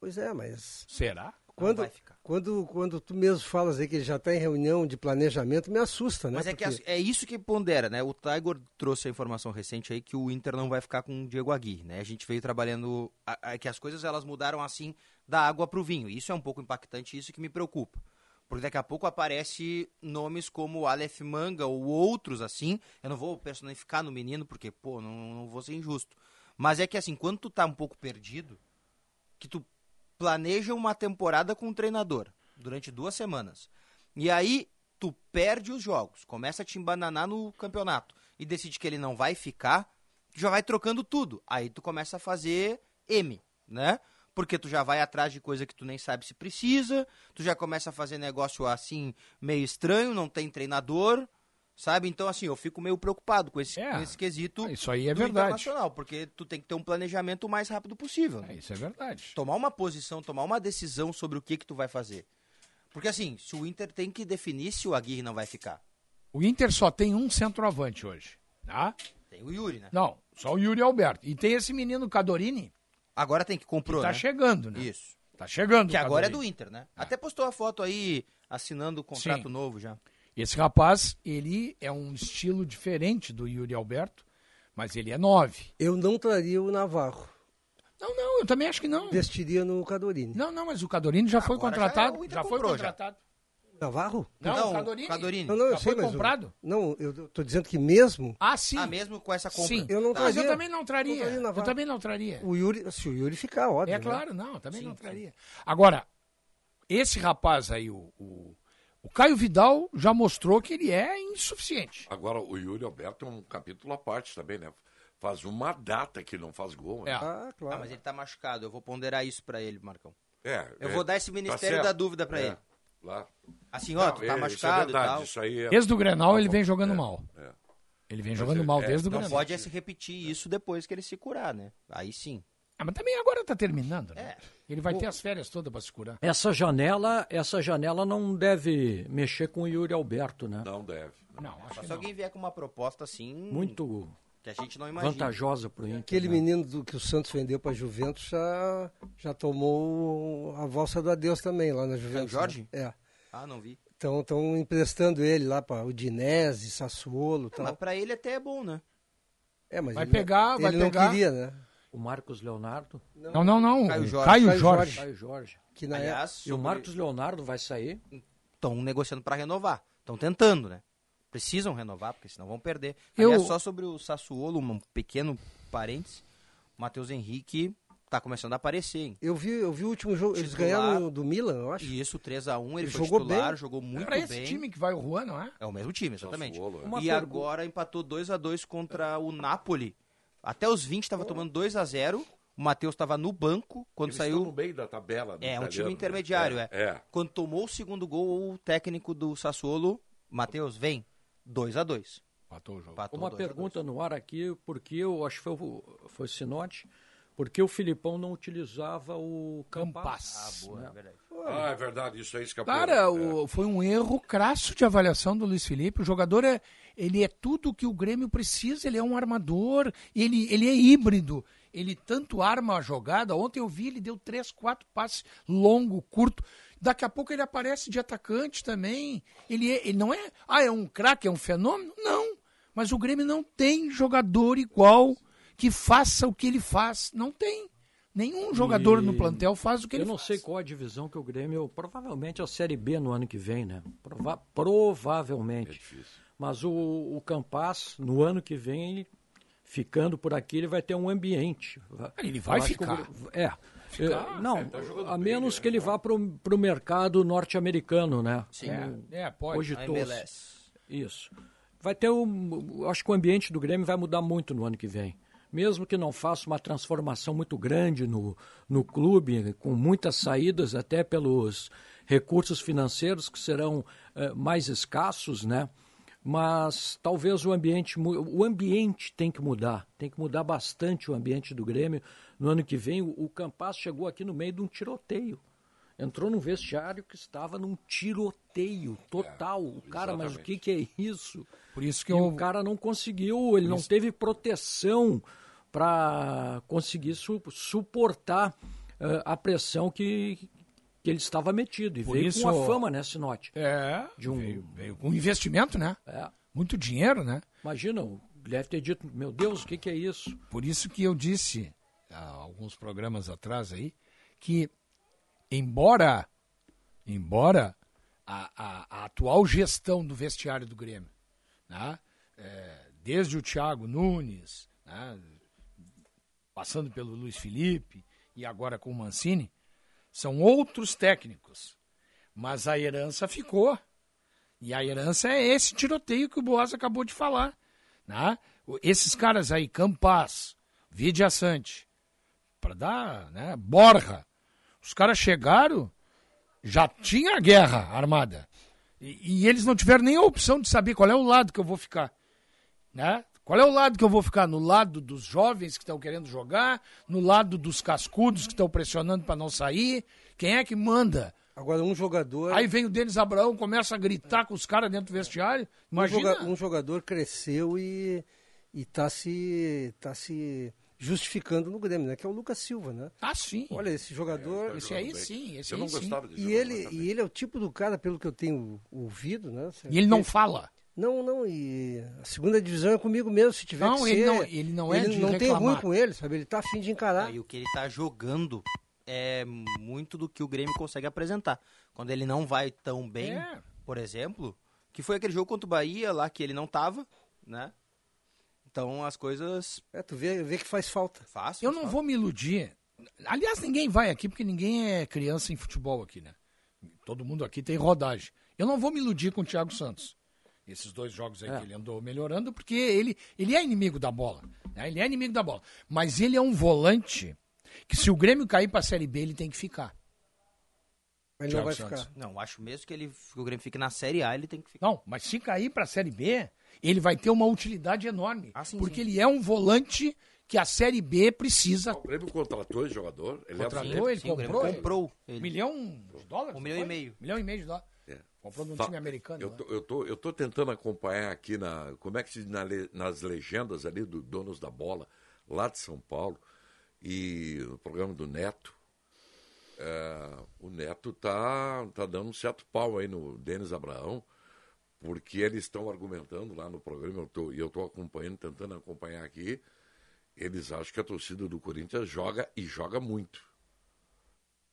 Speaker 5: Pois é, mas...
Speaker 6: Será?
Speaker 5: Quando, quando, quando tu mesmo falas aí que ele já está em reunião de planejamento, me assusta, né?
Speaker 4: Mas é que
Speaker 5: Porque-
Speaker 4: as- é isso que pondera, né? O Tiger trouxe a informação recente aí que o Inter não vai ficar com o Diego Aguirre, né? A gente veio trabalhando a- a- que as coisas elas mudaram assim da água pro vinho. Isso é um pouco impactante, isso que me preocupa. Porque daqui a pouco aparece nomes como Aleph Manga ou outros assim. Eu não vou personificar no menino porque, pô, não, não vou ser injusto. Mas é que assim, quando tu tá um pouco perdido, que tu planeja uma temporada com um treinador durante duas semanas. E aí tu perde os jogos, começa a te embananar no campeonato e decide que ele não vai ficar, tu já vai trocando tudo. Aí tu começa a fazer M, né? Porque tu já vai atrás de coisa que tu nem sabe se precisa, tu já começa a fazer negócio assim meio estranho, não tem treinador, sabe? Então assim, eu fico meio preocupado com esse, com esse quesito.
Speaker 6: É. Isso aí é
Speaker 4: do
Speaker 6: verdade.
Speaker 4: Internacional, porque tu tem que ter um planejamento o mais rápido possível. né?
Speaker 6: Isso é verdade.
Speaker 4: Tomar uma posição, tomar uma decisão sobre o que que tu vai fazer. Porque assim, se o Inter tem que definir se o Aguirre não vai ficar.
Speaker 6: O Inter só tem um centroavante hoje, tá?
Speaker 4: Tem o Yuri, né?
Speaker 6: Não, só o Yuri Alberto. E tem esse menino Cadorini.
Speaker 4: Agora tem que comprar,
Speaker 6: Tá
Speaker 4: né?
Speaker 6: chegando, né?
Speaker 4: Isso.
Speaker 6: Tá chegando.
Speaker 4: Que agora é do
Speaker 6: Cadorini.
Speaker 4: Inter, né? Até postou a foto aí assinando o contrato novo já.
Speaker 6: Esse rapaz, ele é um estilo diferente do Yuri Alberto, mas ele é nove.
Speaker 5: Eu não traria o Navarro.
Speaker 6: Não, não, eu também acho que não.
Speaker 5: Investiria no Cadorini.
Speaker 6: Não, não, mas o Cadorini já foi
Speaker 5: Agora já é
Speaker 6: contratado.
Speaker 5: o Inter
Speaker 6: Já, foi
Speaker 5: comprou, já.
Speaker 6: contratado.
Speaker 5: Navarro?
Speaker 6: Não, o Cadorini.
Speaker 5: Não, não, eu
Speaker 6: Já
Speaker 5: sei,
Speaker 6: foi
Speaker 5: mas o-
Speaker 6: comprado?
Speaker 5: Não, eu tô dizendo que mesmo
Speaker 6: Ah, sim. Ah,
Speaker 4: mesmo com essa
Speaker 5: compra.
Speaker 6: Sim. Ah,
Speaker 5: Eu não
Speaker 6: mas eu
Speaker 5: traria.
Speaker 6: também não traria. Eu também não traria.
Speaker 5: o Yuri, se o Yuri ficar, óbvio.
Speaker 6: É
Speaker 5: né?
Speaker 6: claro, não, também não
Speaker 5: sim.
Speaker 6: traria. Agora, esse rapaz aí, o, o, o Caio Vidal, já mostrou que ele é insuficiente.
Speaker 2: Agora, o Yuri Alberto é um capítulo à parte também, né? Faz uma data que não faz
Speaker 6: É.
Speaker 2: gol. né?
Speaker 4: Ah, mas ele tá machucado. Eu vou ponderar isso pra ele, Marcão.
Speaker 2: É,
Speaker 4: Eu
Speaker 2: é,
Speaker 4: vou dar esse
Speaker 2: tá
Speaker 4: ministério
Speaker 2: certo.
Speaker 4: da dúvida pra
Speaker 2: É,
Speaker 4: ele.
Speaker 2: Lá.
Speaker 4: Assim, ó,
Speaker 2: Não,
Speaker 4: tu
Speaker 2: é,
Speaker 4: tá
Speaker 2: isso é
Speaker 4: machucado e
Speaker 2: verdade,
Speaker 4: tal.
Speaker 2: isso aí é-
Speaker 6: Desde o Grenal,
Speaker 2: Tá
Speaker 6: ele
Speaker 2: bom.
Speaker 6: vem jogando mal. Ele vem jogando mal desde o
Speaker 4: Não
Speaker 6: Grenal.
Speaker 4: pode é se repetir isso depois que ele se curar, né? Aí sim. É.
Speaker 6: Ah, mas também agora tá terminando, né? Ele vai ter as férias todas pra se curar.
Speaker 3: Essa janela, essa janela não deve mexer com o Yuri Alberto, né?
Speaker 2: Não deve.
Speaker 6: Não,
Speaker 4: Só se alguém vier com uma proposta assim.
Speaker 3: Muito
Speaker 4: Que a gente não imagina.
Speaker 3: vantajosa pro
Speaker 6: É.
Speaker 3: Inter.
Speaker 5: Aquele
Speaker 3: né?
Speaker 5: menino do, que o Santos vendeu para Juventus já, já tomou a valsa do adeus também lá na Juventus. né?
Speaker 4: Jorge?
Speaker 5: É.
Speaker 4: Ah, não vi.
Speaker 5: Então estão emprestando ele lá para Udinese, Sassuolo e
Speaker 4: Ah, mas
Speaker 5: tal.
Speaker 4: pra ele até é bom, né?
Speaker 5: É, mas
Speaker 4: Vai
Speaker 5: ele,
Speaker 4: pegar,
Speaker 5: ele
Speaker 4: vai
Speaker 5: não
Speaker 4: pegar.
Speaker 5: queria, né?
Speaker 3: O Marcos Leonardo?
Speaker 6: Não, não, não, Caio o Jorge. Caio Jorge.
Speaker 3: Caio Jorge.
Speaker 5: Que
Speaker 4: na Aliás, época-
Speaker 3: e o
Speaker 4: sobre-
Speaker 3: Marcos Leonardo vai sair?
Speaker 4: Estão negociando pra renovar. Estão tentando, né? Precisam renovar, porque senão vão perder.
Speaker 3: Eu-
Speaker 4: Aliás, só sobre o Sassuolo, um pequeno parênteses. O Matheus Henrique tá começando a aparecer, hein?
Speaker 5: Eu vi, eu vi o último jogo, eles
Speaker 4: Titular.
Speaker 5: ganharam do Milan, eu acho.
Speaker 4: Isso, 3x1, ele,
Speaker 5: Ele
Speaker 4: foi
Speaker 5: jogou
Speaker 4: titular,
Speaker 5: bem.
Speaker 4: jogou muito
Speaker 6: pra
Speaker 4: bem.
Speaker 6: esse time que vai o Juan, não é?
Speaker 4: É o mesmo time, exatamente.
Speaker 6: Sassuolo, é.
Speaker 4: E
Speaker 6: Uma pergu-
Speaker 4: agora empatou 2 a 2 contra o Napoli. Até os 20 estava tomando 2 a 0 O Matheus estava no banco quando
Speaker 2: Eles
Speaker 4: saiu.
Speaker 2: estão no meio da tabela. do
Speaker 4: É, um
Speaker 2: italiano,
Speaker 4: time
Speaker 2: né?
Speaker 4: intermediário, é.
Speaker 2: É.
Speaker 4: Quando tomou o segundo gol, o técnico do Sassuolo, Matheus, vem 2 a 2
Speaker 6: Empatou o jogo.
Speaker 3: Uma pergunta no ar aqui, porque eu acho que foi, o- foi Sinote, porque o Filipão não utilizava o Campas.
Speaker 6: Ah, boa,
Speaker 3: né?
Speaker 2: Ah, é verdade, isso aí escapou.
Speaker 6: Cara, o- foi um erro crasso de avaliação do Luiz Felipe. O jogador é, ele é tudo que o Grêmio precisa. Ele é um armador, ele, ele é híbrido. Ele tanto arma a jogada. Ontem eu vi, ele deu três, quatro passes longo, curto. Daqui a pouco ele aparece de atacante também. Ele, é- ele não é, ah, é um craque, é um fenômeno? Não. Mas o Grêmio não tem jogador igual que faça o que ele faz. Não tem. Nenhum Um jogador
Speaker 3: E
Speaker 6: no plantel faz o que
Speaker 3: Eu
Speaker 6: ele
Speaker 3: não sei qual a divisão que o Grêmio. Provavelmente é a Série B no ano que vem, né? Prova-
Speaker 6: É
Speaker 3: provavelmente. Mas o, o Campas, no ano que vem, ele- ficando por aqui, ele vai ter um ambiente.
Speaker 6: Ah, Ele
Speaker 3: Eu
Speaker 6: vai
Speaker 3: acho que o
Speaker 6: ficar.
Speaker 3: Grêmio- é.
Speaker 6: Ficar?
Speaker 3: É, não,
Speaker 6: tá
Speaker 3: a
Speaker 6: né?
Speaker 3: menos que ele vá para o mercado norte-americano, né?
Speaker 6: Sim.
Speaker 3: Como
Speaker 6: É, pode.
Speaker 3: Hoje
Speaker 6: A
Speaker 3: todos.
Speaker 6: MLS.
Speaker 3: Isso. Vai ter um. Acho que o ambiente do Grêmio vai mudar muito no ano que vem. Mesmo que não faça uma transformação muito grande no, no clube, com muitas saídas, até pelos recursos financeiros que serão eh, mais escassos, né? Mas talvez o ambiente, mu- o ambiente tem que mudar, tem que mudar bastante o ambiente do Grêmio no ano que vem. O, o Campas chegou aqui no meio de um tiroteio, entrou num vestiário que estava num tiroteio total. o cara, mas o que, que é isso?
Speaker 6: Por isso que
Speaker 3: e
Speaker 6: eu-
Speaker 3: o cara não conseguiu, ele
Speaker 6: Por
Speaker 3: não
Speaker 6: isso-
Speaker 3: teve proteção para conseguir su- suportar eh, a pressão que, que ele estava metido. E
Speaker 6: Por
Speaker 3: veio
Speaker 6: isso-
Speaker 3: com a fama, né, Sinote?
Speaker 6: É.
Speaker 3: De um,
Speaker 6: um investimento, né? Muito dinheiro, né?
Speaker 3: Imagina, o- deve ter dito, meu Deus, o que, que é isso?
Speaker 6: Por isso que eu disse há alguns programas atrás aí que embora embora a, a- a atual gestão do vestiário do Grêmio, né? É, desde o Thiago Nunes, né? passando pelo Luiz Felipe e agora com o Mancini, são outros técnicos. Mas a herança ficou. E a herança é esse tiroteio que o Boas acabou de falar. Né? O- Esses caras aí, Campas, Vidia Sante, para dar, né? Borra. Os caras chegaram, já tinha a guerra armada. E, e eles não tiveram nem a opção de saber qual é o lado que eu vou ficar. Né? Qual é o lado que eu vou ficar? No lado dos jovens que estão querendo jogar, no lado dos cascudos que estão pressionando para não sair. Quem é que manda?
Speaker 5: Agora, um jogador.
Speaker 6: Aí vem o Denis Abraão, começa a gritar com os caras dentro do vestiário.
Speaker 5: Um,
Speaker 6: Imagina.
Speaker 5: joga- um jogador cresceu e está se, tá se justificando no Grêmio, né? Que é o Lucas Silva, né?
Speaker 6: Ah, sim. É,
Speaker 5: Olha, esse jogador.
Speaker 6: Esse aí sim, esse
Speaker 5: eu
Speaker 6: aí
Speaker 5: não
Speaker 6: sim.
Speaker 5: gostava desse e ele, e ele é o tipo do cara, pelo que eu tenho ouvido, né?
Speaker 6: E ele não fala.
Speaker 5: Não, não, e a segunda divisão é comigo mesmo, se tiver
Speaker 6: Não,
Speaker 5: que
Speaker 6: ele
Speaker 5: ser.
Speaker 6: não- ele não é
Speaker 5: Ele
Speaker 6: de
Speaker 5: não tem
Speaker 6: reclamar.
Speaker 5: ruim com ele, sabe? Ele tá afim de encarar.
Speaker 4: E o que ele tá jogando é muito do que o Grêmio consegue apresentar. Quando ele não vai tão bem,
Speaker 6: É.
Speaker 4: por exemplo, que foi aquele jogo contra o Bahia lá que ele não tava, né? Então as coisas.
Speaker 5: É, tu vê, vê que faz falta.
Speaker 4: Fácil.
Speaker 6: Eu não vou me iludir. Aliás, ninguém vai aqui, porque ninguém é criança em futebol aqui, né? Todo mundo aqui tem rodagem. Eu não vou me iludir com o Thiago Santos. Esses dois jogos aí
Speaker 12: É.
Speaker 6: que ele andou melhorando, porque ele, ele é inimigo da bola. né? Ele é inimigo da bola. Mas ele é um volante que se o Grêmio cair pra Série B, ele tem que ficar.
Speaker 5: Ele não vai ficar.
Speaker 4: Não, acho mesmo que, ele, que o Grêmio fique na Série A, ele tem que
Speaker 6: Não, mas se cair pra Série B, ele vai ter uma utilidade enorme.
Speaker 2: Ah,
Speaker 6: porque ele é um volante que a Série B precisa.
Speaker 2: É O Grêmio contratou esse jogador? Ele é
Speaker 6: Contratou, ele comprou. ele
Speaker 4: ele.
Speaker 6: Milhão de dólares?
Speaker 4: Um milhão
Speaker 6: não
Speaker 4: e
Speaker 6: foi?
Speaker 4: meio.
Speaker 6: Milhão e meio de dólares.
Speaker 2: É.
Speaker 6: Comprou de um
Speaker 2: Fa-
Speaker 6: time americano.
Speaker 2: Eu
Speaker 6: né?
Speaker 2: tô, eu, tô, eu tô tentando acompanhar aqui na. Como é que se diz na le- nas legendas ali do Donos da Bola, lá de São Paulo, e no programa do Neto. é, o Neto tá, tá dando um certo pau aí no Denis Abraão, porque eles estão argumentando lá no programa, eu tô, e eu estou acompanhando, tentando acompanhar aqui. Eles acham que a torcida do Corinthians joga e joga muito.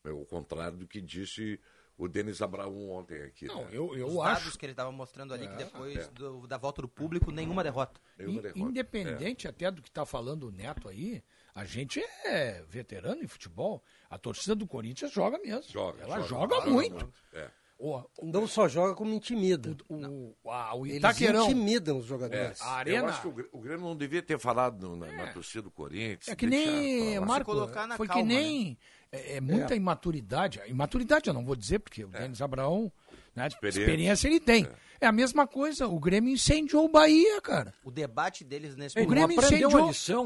Speaker 2: É o contrário do que disse o Denis Abraão ontem aqui. né?
Speaker 4: é Os dados que ele tava mostrando ali, que depois
Speaker 2: É.
Speaker 4: do- da volta do público, né, nenhuma derrota.
Speaker 6: In-
Speaker 2: é.
Speaker 6: Independente até do que está falando o Neto aí, a gente é veterano em futebol. A torcida do Corinthians joga mesmo.
Speaker 2: Joga,
Speaker 6: Ela
Speaker 5: joga,
Speaker 6: joga,
Speaker 5: joga
Speaker 6: muito.
Speaker 5: muito.
Speaker 2: É.
Speaker 6: O,
Speaker 5: Não só joga como intimida.
Speaker 6: o, a- o
Speaker 5: Eles
Speaker 6: Itaquerão.
Speaker 5: intimidam os
Speaker 2: É,
Speaker 5: jogadores.
Speaker 2: Eu acho que o Grê- o Grêmio não devia ter falado no- na, na torcida do Corinthians.
Speaker 6: É que
Speaker 2: deixar
Speaker 6: nem,
Speaker 2: pra lá.
Speaker 6: Marco, foi que nem é, é muita imaturidade. Imaturidade eu não vou dizer, porque o Denis Abraão, né,
Speaker 2: É. Experiência.
Speaker 6: experiência. ele tem. É. a mesma coisa, o Grêmio incendiou o Bahia, cara.
Speaker 4: O debate deles nesse
Speaker 6: O Grêmio incendiou...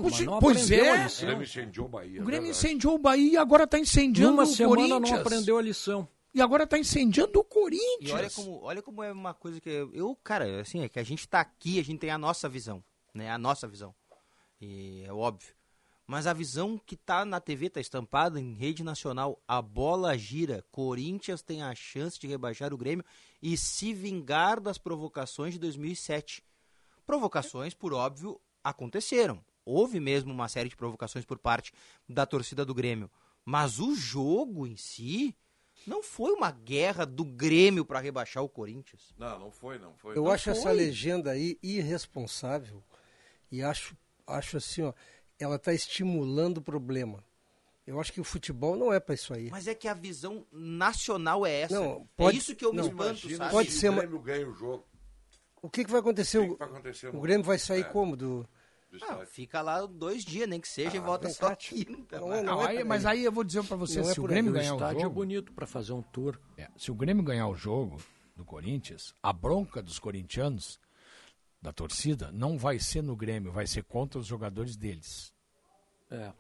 Speaker 6: pois pois é,
Speaker 2: O Grêmio incendiou o Bahia.
Speaker 4: é
Speaker 2: né,
Speaker 6: o Grêmio incendiou o Bahia e agora está incendiando
Speaker 3: Numa
Speaker 6: o
Speaker 3: semana não
Speaker 6: Corinthians.
Speaker 3: aprendeu
Speaker 6: a lição. E agora está incendiando o Corinthians.
Speaker 4: E olha como, olha como é uma coisa que eu, eu, cara, assim, é que a gente tá aqui, a gente tem a nossa visão, né? A nossa visão. E é óbvio. Mas a visão que tá na TV, tá estampada em rede nacional, a bola gira. Corinthians tem a chance de rebaixar o Grêmio e se vingar das provocações de 2007. Provocações, por óbvio, aconteceram. Houve mesmo uma série de provocações por parte da torcida do Grêmio. Mas o jogo em si não foi uma guerra do Grêmio para rebaixar o Corinthians.
Speaker 2: Não, não foi, não foi.
Speaker 5: Eu
Speaker 2: Não
Speaker 5: acho
Speaker 2: foi.
Speaker 5: essa legenda aí irresponsável e acho, acho assim, ó, ela está estimulando o problema. Eu acho que o futebol não é para isso aí.
Speaker 4: Mas é que a visão nacional é essa.
Speaker 5: Não, pode-
Speaker 4: é isso que eu me
Speaker 5: não,
Speaker 4: espanto,
Speaker 5: imagina
Speaker 4: sabe?
Speaker 5: Pode se ser
Speaker 2: O
Speaker 5: uma-
Speaker 2: Grêmio ganha o jogo.
Speaker 5: O que, que vai acontecer?
Speaker 2: O que que vai acontecer,
Speaker 5: o
Speaker 2: mano?
Speaker 5: Grêmio vai sair
Speaker 2: É.
Speaker 5: como do
Speaker 4: Ah, fica lá dois dias, nem que seja, e volta só quinta.
Speaker 5: Ah, Não, é
Speaker 4: vai.
Speaker 6: Não, Ah, aí- mas aí eu vou dizer pra você,
Speaker 3: Não é
Speaker 6: se o
Speaker 3: por
Speaker 6: Grêmio
Speaker 3: aí, o
Speaker 6: ganhar o
Speaker 3: estádio é
Speaker 6: jogo...
Speaker 3: bonito para fazer um tour.
Speaker 6: É, se o Grêmio ganhar o jogo do Corinthians, a bronca dos corintianos, da torcida, não vai ser no Grêmio, vai ser contra os jogadores deles.
Speaker 3: É.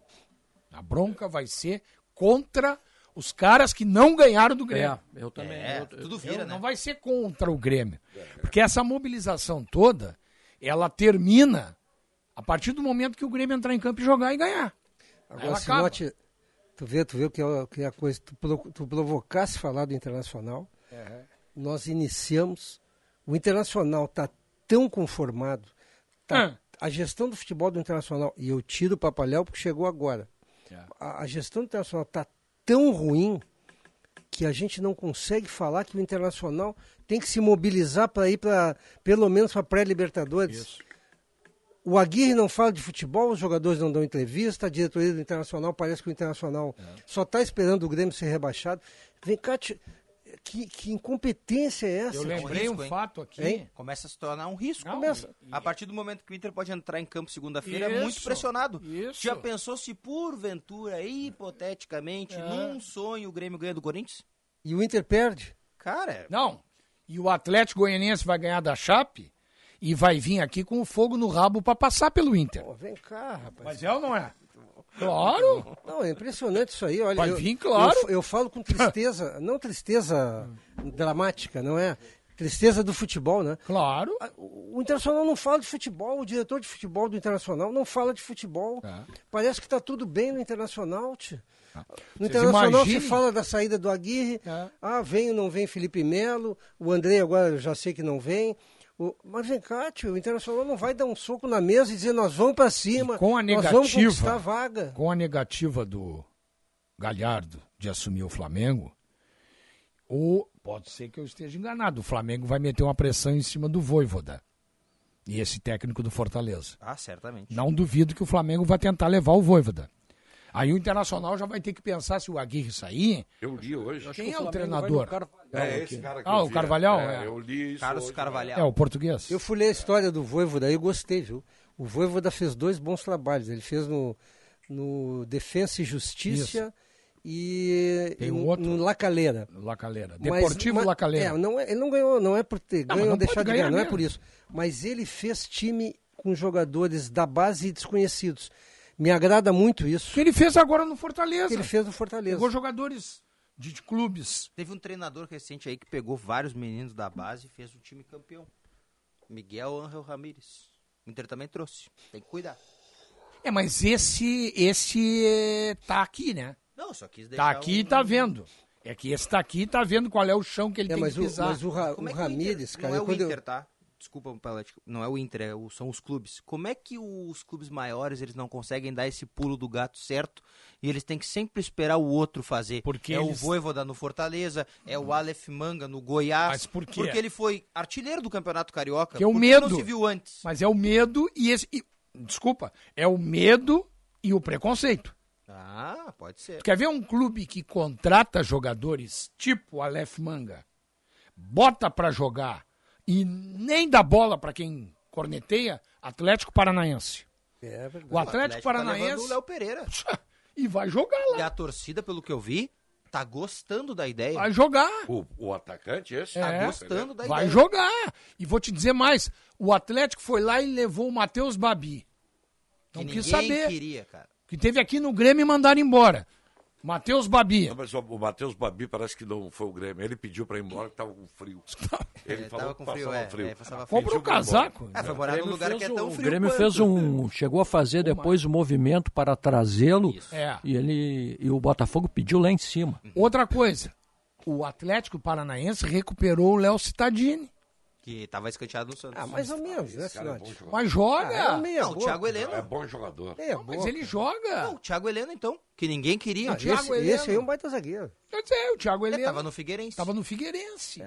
Speaker 6: A bronca vai ser contra os caras que não ganharam do Grêmio.
Speaker 3: É, eu também.
Speaker 6: É,
Speaker 3: eu,
Speaker 6: tudo
Speaker 3: eu-
Speaker 6: vira,
Speaker 3: eu-
Speaker 6: né? É, Não vai ser contra o Grêmio. Porque essa mobilização toda, ela termina a partir do momento que o Grêmio entrar em campo e jogar e ganhar.
Speaker 5: Agora,
Speaker 6: Ela
Speaker 5: se
Speaker 6: acaba.
Speaker 5: note, tu vê, tu vê o que é, o que é a coisa, tu, pro- tu provocasse falar do Internacional,
Speaker 6: É.
Speaker 5: nós iniciamos, o Internacional está tão conformado, tá- a gestão do futebol do Internacional, e eu tiro o Papaléu porque chegou agora,
Speaker 3: É.
Speaker 5: a, a gestão do Internacional está tão ruim que a gente não consegue falar que o Internacional tem que se mobilizar para ir para pelo menos para pré-libertadores. O Aguirre não fala de futebol, os jogadores não dão entrevista, a diretoria do Internacional parece que o
Speaker 4: É.
Speaker 5: Internacional só está esperando o Grêmio ser rebaixado. Vem cá, te- que, que incompetência é essa?
Speaker 4: É um risco, hein?
Speaker 5: Hein?
Speaker 4: Começa a se tornar um risco.
Speaker 5: Começa.
Speaker 4: A partir do momento que o Inter pode entrar em campo segunda-feira,
Speaker 6: Isso,
Speaker 4: é muito pressionado.
Speaker 6: isso.
Speaker 4: Já pensou se porventura,
Speaker 6: É.
Speaker 4: hipoteticamente, num sonho o Grêmio ganha do Corinthians?
Speaker 5: E o Inter perde? é-
Speaker 4: Cara.
Speaker 6: Não. E o Atlético Goianiense vai ganhar da Chape e vai vir aqui com o fogo no rabo pra passar pelo Inter.
Speaker 5: Vem cá, rapaz.
Speaker 6: Mas é ou não é? Claro!
Speaker 5: Não, é impressionante isso aí. Olha,
Speaker 6: Vai
Speaker 5: eu,
Speaker 6: vir, claro.
Speaker 5: Eu, eu falo com tristeza, não tristeza dramática, não é? Tristeza do futebol, né?
Speaker 6: Claro.
Speaker 5: O Internacional não fala de futebol, o diretor de futebol do Internacional não fala de futebol.
Speaker 6: É.
Speaker 5: Parece que está tudo bem no Internacional, tio. No
Speaker 6: Vocês
Speaker 5: Internacional se
Speaker 6: imaginem-
Speaker 5: fala da saída do Aguirre.
Speaker 6: É.
Speaker 5: Ah, vem ou não vem Felipe Melo. O André agora eu já sei que não vem. O- Mas vem cá, tio, o Internacional não vai dar um soco na mesa e dizer nós vamos para cima.
Speaker 6: Com a
Speaker 5: Nós vamos conquistar
Speaker 6: negativa,
Speaker 5: a vaga.
Speaker 6: com a negativa do Galhardo de assumir o Flamengo, ou pode ser que eu esteja enganado, o Flamengo vai meter uma pressão em cima do Voivoda e esse técnico do Fortaleza.
Speaker 4: Ah, certamente.
Speaker 6: Não duvido que o Flamengo vai tentar levar o Voivoda. Aí o Internacional já vai ter que pensar se o Aguirre sair.
Speaker 2: Eu li hoje.
Speaker 6: Quem é o treinador?
Speaker 2: É esse cara que
Speaker 6: Ah,
Speaker 2: eu
Speaker 6: o
Speaker 2: vi.
Speaker 6: Carvalhal?
Speaker 2: É,
Speaker 6: é.
Speaker 2: Eu li isso.
Speaker 4: Carlos
Speaker 2: hoje,
Speaker 4: Carvalhal.
Speaker 6: É, o português.
Speaker 5: Eu fui ler a história do Voivoda e gostei, viu? O Voivoda fez dois bons trabalhos. Ele fez no, no Defensa e Justiça e,
Speaker 6: Tem
Speaker 5: e
Speaker 6: um
Speaker 5: no-
Speaker 6: outro?
Speaker 5: no La Calera.
Speaker 6: La Calera.
Speaker 5: Mas-
Speaker 6: Deportivo
Speaker 5: mas-
Speaker 6: La Calera.
Speaker 5: É, não é- ele não ganhou, não é por
Speaker 6: Não,
Speaker 5: ter
Speaker 6: mas
Speaker 5: ganho ou
Speaker 6: não
Speaker 5: deixar
Speaker 6: pode
Speaker 5: de ganhar,
Speaker 6: ganhar
Speaker 5: não é
Speaker 6: mesmo.
Speaker 5: por isso. Mas ele fez time com jogadores da base e desconhecidos. Me agrada muito isso.
Speaker 6: Que ele fez agora no Fortaleza.
Speaker 5: Ele fez no Fortaleza.
Speaker 6: Pegou jogadores de, de clubes.
Speaker 4: Teve um treinador recente aí que pegou vários meninos da base e fez um time campeão. Miguel Angel Ramírez. O Inter também trouxe. Tem que cuidar.
Speaker 6: É, mas esse esse eh, tá aqui, né?
Speaker 4: Não, só quis deixar
Speaker 6: Tá aqui e
Speaker 4: um-
Speaker 6: tá vendo. É que esse tá aqui e tá vendo qual é o chão que ele
Speaker 5: É,
Speaker 6: tem
Speaker 5: mas
Speaker 6: que
Speaker 5: o-
Speaker 6: pisar.
Speaker 5: mas o Ra-
Speaker 4: Como
Speaker 5: o
Speaker 4: é que Inter-
Speaker 5: Ramírez, cara,
Speaker 4: Não é
Speaker 5: eu
Speaker 4: o
Speaker 5: quando eu-
Speaker 4: Inter, tá? Desculpa, Palético. Não é o Inter, é o- são os clubes. Como é que os clubes maiores eles não conseguem dar esse pulo do gato certo e eles têm que sempre esperar o outro fazer? Porque é
Speaker 6: eles-
Speaker 4: o Voivoda no Fortaleza, é o Aleph Manga no Goiás.
Speaker 6: Mas por quê?
Speaker 4: Porque ele foi artilheiro do Campeonato Carioca.
Speaker 6: Que é o
Speaker 4: Por que
Speaker 6: medo.
Speaker 4: Não se viu antes.
Speaker 6: Mas é o medo e esse. e- desculpa, é o medo e o preconceito.
Speaker 4: Ah, pode ser.
Speaker 6: Tu quer ver um clube que contrata jogadores tipo Aleph Manga, bota pra jogar e nem dá bola pra quem corneteia? Atlético Paranaense.
Speaker 5: É verdade.
Speaker 6: O Atlético
Speaker 4: Tá levando o
Speaker 6: Paranaense.
Speaker 4: Léo Pereira.
Speaker 6: E vai jogar lá.
Speaker 4: E a torcida, pelo que eu vi, tá gostando da ideia.
Speaker 6: Vai jogar.
Speaker 2: O, o atacante esse?
Speaker 4: Tá
Speaker 6: É.
Speaker 4: gostando da
Speaker 6: Vai
Speaker 4: ideia.
Speaker 6: jogar. E vou te dizer mais: o Atlético foi lá e levou o Matheus Babi.
Speaker 4: Que
Speaker 6: Não quis
Speaker 4: ninguém
Speaker 6: saber.
Speaker 4: queria, cara.
Speaker 6: Que teve aqui no Grêmio e mandaram embora. Matheus Babi.
Speaker 2: Não, mas o- o Matheus Babi parece que não foi o Grêmio. Ele pediu pra ir embora que tava com frio. Ele
Speaker 4: É,
Speaker 2: falou
Speaker 4: tava
Speaker 2: que
Speaker 4: com
Speaker 2: passava
Speaker 4: frio, é,
Speaker 2: frio.
Speaker 4: é, passava
Speaker 2: Pediu
Speaker 4: frio.
Speaker 2: pra ir embora.
Speaker 4: É, foi morar num lugar que é tão
Speaker 3: o
Speaker 4: frio
Speaker 3: Grêmio
Speaker 4: quanto.
Speaker 3: fez um. Chegou a fazer depois o movimento para trazê-lo.
Speaker 6: É. Hum.
Speaker 3: E ele. E o Botafogo pediu lá em cima.
Speaker 6: Outra coisa: o Atlético Paranaense recuperou o Léo Citadini.
Speaker 4: Que tava escanteado no Santos.
Speaker 5: Ah, mais ou menos, né, Sinati?
Speaker 6: Mas joga.
Speaker 5: Ah, é um meia
Speaker 4: Não, o
Speaker 5: boca.
Speaker 4: Thiago Heleno.
Speaker 2: É bom jogador.
Speaker 5: Meia boca.
Speaker 6: joga.
Speaker 4: Não, o Thiago Heleno, então. Que ninguém queria.
Speaker 5: Ah,
Speaker 4: É,
Speaker 5: esse, esse aí é um baita zagueiro.
Speaker 6: Quer dizer, o Thiago Heleno.
Speaker 4: tava no Figueirense.
Speaker 6: Tava no Figueirense.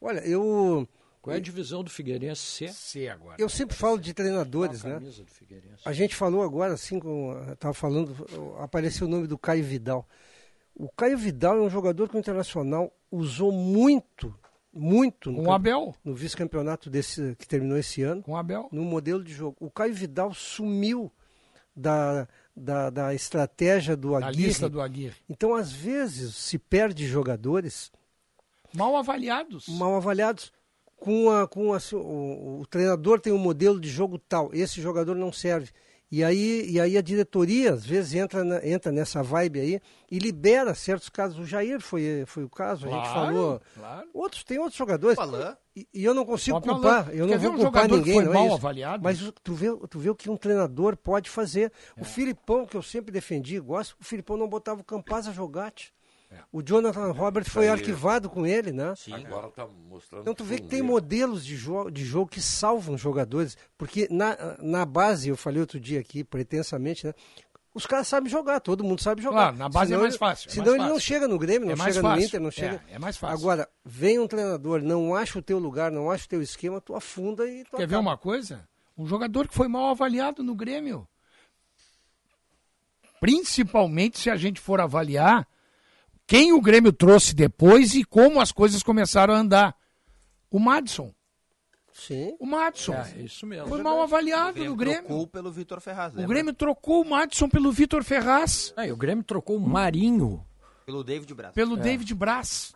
Speaker 5: Olha, eu.
Speaker 3: É. Qual é a divisão do Figueirense? C?
Speaker 6: C agora.
Speaker 5: Eu sempre falo de treinadores, né?
Speaker 3: camisa do Figueirense.
Speaker 5: A gente falou agora, assim, como estava falando, apareceu o nome do Caio Vidal. O Caio Vidal é um jogador que o Internacional usou muito, muito
Speaker 6: Com o
Speaker 5: cam-
Speaker 6: Abel.
Speaker 5: no vice-campeonato desse que terminou esse ano.
Speaker 6: Com o Abel.
Speaker 5: No modelo de jogo. O Caio Vidal sumiu da, da, da estratégia do
Speaker 6: Na
Speaker 5: Aguirre.
Speaker 6: lista do Aguirre.
Speaker 5: Então, às vezes, se perde jogadores
Speaker 6: Mal avaliados.
Speaker 5: mal avaliados. Com a, com a, su- o, o treinador tem um modelo de jogo tal, esse jogador não serve. E aí, e aí a diretoria, às vezes, entra, na- entra nessa vibe aí e libera certos casos. O Jair foi, foi o caso, a gente
Speaker 6: Claro,
Speaker 5: falou.
Speaker 6: claro.
Speaker 5: Outros, tem outros jogadores. E, e eu não consigo
Speaker 6: O próprio
Speaker 5: culpar,
Speaker 6: Alain.
Speaker 5: eu
Speaker 6: Quer
Speaker 5: não
Speaker 6: ver
Speaker 5: vou
Speaker 6: um
Speaker 5: culpar
Speaker 6: jogador que
Speaker 5: ninguém,
Speaker 6: foi
Speaker 5: não
Speaker 6: mal
Speaker 5: é isso.
Speaker 6: avaliado? É.
Speaker 5: Mas o- tu vê, tu vê o que um treinador pode fazer. O Filipão, que eu sempre defendi e gosto, o Filipão não botava o Campaz a jogar. tio.
Speaker 6: É.
Speaker 5: O Jonathan Robert foi
Speaker 2: aí.
Speaker 5: arquivado com ele, né?
Speaker 2: Agora tá mostrando.
Speaker 5: Então tu vê
Speaker 2: foi
Speaker 5: que
Speaker 2: um
Speaker 5: tem
Speaker 2: erro.
Speaker 5: modelos de, jo de jogo que salvam jogadores, porque na, na base, eu falei outro dia aqui, pretensamente, né? Os caras sabem jogar, todo mundo sabe jogar.
Speaker 6: Claro, na base é mais
Speaker 5: ele-
Speaker 6: fácil, é
Speaker 5: Senão
Speaker 6: mais
Speaker 5: ele não
Speaker 6: fácil.
Speaker 5: chega no Grêmio, não
Speaker 6: É mais
Speaker 5: chega no
Speaker 6: fácil,
Speaker 5: Inter, não
Speaker 6: é,
Speaker 5: chega.
Speaker 6: é mais fácil.
Speaker 5: Agora, vem um treinador, não acha o teu lugar, não acha o teu esquema, tu afunda e tu
Speaker 6: Quer ver
Speaker 5: acaba.
Speaker 6: uma coisa? Um jogador que foi mal avaliado no Grêmio. Principalmente se a gente for avaliar quem o Grêmio trouxe depois e como as coisas começaram a andar. O Madison.
Speaker 5: Sim.
Speaker 6: O Madison.
Speaker 3: É, isso mesmo.
Speaker 6: Foi mal avaliado no Grêmio.
Speaker 4: Trocou pelo Vitor Ferraz,
Speaker 6: O
Speaker 4: lembra?
Speaker 6: Grêmio trocou o Madison pelo Vitor Ferraz.
Speaker 3: É, e o Grêmio trocou o Marinho.
Speaker 4: Pelo David Braz.
Speaker 5: É.
Speaker 6: Pelo David Braz.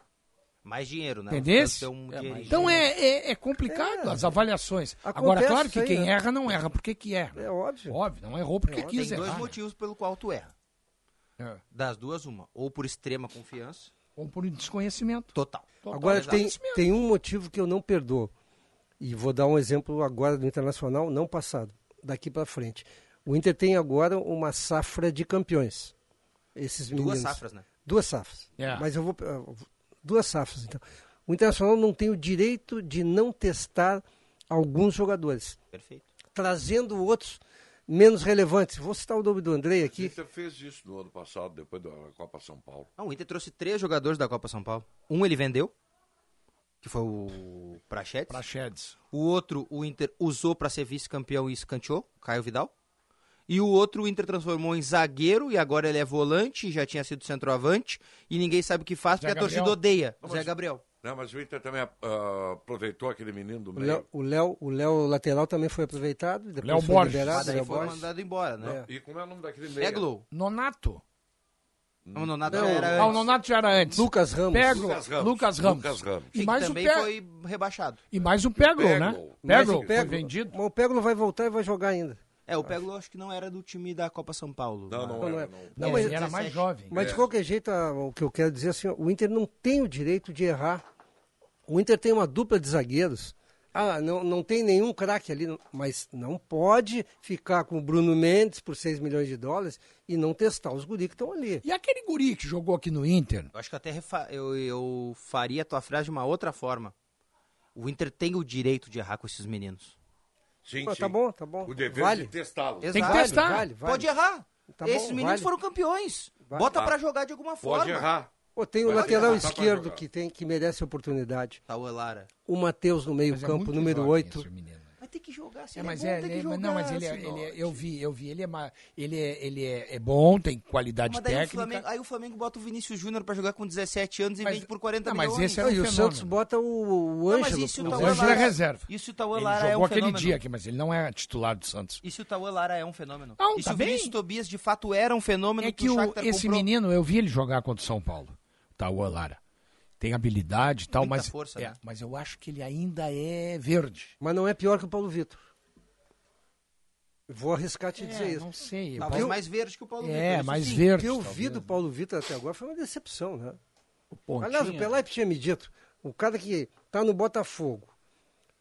Speaker 4: Mais dinheiro, né?
Speaker 6: Entendesse?
Speaker 4: Deu um dinheirinho.
Speaker 6: Então é, é, é complicado as avaliações. Agora,
Speaker 4: Acontece
Speaker 6: claro que
Speaker 4: isso aí,
Speaker 6: quem
Speaker 4: né?
Speaker 6: erra não erra porque que erra.
Speaker 5: É óbvio.
Speaker 6: Óbvio, não errou porque
Speaker 4: Tem
Speaker 6: quis
Speaker 4: dois
Speaker 6: errar.
Speaker 4: motivos pelo qual tu erra.
Speaker 6: É.
Speaker 4: Das duas, uma. Ou por extrema confiança.
Speaker 6: Ou por desconhecimento.
Speaker 4: Total.
Speaker 5: Agora, tem, tem um motivo que eu não perdoo. E vou dar um exemplo agora do Internacional, não passado, daqui para frente. O Inter tem agora uma safra de campeões. Esses
Speaker 4: Duas
Speaker 5: meninos.
Speaker 4: safras, né?
Speaker 5: Duas safras.
Speaker 4: É.
Speaker 5: Mas eu vou. eu- Duas safras, então. O Internacional não tem o direito de não testar alguns jogadores.
Speaker 4: Perfeito.
Speaker 5: Trazendo outros menos relevantes. Vou citar o nome do Andrei
Speaker 2: O
Speaker 5: aqui.
Speaker 2: Inter fez isso no ano passado, depois da Copa São Paulo.
Speaker 4: Ah, o Inter trouxe três jogadores da Copa São Paulo. Um ele vendeu, que foi o Prachedes.
Speaker 6: Prachedes.
Speaker 4: O outro o Inter usou para ser vice-campeão e escanteou, Caio Vidal. E o outro o Inter transformou em zagueiro e agora ele é volante, já tinha sido centroavante e ninguém sabe o que faz porque a torcida odeia.
Speaker 2: Não,
Speaker 4: Zé
Speaker 2: mas-
Speaker 4: Gabriel.
Speaker 2: Não, mas o Inter também ah, aproveitou aquele menino do
Speaker 5: O
Speaker 2: meio.
Speaker 5: Léo, o Léo, o Léo lateral também foi aproveitado. Depois
Speaker 2: Léo
Speaker 5: foi
Speaker 2: Borges.
Speaker 5: liberado.
Speaker 2: Mas daí
Speaker 5: Léo
Speaker 2: foi
Speaker 5: Borges.
Speaker 4: mandado embora, né?
Speaker 2: E como é o nome daquele meio?
Speaker 4: Eglow.
Speaker 6: Nonato.
Speaker 4: Não, o Nonato
Speaker 6: Não,
Speaker 4: já era
Speaker 6: ah, o
Speaker 4: antes.
Speaker 6: Nonato já era antes.
Speaker 5: Lucas Ramos.
Speaker 6: Peglo.
Speaker 4: Lucas
Speaker 6: Lucas
Speaker 4: Ramos.
Speaker 6: Ramos.
Speaker 4: Lucas Ramos.
Speaker 6: E
Speaker 4: Que
Speaker 6: mais o
Speaker 4: também
Speaker 6: Peglo.
Speaker 4: foi rebaixado.
Speaker 6: E mais o Peglo, né?
Speaker 5: Mas
Speaker 6: Peglo.
Speaker 5: o Peglo-
Speaker 6: foi vendido.
Speaker 5: Mas o Peglo vai voltar e vai jogar ainda.
Speaker 4: É, o Peglo acho que não era do time da Copa São Paulo.
Speaker 5: Não, não
Speaker 4: é.
Speaker 5: era, não. Não, mas- Ele era mais
Speaker 6: jovem. É.
Speaker 5: Mas de qualquer jeito, a- o que eu quero dizer assim, ó, o Inter não tem o direito de errar. O Inter tem uma dupla de zagueiros. Ah, não, não tem nenhum craque ali, não- mas não pode ficar com o Bruno Mendes por 6 milhões de dólares e não testar os guri que estão ali.
Speaker 6: E aquele guri que jogou aqui no Inter?
Speaker 4: Eu acho que até refa- eu, eu faria a tua frase de uma outra forma. O Inter tem o direito de errar com esses meninos.
Speaker 2: Sim,
Speaker 5: Pô, tá bom, tá bom.
Speaker 2: O dever
Speaker 5: Vale.
Speaker 2: de testá-lo.
Speaker 4: Exato.
Speaker 5: Vale, vale.
Speaker 4: Pode errar.
Speaker 5: Tá bom,
Speaker 4: esses meninos
Speaker 5: vale.
Speaker 4: foram campeões.
Speaker 5: Vale.
Speaker 4: Bota
Speaker 5: Tá.
Speaker 4: pra jogar de alguma forma.
Speaker 5: Pô, tem o
Speaker 4: Pode
Speaker 5: lateral
Speaker 4: errar, tá pra
Speaker 5: esquerdo
Speaker 4: jogar.
Speaker 5: que, tem, que merece oportunidade.
Speaker 4: Tá o Elara.
Speaker 5: O Matheus no
Speaker 6: Mas é
Speaker 5: meio-campo,
Speaker 6: muito
Speaker 5: número
Speaker 6: jovem
Speaker 5: 8.
Speaker 4: Vai ter que jogar, se
Speaker 6: É,
Speaker 4: ele
Speaker 6: mas
Speaker 4: é, bom,
Speaker 6: é,
Speaker 4: tem
Speaker 6: ele-
Speaker 4: que jogar.
Speaker 6: mas não, mas ele, é,
Speaker 4: se não.
Speaker 6: ele é- eu vi, eu vi, ele é, ma- ele é, ele é, é bom, tem qualidade
Speaker 4: Mas daí o
Speaker 6: técnica.
Speaker 4: Flamengo, aí o Flamengo bota o Vinícius Júnior pra jogar com 17 anos e
Speaker 6: Mas-
Speaker 4: vende por 40
Speaker 6: não, mas
Speaker 4: milhões. Então,
Speaker 6: esse era um
Speaker 5: E o
Speaker 6: fenômeno.
Speaker 5: Santos bota o, o
Speaker 4: é Não, mas
Speaker 5: Ângelo.
Speaker 4: isso
Speaker 5: no
Speaker 4: tá
Speaker 6: o
Speaker 5: banco.
Speaker 6: Ângelo é reserva.
Speaker 4: Isso o Tauan
Speaker 6: Ele
Speaker 4: Lara é
Speaker 6: jogou
Speaker 4: um
Speaker 6: aquele
Speaker 4: fenômeno.
Speaker 6: dia aqui, mas ele não é titular do Santos.
Speaker 4: E se o Tauan Lara é um fenômeno?
Speaker 6: Não,
Speaker 4: e se
Speaker 6: tá
Speaker 4: o
Speaker 6: bem.
Speaker 4: Vinícius Tobias de fato era um fenômeno
Speaker 6: É que
Speaker 4: o
Speaker 6: o-
Speaker 4: Shakhtar
Speaker 6: esse
Speaker 4: comprou?
Speaker 6: menino, eu vi ele jogar contra o São Paulo, tá, o Lara. Tem habilidade e tal,
Speaker 4: Muita
Speaker 6: mas
Speaker 4: força,
Speaker 6: é,
Speaker 4: né?
Speaker 6: mas eu acho que ele ainda é verde.
Speaker 5: Mas não é pior que o Paulo Vitor. Vou arriscar te dizer isso.
Speaker 6: É, Não sei.
Speaker 5: Tá,
Speaker 4: Talvez
Speaker 5: eu-
Speaker 4: mais verde que o
Speaker 6: É,
Speaker 4: Paulo Vitor. isso
Speaker 6: mais
Speaker 4: sim.
Speaker 6: verde.
Speaker 5: O que eu
Speaker 6: talvez,
Speaker 5: vi do Paulo Vitor até agora foi uma decepção, né?
Speaker 6: Pontinha.
Speaker 5: Aliás, o Pelaipe tinha me dito, o cara que tá no Botafogo,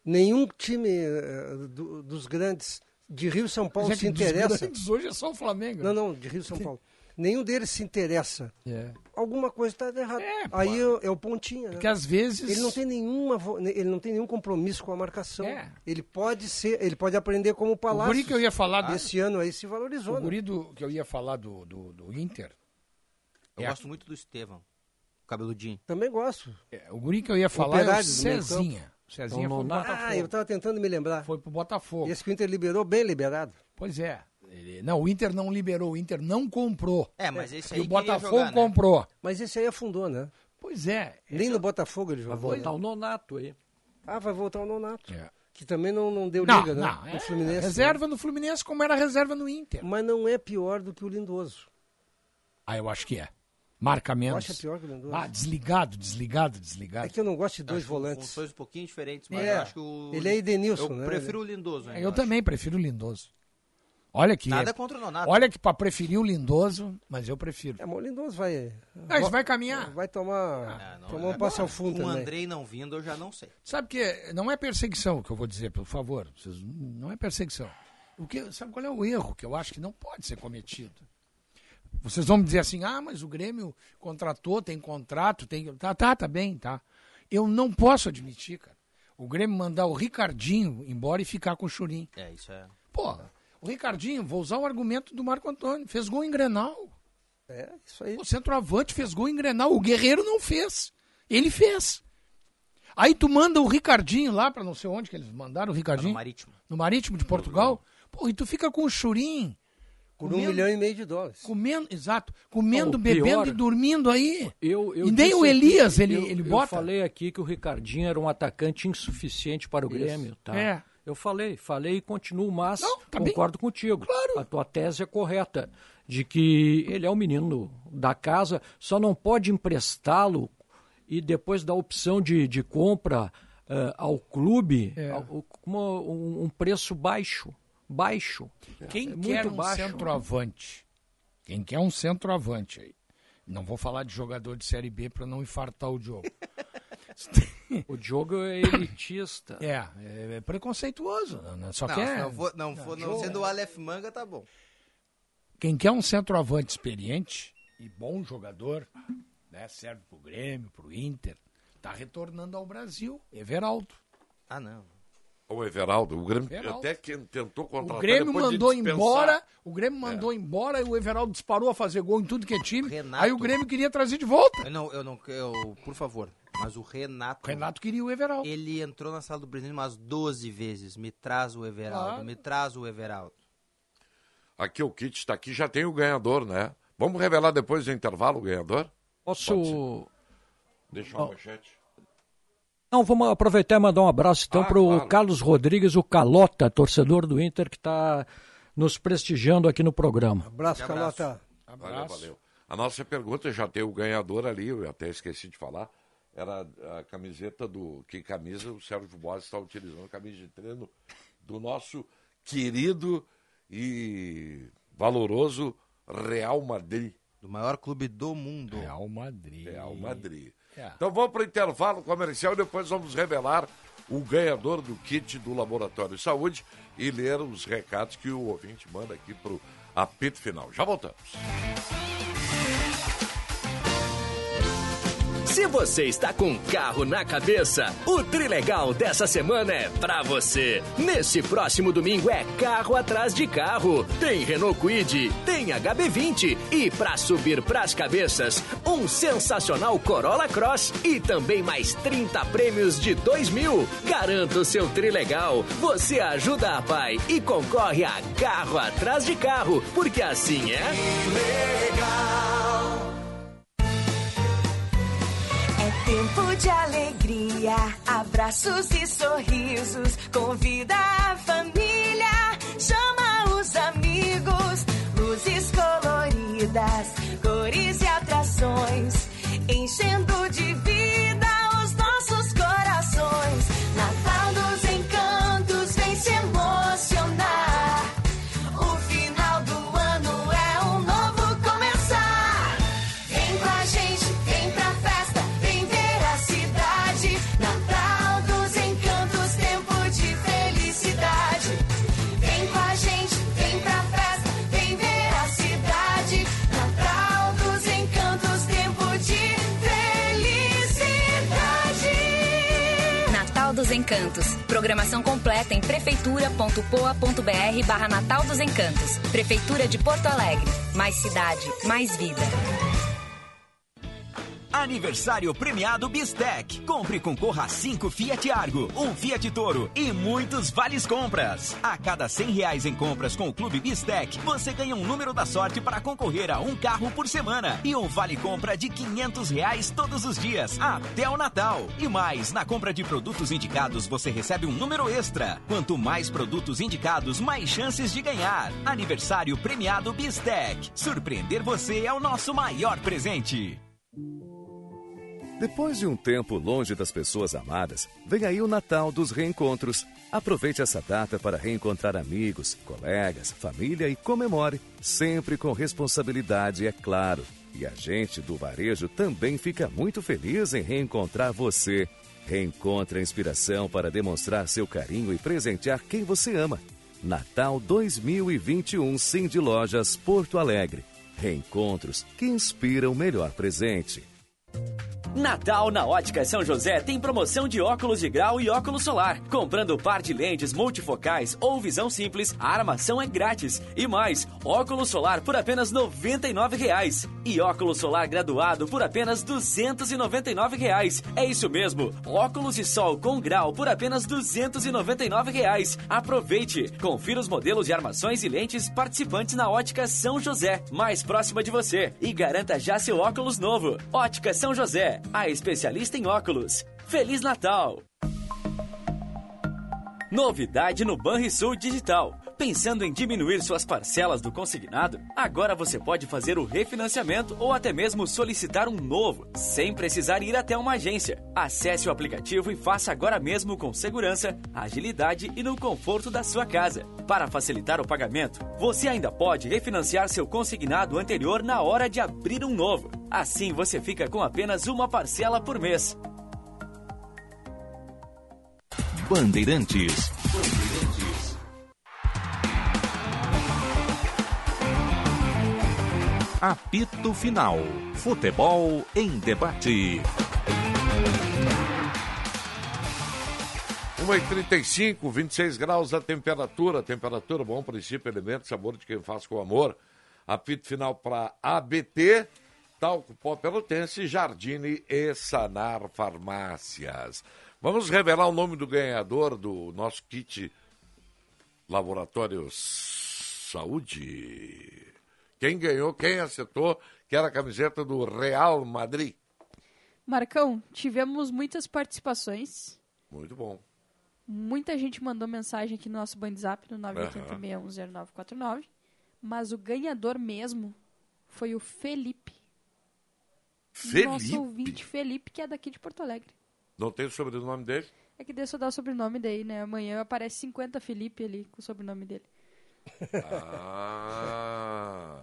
Speaker 5: nenhum time eh, do- dos grandes de Rio e São Paulo
Speaker 6: Mas é
Speaker 5: se
Speaker 6: que dos
Speaker 5: interessa.
Speaker 6: grandes hoje é só o Flamengo.
Speaker 5: Não, não, de Rio e São Paulo. Nenhum deles se interessa.
Speaker 6: É.
Speaker 5: Alguma coisa está errada. Aí eu- é o pontinha, né?
Speaker 6: Porque às vezes-
Speaker 5: ele não tem nenhuma, vo- ele não tem nenhum compromisso com a marcação.
Speaker 6: É.
Speaker 5: Ele pode ser, ele pode aprender como
Speaker 6: O
Speaker 5: palácio.
Speaker 6: guri que eu ia falar do-
Speaker 5: desse ano aí se valorizou.
Speaker 6: O
Speaker 5: né?
Speaker 6: guri do- que eu ia falar do, do, do Inter.
Speaker 4: Eu
Speaker 6: é
Speaker 4: gosto muito do Estevão. Cabeludinho.
Speaker 5: Também gosto.
Speaker 6: O guri que eu ia falar é o
Speaker 5: Operário do meio
Speaker 6: Cezinha.
Speaker 5: campo.
Speaker 6: O Cezinha é
Speaker 3: Então,
Speaker 6: foi pro
Speaker 5: Ah, eu
Speaker 6: Botafogo.
Speaker 5: estava tentando me lembrar.
Speaker 6: Foi pro Botafogo.
Speaker 5: Esse que o Inter liberou, bem liberado.
Speaker 6: Pois é. Ele- Não, o Inter não liberou, o Inter não comprou.
Speaker 4: É, mas esse
Speaker 6: E
Speaker 4: aí
Speaker 6: o
Speaker 4: queria
Speaker 6: Botafogo
Speaker 4: jogar, né?
Speaker 6: comprou.
Speaker 5: Mas esse aí afundou, né?
Speaker 6: Pois é.
Speaker 5: Nem no Botafogo ele jogou.
Speaker 3: Vai voltar
Speaker 5: né?
Speaker 3: o Nonato aí.
Speaker 5: Ah, vai voltar o Nonato.
Speaker 6: É.
Speaker 5: Que também não, não deu
Speaker 6: Não,
Speaker 5: liga, né?
Speaker 6: não,
Speaker 5: No
Speaker 6: é
Speaker 5: Fluminense.
Speaker 6: reserva no Fluminense como era reserva no Inter.
Speaker 5: Mas não é pior do que o Lindoso.
Speaker 6: Ah, eu acho que é. Marca
Speaker 5: Eu
Speaker 6: menos.
Speaker 5: acho pior que o Lindoso.
Speaker 6: Ah, desligado, desligado, desligado.
Speaker 5: É que eu não gosto de dois
Speaker 4: Acho
Speaker 5: volantes.
Speaker 4: Funções um pouquinho diferentes, mas
Speaker 5: É,
Speaker 4: eu acho que o...
Speaker 5: ele é Edenilson,
Speaker 4: eu
Speaker 5: né?
Speaker 4: prefiro o Lindoso.
Speaker 6: É,
Speaker 4: ainda,
Speaker 6: eu
Speaker 4: acho.
Speaker 6: também prefiro o Lindoso. Olha que.
Speaker 4: Nada contra o Nonato.
Speaker 6: Olha que pra preferir o Lindoso, mas eu prefiro.
Speaker 5: É, mas o Lindoso vai.
Speaker 6: Ah, isso vai caminhar.
Speaker 5: Vai tomar.
Speaker 4: Ah, não,
Speaker 5: tomar um
Speaker 4: agora,
Speaker 5: passo ao fundo
Speaker 4: Com o
Speaker 5: também.
Speaker 4: Andrei não vindo, eu já não sei.
Speaker 6: Sabe que não é perseguição o que eu vou dizer, por favor. Vocês- não é perseguição. O que, sabe qual é o erro que eu acho que não pode ser cometido? Vocês vão me dizer assim, ah, mas o Grêmio contratou, tem contrato, tem. Tá, tá, tá bem, tá. Eu não posso admitir, cara. O Grêmio mandar o Ricardinho embora e ficar com o Churim.
Speaker 4: É, isso é...
Speaker 6: Porra, o Ricardinho, vou usar o argumento do Marco Antônio, fez gol em Grenal.
Speaker 5: É, isso aí.
Speaker 6: O centroavante fez gol em Grenal, o Guerreiro não fez. Ele fez. Aí tu manda o Ricardinho lá pra não sei onde que eles mandaram o Ricardinho.
Speaker 3: Tá
Speaker 4: no Marítimo.
Speaker 6: No Marítimo de Portugal. Pô, e tu fica com o Churim.
Speaker 5: Por um milhão e meio de dólares.
Speaker 6: Comendo, exato. Comendo,
Speaker 3: Não, o pior-
Speaker 6: bebendo e dormindo aí.
Speaker 3: Eu, eu
Speaker 6: e nem
Speaker 3: disse
Speaker 6: o
Speaker 3: aqui-
Speaker 6: Elias ele,
Speaker 3: eu-
Speaker 6: ele bota.
Speaker 3: Eu falei aqui que o Ricardinho era um atacante insuficiente para o
Speaker 6: Isso.
Speaker 3: Grêmio, tá?
Speaker 6: É.
Speaker 3: Eu falei, falei e continuo, mas
Speaker 6: tá bem.
Speaker 3: concordo contigo. A tua tese é correta, de que ele é um menino da casa, só não pode emprestá-lo e depois dar opção de, de compra eh, ao clube
Speaker 6: É.
Speaker 3: ao- com uma- um, um preço baixo. Baixo.
Speaker 6: Quem
Speaker 3: É
Speaker 6: quer um centroavante? Quem quer um centroavante aí? Não vou falar de jogador de Série B para não infartar o Diogo.
Speaker 3: O Diogo é elitista.
Speaker 6: É, é, é preconceituoso. Né? Só
Speaker 4: não,
Speaker 6: que
Speaker 4: se
Speaker 6: é,
Speaker 4: não, for, não, for, não
Speaker 6: Diogo-
Speaker 4: sendo o
Speaker 5: é-
Speaker 4: Aleph Manga, tá bom.
Speaker 6: Quem quer um centroavante experiente e bom jogador, né, serve pro Grêmio, pro Inter, tá retornando ao Brasil, Everaldo.
Speaker 4: Ah, não.
Speaker 2: O Everaldo, o Grêmio
Speaker 6: Everaldo.
Speaker 2: até que tentou contratar.
Speaker 6: O Grêmio
Speaker 2: depois de
Speaker 6: mandou
Speaker 2: dispensar.
Speaker 6: embora, o Grêmio mandou embora e o Everaldo disparou a fazer gol em tudo que é time. Aí o Grêmio queria trazer de volta.
Speaker 4: Eu não, eu não, eu, por favor. Mas o Renato.
Speaker 6: Renato queria o Everaldo.
Speaker 4: Ele entrou na sala do presidente umas 12 vezes. Me traz o Everaldo,
Speaker 6: Claro.
Speaker 4: me traz o Everaldo.
Speaker 2: Aqui o kit está aqui, já tem o ganhador, né? Vamos revelar depois do intervalo o ganhador?
Speaker 3: Posso.
Speaker 2: Deixa uma manchete.
Speaker 3: Não, vamos aproveitar e mandar um abraço
Speaker 4: Ah,
Speaker 3: então para o Carlos Rodrigues, o Calota, torcedor do Inter, que está nos prestigiando aqui no programa.
Speaker 5: Abraço, Calota.
Speaker 2: Valeu, valeu. A nossa pergunta já tem o ganhador ali, eu até esqueci de falar. Era a camiseta do. Que camisa o Sérgio Borges está utilizando? Camisa de treino do nosso querido e valoroso Real Madrid.
Speaker 4: Do maior clube do mundo.
Speaker 6: Real Madrid.
Speaker 2: Real Madrid.
Speaker 6: É.
Speaker 2: Então vamos para o intervalo comercial e depois vamos revelar o ganhador do kit do Laboratório de Saúde e ler os recados que o ouvinte manda aqui para o apito final. Já voltamos.
Speaker 19: Se você está com um carro na cabeça, o Trilegal dessa semana é pra você. Nesse próximo domingo é carro atrás de carro. Tem Renault Kwid, tem HB20 e pra subir pras cabeças, um sensacional Corolla Cross e também mais 30 prêmios de 2 mil. Garanta o seu Trilegal. Você ajuda a pai e concorre a carro atrás de carro, porque assim é.
Speaker 17: É tempo de alegria, abraços e sorrisos. Convida a família, chama os amigos. Luzes coloridas, cores e atrações. Enchendo de vida os nossos corações. Natal dos encantos vem se emocionar. O final do ano é um novo começar. Vem com a gente, vem pra festa, vem ver a cidade. Natal dos encantos, tempo de felicidade. Vem com a gente, vem pra festa, vem ver a cidade. Natal dos encantos, tempo de felicidade.
Speaker 20: Natal dos Encantos. Programação completa em prefeitura.poa.br barra Natal dos Encantos. Prefeitura de Porto Alegre. Mais cidade, mais vida.
Speaker 21: Aniversário premiado Bistec. Compre e concorra a 5 Fiat Argo, um Fiat Toro e muitos vales compras. A cada 100 reais em compras com o Clube Bistec, você ganha um número da sorte para concorrer a um carro por semana e um vale compra de 500 reais todos os dias até o Natal. E mais, na compra de produtos indicados você recebe um número extra. Quanto mais produtos indicados, mais chances de ganhar. Aniversário premiado Bistec. Surpreender você é o nosso maior presente.
Speaker 14: Depois de um tempo longe das pessoas amadas, vem aí o Natal dos Reencontros. Aproveite essa data para reencontrar amigos, colegas, família e comemore, sempre com responsabilidade, é claro. E a gente do varejo também fica muito feliz em reencontrar você. Reencontre a inspiração para demonstrar seu carinho e presentear quem você ama. Natal 2021 Sim de Lojas Porto Alegre. Reencontros que inspiram o melhor presente.
Speaker 19: Natal na Ótica São José tem promoção de óculos de grau e óculos solar. Comprando par de lentes multifocais ou visão simples, a armação é grátis. E mais, óculos solar por apenas R$ 99 reais. e óculos solar graduado por apenas R$ 299 reais. É isso mesmo, óculos de sol com grau por apenas R$ 299 reais. Aproveite, confira os modelos de armações e lentes participantes na Ótica São José, mais próxima de você, e garanta já seu óculos novo. Ótica São José, a especialista em óculos. Feliz Natal! Novidade no Banrisul Digital. Pensando em diminuir suas parcelas do consignado? Agora você pode fazer o refinanciamento ou até mesmo solicitar um novo, sem precisar ir até uma agência. Acesse o aplicativo e faça agora mesmo com segurança, agilidade e no conforto da sua casa. Para facilitar o pagamento, você ainda pode refinanciar seu consignado anterior na hora de abrir um novo. Assim você fica com apenas uma parcela por mês.
Speaker 13: Bandeirantes. Apito final. Futebol em debate.
Speaker 2: 1h35, 26 graus a temperatura. Temperatura, bom princípio, elemento, sabor de quem faz com amor. Apito final para ABT, Talco Pó Pelotense, Jardine e Sanar Farmácias. Vamos revelar o nome do ganhador do nosso kit Laboratório Saúde. Quem ganhou, quem acertou, que era a camiseta do Real Madrid.
Speaker 7: Marcão, tivemos muitas participações.
Speaker 2: Muito bom.
Speaker 7: Muita gente mandou mensagem aqui no nosso bandzap no 986-10949. Mas o ganhador mesmo foi o Felipe.
Speaker 2: Felipe?
Speaker 7: Nosso ouvinte Felipe, que é daqui de Porto Alegre.
Speaker 2: Não tem o sobrenome dele?
Speaker 7: É que deixa eu dar o sobrenome daí, né? Amanhã aparece 50 Felipe ali com o sobrenome dele.
Speaker 2: Ah,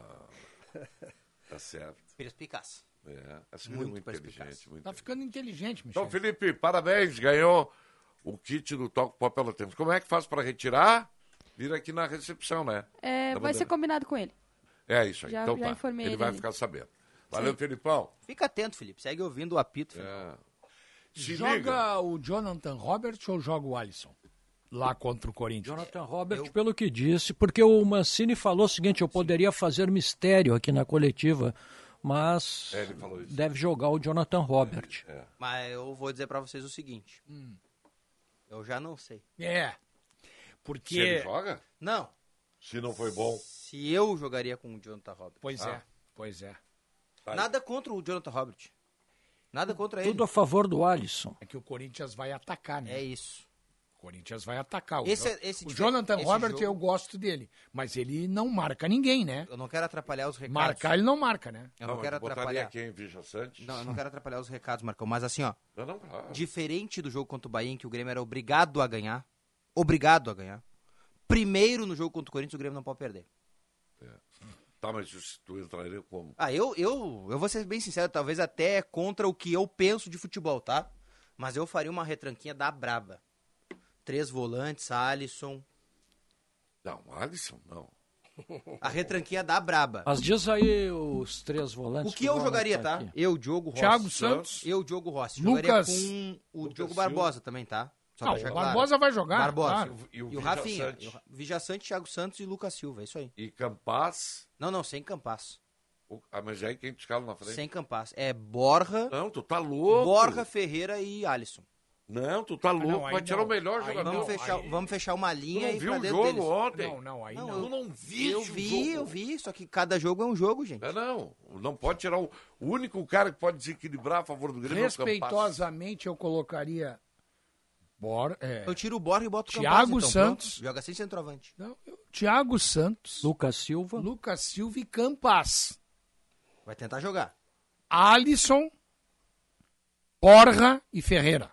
Speaker 2: tá certo.
Speaker 4: Perspicaz.
Speaker 2: É, essa muito, é muito inteligente. Muito
Speaker 6: Tá ficando inteligente, Michel.
Speaker 2: Então, Felipe, parabéns, ganhou o kit do Toco Pó Pelotense. Como é que faz para retirar? Vira aqui na recepção, né?
Speaker 7: É,
Speaker 2: Tá
Speaker 7: vai ser
Speaker 2: podendo.
Speaker 7: combinado com ele.
Speaker 2: É isso aí.
Speaker 7: Já-
Speaker 2: então
Speaker 7: já
Speaker 2: tá.
Speaker 7: informei
Speaker 2: ele
Speaker 7: ele
Speaker 2: vai
Speaker 7: ali.
Speaker 2: ficar sabendo. Valeu,
Speaker 4: Sim.
Speaker 2: Felipão. É.
Speaker 4: Fica atento, Felipe. Segue ouvindo o apito.
Speaker 6: joga o Jonathan Robert ou joga o Alisson? Lá contra o Corinthians.
Speaker 3: Jonathan Robert, pelo que disse, porque o Mancini falou o seguinte: eu poderia fazer mistério aqui na coletiva, mas
Speaker 4: É, ele falou isso. É,
Speaker 3: deve jogar o Jonathan Robert.
Speaker 4: Mas eu vou dizer pra vocês o seguinte.
Speaker 6: Hum.
Speaker 4: Eu já não sei.
Speaker 6: É. Porque.
Speaker 4: Se ele joga? Não.
Speaker 2: Se não foi bom.
Speaker 4: Se eu jogaria com o Jonathan Robert.
Speaker 6: Pois
Speaker 4: Ah.
Speaker 6: é, pois é.
Speaker 4: Nada contra o Jonathan Robert. Nada contra ele.
Speaker 3: Tudo a favor do Alisson.
Speaker 6: É que o Corinthians vai atacar, né? É
Speaker 4: isso.
Speaker 6: O Corinthians vai atacar. O,
Speaker 4: Esse
Speaker 6: Jo-
Speaker 4: é- esse
Speaker 6: o
Speaker 4: dife-
Speaker 6: Jonathan
Speaker 4: esse
Speaker 6: Robert,
Speaker 4: jogo-
Speaker 6: eu gosto dele. Mas ele não marca ninguém, né?
Speaker 4: Eu não quero atrapalhar os recados.
Speaker 6: Marcar, ele não marca, né?
Speaker 4: Eu não, quero
Speaker 2: botaria
Speaker 4: atrapalhar.
Speaker 2: quem, Vija Santos?
Speaker 4: Não, eu não quero atrapalhar os recados, Marcão. Mas assim, ó.
Speaker 2: Não, não, claro.
Speaker 4: Diferente do jogo contra o Bahia, em que o Grêmio era obrigado a ganhar. Obrigado a ganhar. Primeiro no jogo contra o Corinthians, o Grêmio não pode perder.
Speaker 2: Tá, mas se tu entraria como?
Speaker 4: Ah, eu, eu, eu vou ser bem sincero, talvez até contra o que eu penso de futebol, tá? Mas eu faria uma retranquinha da braba. Três volantes, Alisson.
Speaker 2: Não, Alisson não.
Speaker 4: A retranquinha da braba.
Speaker 3: Mas diz aí os três volantes.
Speaker 4: O que eu
Speaker 3: vão
Speaker 4: jogaria,
Speaker 3: anotar
Speaker 4: tá?
Speaker 3: aqui.
Speaker 4: Eu, Diogo Rossi.
Speaker 3: Thiago Santos.
Speaker 4: Eu, Diogo Rossi.
Speaker 3: Lucas.
Speaker 4: Jogaria com o
Speaker 3: Lucas
Speaker 4: Diogo
Speaker 3: Silva.
Speaker 4: Barbosa também, tá?
Speaker 6: Ah,
Speaker 4: pra
Speaker 6: o
Speaker 4: deixar
Speaker 6: Barbosa vai jogar,
Speaker 4: Barbosa.
Speaker 6: claro.
Speaker 4: E, o,
Speaker 6: Vija
Speaker 4: Rafinha.
Speaker 6: Sante.
Speaker 4: E o Vija Sante, Thiago Santos e Lucas Silva, é isso aí.
Speaker 2: E Campas?
Speaker 4: Não, não, sem Campas.
Speaker 2: O- Ah, mas aí quem te escala na frente?
Speaker 4: Sem Campas. É Borja.
Speaker 2: Não, tu tá louco.
Speaker 4: Borja, Ferreira e Alisson.
Speaker 2: Não, tu
Speaker 6: Ah,
Speaker 2: tá louco. vai tirar o melhor jogador.
Speaker 4: Vamos fechar, vamos fechar uma linha
Speaker 2: não
Speaker 4: e
Speaker 2: viu
Speaker 4: pra
Speaker 2: o
Speaker 4: dentro
Speaker 2: jogo
Speaker 4: deles.
Speaker 2: ontem?
Speaker 6: Não, não, aí
Speaker 4: Não,
Speaker 6: não.
Speaker 4: eu não
Speaker 2: vi
Speaker 4: um Eu
Speaker 2: esse
Speaker 4: vi,
Speaker 2: jogo.
Speaker 4: eu vi, só que cada jogo é um jogo, gente.
Speaker 2: É, não. Não pode tirar o. O único cara que pode desequilibrar a favor do Grêmio é o Campas.
Speaker 6: Respeitosamente, eu colocaria. Bora, é,
Speaker 4: Eu tiro o Borja e boto o
Speaker 6: Thiago
Speaker 4: Campas, então,
Speaker 6: Santos.
Speaker 4: pronto. Joga sem centroavante.
Speaker 6: Não, Thiago Santos.
Speaker 3: Lucas Silva.
Speaker 6: Lucas Silva e Campas.
Speaker 4: Vai tentar jogar.
Speaker 6: Alisson. Borra e Ferreira.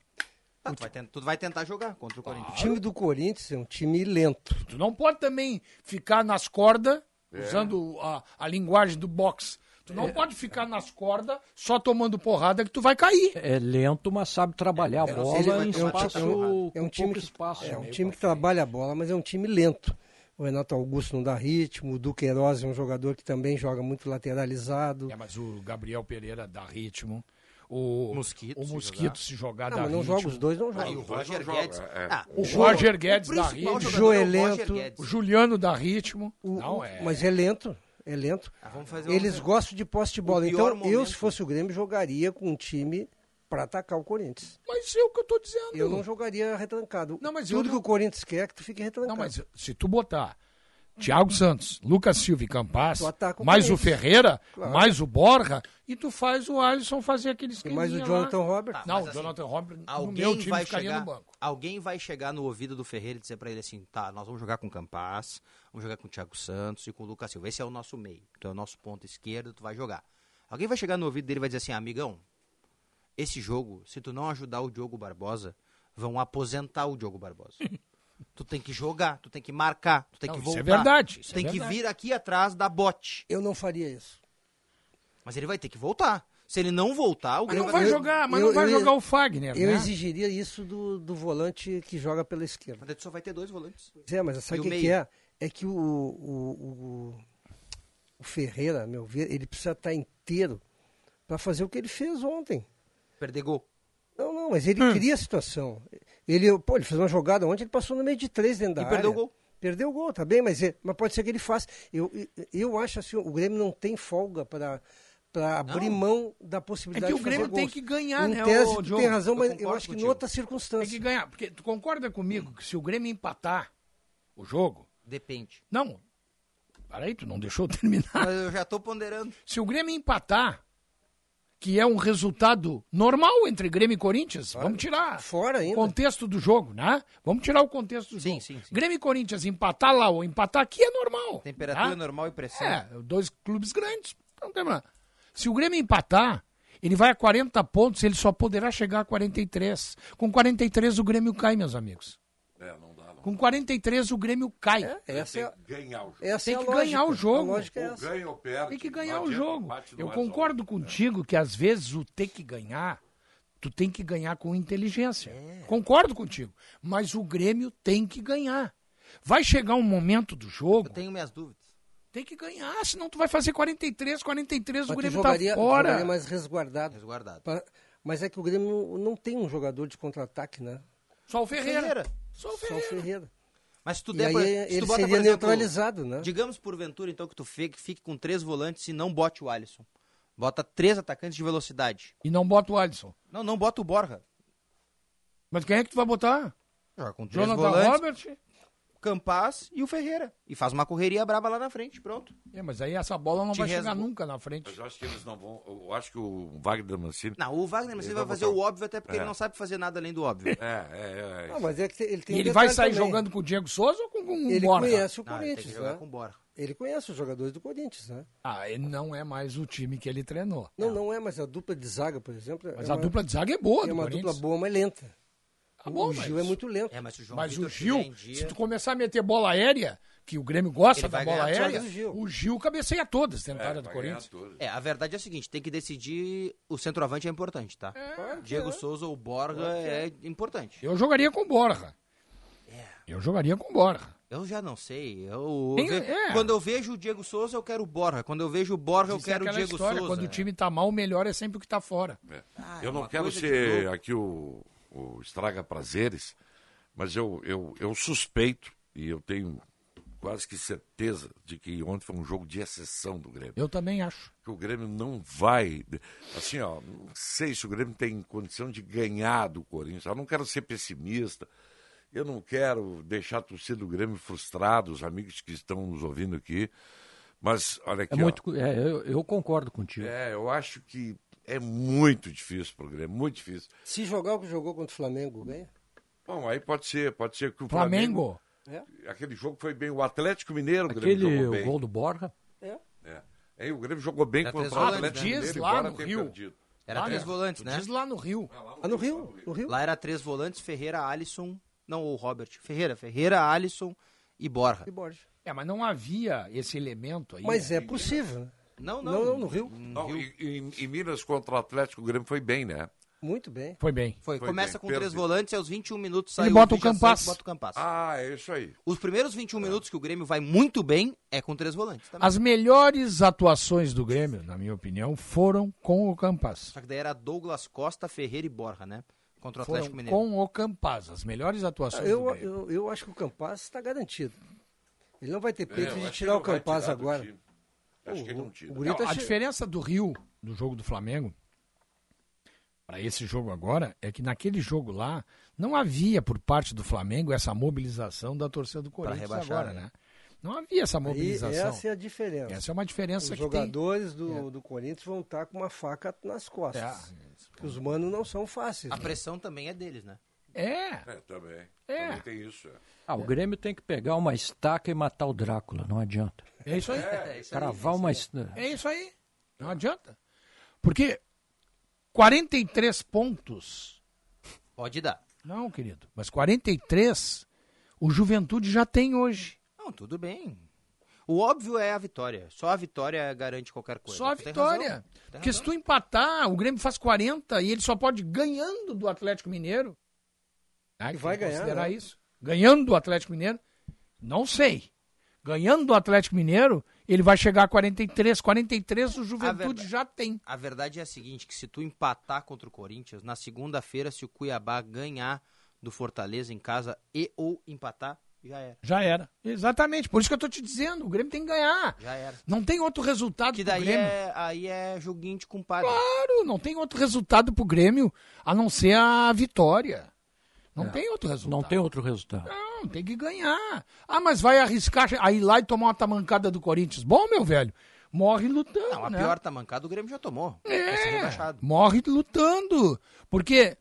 Speaker 4: Ah, tu, vai ten- tu vai tentar jogar contra o Corinthians.
Speaker 5: O time do Corinthians é um time lento.
Speaker 6: Tu não pode também ficar nas cordas,
Speaker 5: É.
Speaker 6: usando a, a linguagem do boxe. Tu não
Speaker 3: É.
Speaker 6: pode ficar nas cordas só tomando porrada que tu vai cair.
Speaker 3: É lento, mas sabe
Speaker 4: É,
Speaker 3: trabalhar a bola em um espaço.
Speaker 5: um é um
Speaker 3: com
Speaker 5: time
Speaker 3: pouco
Speaker 5: que,
Speaker 3: espaço.
Speaker 5: é um
Speaker 3: né?
Speaker 5: time que trabalha a bola, mas é um time lento. O Renato Augusto não dá ritmo, o Duqueiroz é um jogador que também joga muito lateralizado.
Speaker 6: É, mas o Gabriel Pereira dá ritmo. O Mosquito, o
Speaker 5: se
Speaker 6: mosquito
Speaker 5: jogar.
Speaker 6: se jogar,
Speaker 5: Não,
Speaker 6: dá
Speaker 5: Ah, mas não
Speaker 6: ritmo.
Speaker 5: joga, os dois não jogam.
Speaker 4: E o Roger Guedes. Ah,
Speaker 6: O
Speaker 5: Jo-
Speaker 6: Roger Guedes
Speaker 5: o
Speaker 6: dá
Speaker 5: principal
Speaker 6: ritmo.
Speaker 5: jogador é o Roger
Speaker 6: Joelento,
Speaker 5: Guedes.
Speaker 6: o Juliano dá ritmo.
Speaker 5: o-
Speaker 6: não, é.
Speaker 5: Mas é lento, é lento.
Speaker 4: vamos fazer
Speaker 5: Eles
Speaker 4: um-
Speaker 5: gostam de posse de bola.
Speaker 4: O pior
Speaker 5: Então, eu,
Speaker 4: momento-
Speaker 5: se fosse o Grêmio, jogaria com um time para atacar o Corinthians.
Speaker 6: Mas é o que eu tô dizendo.
Speaker 5: Eu não jogaria retrancado.
Speaker 6: Não, mas eu
Speaker 5: Tudo
Speaker 6: não-
Speaker 5: que o Corinthians quer é que tu fique retrancado.
Speaker 6: Não, mas se tu botar Thiago Santos, Lucas Silva e Campaz,
Speaker 5: Tu ataca o
Speaker 6: mais o
Speaker 5: Corinthians.
Speaker 6: Ferreira,
Speaker 5: Claro.
Speaker 6: mais o Borja, e tu faz o Alisson fazer aquele esquema.
Speaker 5: mais o Jonathan Roberts.
Speaker 6: Não,
Speaker 4: Mas,
Speaker 6: o
Speaker 4: assim,
Speaker 6: Jonathan Roberts no
Speaker 4: alguém
Speaker 6: meu time
Speaker 4: vai
Speaker 6: ficaria
Speaker 4: chegar,
Speaker 6: no banco.
Speaker 4: Alguém vai chegar no ouvido do Ferreira e dizer pra ele assim, tá, nós vamos jogar com o Campaz, vamos jogar com o Thiago Santos e com o Lucas Silva. Esse é o nosso meio, tu é o nosso ponto esquerdo, tu vai jogar. Alguém vai chegar no ouvido dele e vai dizer assim, amigão, esse jogo, se tu não ajudar o Diogo Barbosa, vão aposentar o Diogo Barbosa. tu tem que jogar, tu tem que marcar, tu tem
Speaker 6: Não,
Speaker 4: que
Speaker 6: isso é
Speaker 4: voltar.
Speaker 6: verdade, isso
Speaker 4: Tu tem
Speaker 6: é
Speaker 4: que
Speaker 6: verdade.
Speaker 4: vir aqui atrás da bote.
Speaker 5: Eu não faria isso.
Speaker 4: Mas ele vai ter que voltar. Se ele não voltar, é o
Speaker 6: Mas não
Speaker 4: Grêmio
Speaker 6: vai jogar, mas não vai jogar o Fagner,
Speaker 5: Eu
Speaker 6: né?
Speaker 5: exigiria isso do, do volante que joga pela esquerda.
Speaker 4: Mas ele só vai ter dois volantes.
Speaker 5: Pois É, mas sabe
Speaker 4: E
Speaker 5: o
Speaker 4: o
Speaker 5: que, que
Speaker 4: meio?
Speaker 5: é? É que o, o, o- o Ferreira, a meu ver, ele precisa estar inteiro para fazer o que ele fez ontem.
Speaker 4: Perder gol.
Speaker 5: Não, não, mas
Speaker 6: Hum.
Speaker 5: ele cria a situação. Ele, pô, ele fez uma jogada ontem, ele passou no meio de três dentro da
Speaker 4: E
Speaker 5: área.
Speaker 4: perdeu o gol.
Speaker 5: Perdeu o gol, tá bem, mas, é- mas pode ser que ele faça. Eu, eu- eu acho assim, o Grêmio não tem folga para para abrir mão da possibilidade
Speaker 6: É que o
Speaker 5: de fazer
Speaker 6: Grêmio tem
Speaker 5: gols.
Speaker 6: que ganhar,
Speaker 5: em
Speaker 6: né,
Speaker 5: tese,
Speaker 6: ô,
Speaker 5: tu
Speaker 6: Diogo?
Speaker 5: tem razão,
Speaker 6: Eu
Speaker 5: mas eu
Speaker 6: concordo
Speaker 5: acho que em
Speaker 6: contigo.
Speaker 5: outras circunstâncias.
Speaker 6: Tem que ganhar, porque tu concorda comigo que se o Grêmio empatar o jogo...
Speaker 4: Depende.
Speaker 6: Não, peraí, tu não deixou eu terminar.
Speaker 4: Mas eu já tô ponderando.
Speaker 6: Se o Grêmio empatar, que é um resultado normal entre Grêmio e Corinthians, vamos tirar o contexto do jogo, né? Vamos tirar o contexto do jogo. Grêmio e Corinthians empatar lá ou empatar aqui é normal.
Speaker 4: Temperatura
Speaker 6: tá?
Speaker 4: normal e pressão.
Speaker 6: É, dois clubes grandes. Não tem problema. Se o Grêmio empatar, ele vai a 40 pontos, ele só poderá chegar a 43. Com 43 o Grêmio cai, meus amigos.
Speaker 2: É, não dá, não.
Speaker 6: Com 43 o Grêmio cai.
Speaker 2: Tem que ganhar o jogo.
Speaker 5: é essa
Speaker 6: tem
Speaker 5: é a
Speaker 6: que ganhar
Speaker 5: lógica.
Speaker 6: o jogo.
Speaker 5: A lógica é
Speaker 2: Ou ganha ou perde.
Speaker 6: Tem que ganhar
Speaker 2: Não
Speaker 6: o
Speaker 2: adianta,
Speaker 6: jogo.
Speaker 2: empate não
Speaker 6: Eu
Speaker 2: é
Speaker 6: concordo contigo que às vezes o ter que ganhar, tu tem que ganhar com inteligência. Concordo contigo. Mas o Grêmio tem que ganhar. Vai chegar um momento do jogo. Eu
Speaker 4: tenho minhas dúvidas.
Speaker 6: Tem que ganhar, senão tu vai fazer 43, 43, o
Speaker 5: Mas tu
Speaker 6: Grêmio
Speaker 5: jogaria,
Speaker 6: tá
Speaker 5: tu
Speaker 6: fora.
Speaker 5: jogaria mais resguardado.
Speaker 4: Resguardado.
Speaker 5: Mas é que o Grêmio não, não tem um jogador de contra-ataque, né?
Speaker 6: Só o Ferreira.
Speaker 4: Ferreira.
Speaker 6: Só o
Speaker 5: Ferreira.
Speaker 4: Mas se tu
Speaker 5: E
Speaker 4: der,
Speaker 5: aí
Speaker 4: por- se
Speaker 5: ele
Speaker 4: tu bota,
Speaker 5: seria
Speaker 4: por exemplo,
Speaker 5: neutralizado, né?
Speaker 4: Digamos porventura, então, que tu fique, fique com três volantes e não bote o Alisson. Bota três atacantes de velocidade.
Speaker 6: E não bota o Alisson.
Speaker 4: Não, não bota o Borja.
Speaker 6: Mas quem é que tu vai botar?
Speaker 4: Joga com três
Speaker 6: Jonathan
Speaker 4: volantes,
Speaker 6: Robert.
Speaker 4: Campaz e o Ferreira. E faz uma correria braba lá na frente, pronto.
Speaker 6: É, mas aí essa bola não
Speaker 4: Te
Speaker 6: vai chegar
Speaker 4: resgu-
Speaker 6: Ah, nunca na frente.
Speaker 2: Mas eu acho que eles não vão. Eu acho que o Wagner Mancini.
Speaker 4: Não, o Wagner Mancini vai fazer o óbvio até
Speaker 5: É.
Speaker 4: porque ele não sabe fazer nada além do óbvio.
Speaker 2: É, é, é.
Speaker 5: Ah, mas é que ele tem
Speaker 6: E
Speaker 5: um
Speaker 6: ele vai
Speaker 5: detalhe
Speaker 6: sair
Speaker 5: também.
Speaker 6: jogando com o Diego Souza ou com, com o
Speaker 5: Ele
Speaker 6: Borja?
Speaker 5: conhece
Speaker 4: Ah,
Speaker 5: o
Speaker 6: Não, ele tem que
Speaker 5: Corinthians,
Speaker 6: jogar
Speaker 5: né?
Speaker 6: com o
Speaker 5: Ele conhece os jogadores do Corinthians, né?
Speaker 6: Ah, ele não é mais o time que ele treinou.
Speaker 5: Não, não é, mas a dupla de zaga, por exemplo. é
Speaker 6: Mas a
Speaker 5: uma-
Speaker 6: dupla de zaga é boa
Speaker 5: É
Speaker 6: do
Speaker 5: uma
Speaker 6: Corinthians. Tá
Speaker 5: dupla boa, mas lenta.
Speaker 6: bom,
Speaker 5: o Gil
Speaker 6: mas-
Speaker 5: é muito lento.
Speaker 4: É, mas o João
Speaker 6: Mas
Speaker 4: Vitor
Speaker 6: o Gil,
Speaker 4: Firendia-
Speaker 6: se tu começar a meter bola aérea, que o Grêmio gosta
Speaker 4: Ele
Speaker 6: da
Speaker 4: vai
Speaker 6: bola
Speaker 4: ganhar
Speaker 6: aérea,
Speaker 4: todas.
Speaker 6: o Gil cabeceia todas dentro da área do
Speaker 4: vai ganhar
Speaker 6: Corinthians.
Speaker 4: É, a verdade é a seguinte, tem que decidir, o centroavante é importante, tá?
Speaker 6: é.
Speaker 4: Diego Souza ou Borja é importante.
Speaker 6: Eu jogaria com o Borja. Eu jogaria com o Borja.
Speaker 4: Eu já não sei. Eu,
Speaker 6: Tem-
Speaker 4: eu ve-
Speaker 6: é.
Speaker 4: Quando eu vejo o Diego Souza, eu quero o Borja. Quando eu vejo o Borja, eu
Speaker 6: Isso é
Speaker 4: quero o
Speaker 6: aquela
Speaker 4: Diego
Speaker 6: história,
Speaker 4: Souza. né?
Speaker 6: Quando o time tá mal, o melhor é sempre o que tá fora.
Speaker 2: É.
Speaker 5: Ah, é
Speaker 2: eu não
Speaker 4: uma
Speaker 2: quero
Speaker 4: coisa de
Speaker 2: ser
Speaker 4: louco.
Speaker 2: aqui o, o estraga prazeres, mas eu, eu, eu suspeito e eu tenho quase que certeza de que ontem foi um jogo de exceção do Grêmio.
Speaker 6: Eu também acho.
Speaker 2: Que o Grêmio não vai. Assim, ó, não sei se o Grêmio tem condição de ganhar do Corinthians. Eu não quero ser pessimista. Eu não quero deixar a torcida do Grêmio frustrada, os amigos que estão nos ouvindo aqui. Mas, olha aqui.
Speaker 3: É
Speaker 2: ó.
Speaker 3: muito, cu- é, eu, eu concordo contigo.
Speaker 2: É, eu acho que é muito difícil pro Grêmio, muito difícil.
Speaker 5: Se jogar o que jogou contra o Flamengo, ganha.
Speaker 2: Bom, aí pode ser, pode ser que o
Speaker 5: Flamengo?
Speaker 2: Flamengo. É. Aquele jogo foi bem. O Atlético Mineiro, o Grêmio
Speaker 3: Aquele
Speaker 2: jogou
Speaker 3: o
Speaker 2: bem.
Speaker 3: gol do Borja.
Speaker 2: É. Aí o Grêmio jogou bem
Speaker 3: Era
Speaker 2: contra
Speaker 3: três
Speaker 2: o
Speaker 3: volantes,
Speaker 2: Atlético
Speaker 3: né?
Speaker 2: Mineiro,
Speaker 3: Diz lá
Speaker 2: embora
Speaker 3: no
Speaker 2: tenha
Speaker 3: Rio.
Speaker 2: perdido.
Speaker 4: Era
Speaker 6: Lá
Speaker 4: três
Speaker 6: no-
Speaker 4: volantes,
Speaker 6: tu
Speaker 4: né?
Speaker 6: Diz lá no Rio.
Speaker 5: Ah, no Rio? No Rio?
Speaker 4: Lá era três volantes, Ferreira, Alisson... Não, o Robert. Ferreira, Ferreira, Alisson e Borja.
Speaker 5: E Borja.
Speaker 6: É, mas não havia esse elemento aí.
Speaker 5: Mas é possível.
Speaker 4: Não,
Speaker 5: não. Não, não, no Rio.
Speaker 2: Não, e, e- e Minas contra o Atlético, o Grêmio foi bem, né?
Speaker 5: Muito bem.
Speaker 6: Foi bem.
Speaker 4: Foi, começa
Speaker 2: bem,
Speaker 4: com
Speaker 2: perdeu.
Speaker 4: três volantes, aos 21 minutos sai
Speaker 6: Ele bota o
Speaker 4: Vigia
Speaker 6: Campas.
Speaker 4: Santos, Bota o Campas.
Speaker 2: Ah, é isso aí. É.
Speaker 4: Os primeiros 21 minutos que o Grêmio vai muito bem é com três volantes também.
Speaker 6: As melhores atuações do Grêmio, na minha opinião, foram com o Campas.
Speaker 4: Só que daí era Douglas Costa, Ferreira e Borja, né? Contra o
Speaker 6: Foram
Speaker 4: Atlético Mineiro.
Speaker 6: com o Campas. As melhores atuações é do
Speaker 5: Eu,
Speaker 6: Grêmio.
Speaker 5: eu, eu acho que o Campaz está garantido. Ele não vai ter
Speaker 2: É,
Speaker 5: peito
Speaker 2: eu
Speaker 5: de
Speaker 2: acho que
Speaker 5: tirar
Speaker 2: não
Speaker 5: o
Speaker 2: vai
Speaker 5: Campaz
Speaker 2: tirar do
Speaker 5: agora.
Speaker 2: time. Acho que ele não tira.
Speaker 5: o Grêmio
Speaker 6: Não,
Speaker 5: tá
Speaker 6: a
Speaker 5: che-
Speaker 6: diferença do Rio, do jogo do Flamengo, para esse jogo agora, é que naquele jogo lá, não havia por parte do Flamengo essa mobilização da torcida do Corinthians
Speaker 4: rebaixar,
Speaker 6: agora,
Speaker 4: né?
Speaker 6: né? Não havia essa
Speaker 5: Aí,
Speaker 6: mobilização.
Speaker 5: essa é a diferença.
Speaker 6: Essa é uma diferença
Speaker 5: Os
Speaker 6: que tem. É.
Speaker 5: jogadores do, do Corinthians vão estar com uma faca nas costas. Porque os manos não são fáceis.
Speaker 4: A
Speaker 5: né?
Speaker 4: pressão também é deles, né?
Speaker 6: É.
Speaker 2: É, também.
Speaker 4: É.
Speaker 2: Também tem isso. é.
Speaker 3: Ah, o Grêmio tem que pegar uma estaca e matar o Drácula, não adianta.
Speaker 6: É isso aí.
Speaker 3: É, é isso aí, Cravar é isso uma aí. esta-
Speaker 6: É isso aí. Não adianta. Porque 43 pontos.
Speaker 4: Pode dar.
Speaker 6: Não, querido. Mas 43 o Juventude já tem hoje.
Speaker 4: Não, tudo bem. O óbvio é a vitória. Só a vitória garante qualquer coisa.
Speaker 6: Só a
Speaker 4: Tu tem
Speaker 6: vitória.
Speaker 4: razão. Tu tem
Speaker 6: Porque se tu empatar, o Grêmio faz 40 e ele só pode ir ganhando do Atlético Mineiro. Ah,
Speaker 5: E
Speaker 6: que
Speaker 5: vai
Speaker 6: tem que
Speaker 5: ganhar,
Speaker 6: Considerar
Speaker 5: né?
Speaker 6: isso. Ganhando do Atlético Mineiro, não sei. Ganhando do Atlético Mineiro, ele vai chegar a 43. 43 o
Speaker 4: A
Speaker 6: Juventude
Speaker 4: verda-
Speaker 6: já tem.
Speaker 4: A verdade é a seguinte, que se tu empatar contra o Corinthians, na segunda-feira, se o Cuiabá ganhar do Fortaleza em casa e ou empatar, já era.
Speaker 6: Já era. Exatamente. Por isso que eu tô te dizendo, o Grêmio tem que ganhar.
Speaker 4: Já era.
Speaker 6: Não tem outro resultado
Speaker 4: Que
Speaker 6: pro
Speaker 4: daí
Speaker 6: Grêmio.
Speaker 4: é, aí é joguinho de compadre.
Speaker 6: Claro, não tem outro resultado pro Grêmio a não ser a vitória. Não
Speaker 3: É.
Speaker 6: tem outro resultado.
Speaker 3: Não tem outro resultado.
Speaker 6: Não, tem que ganhar. Ah, mas vai arriscar a ir lá e tomar uma tamancada do Corinthians. Bom, meu velho, morre lutando.
Speaker 4: Não, a
Speaker 6: né?
Speaker 4: pior tá- tamancada o Grêmio já tomou.
Speaker 6: É.
Speaker 4: Vai ser rebaixado.
Speaker 6: Morre lutando. Porque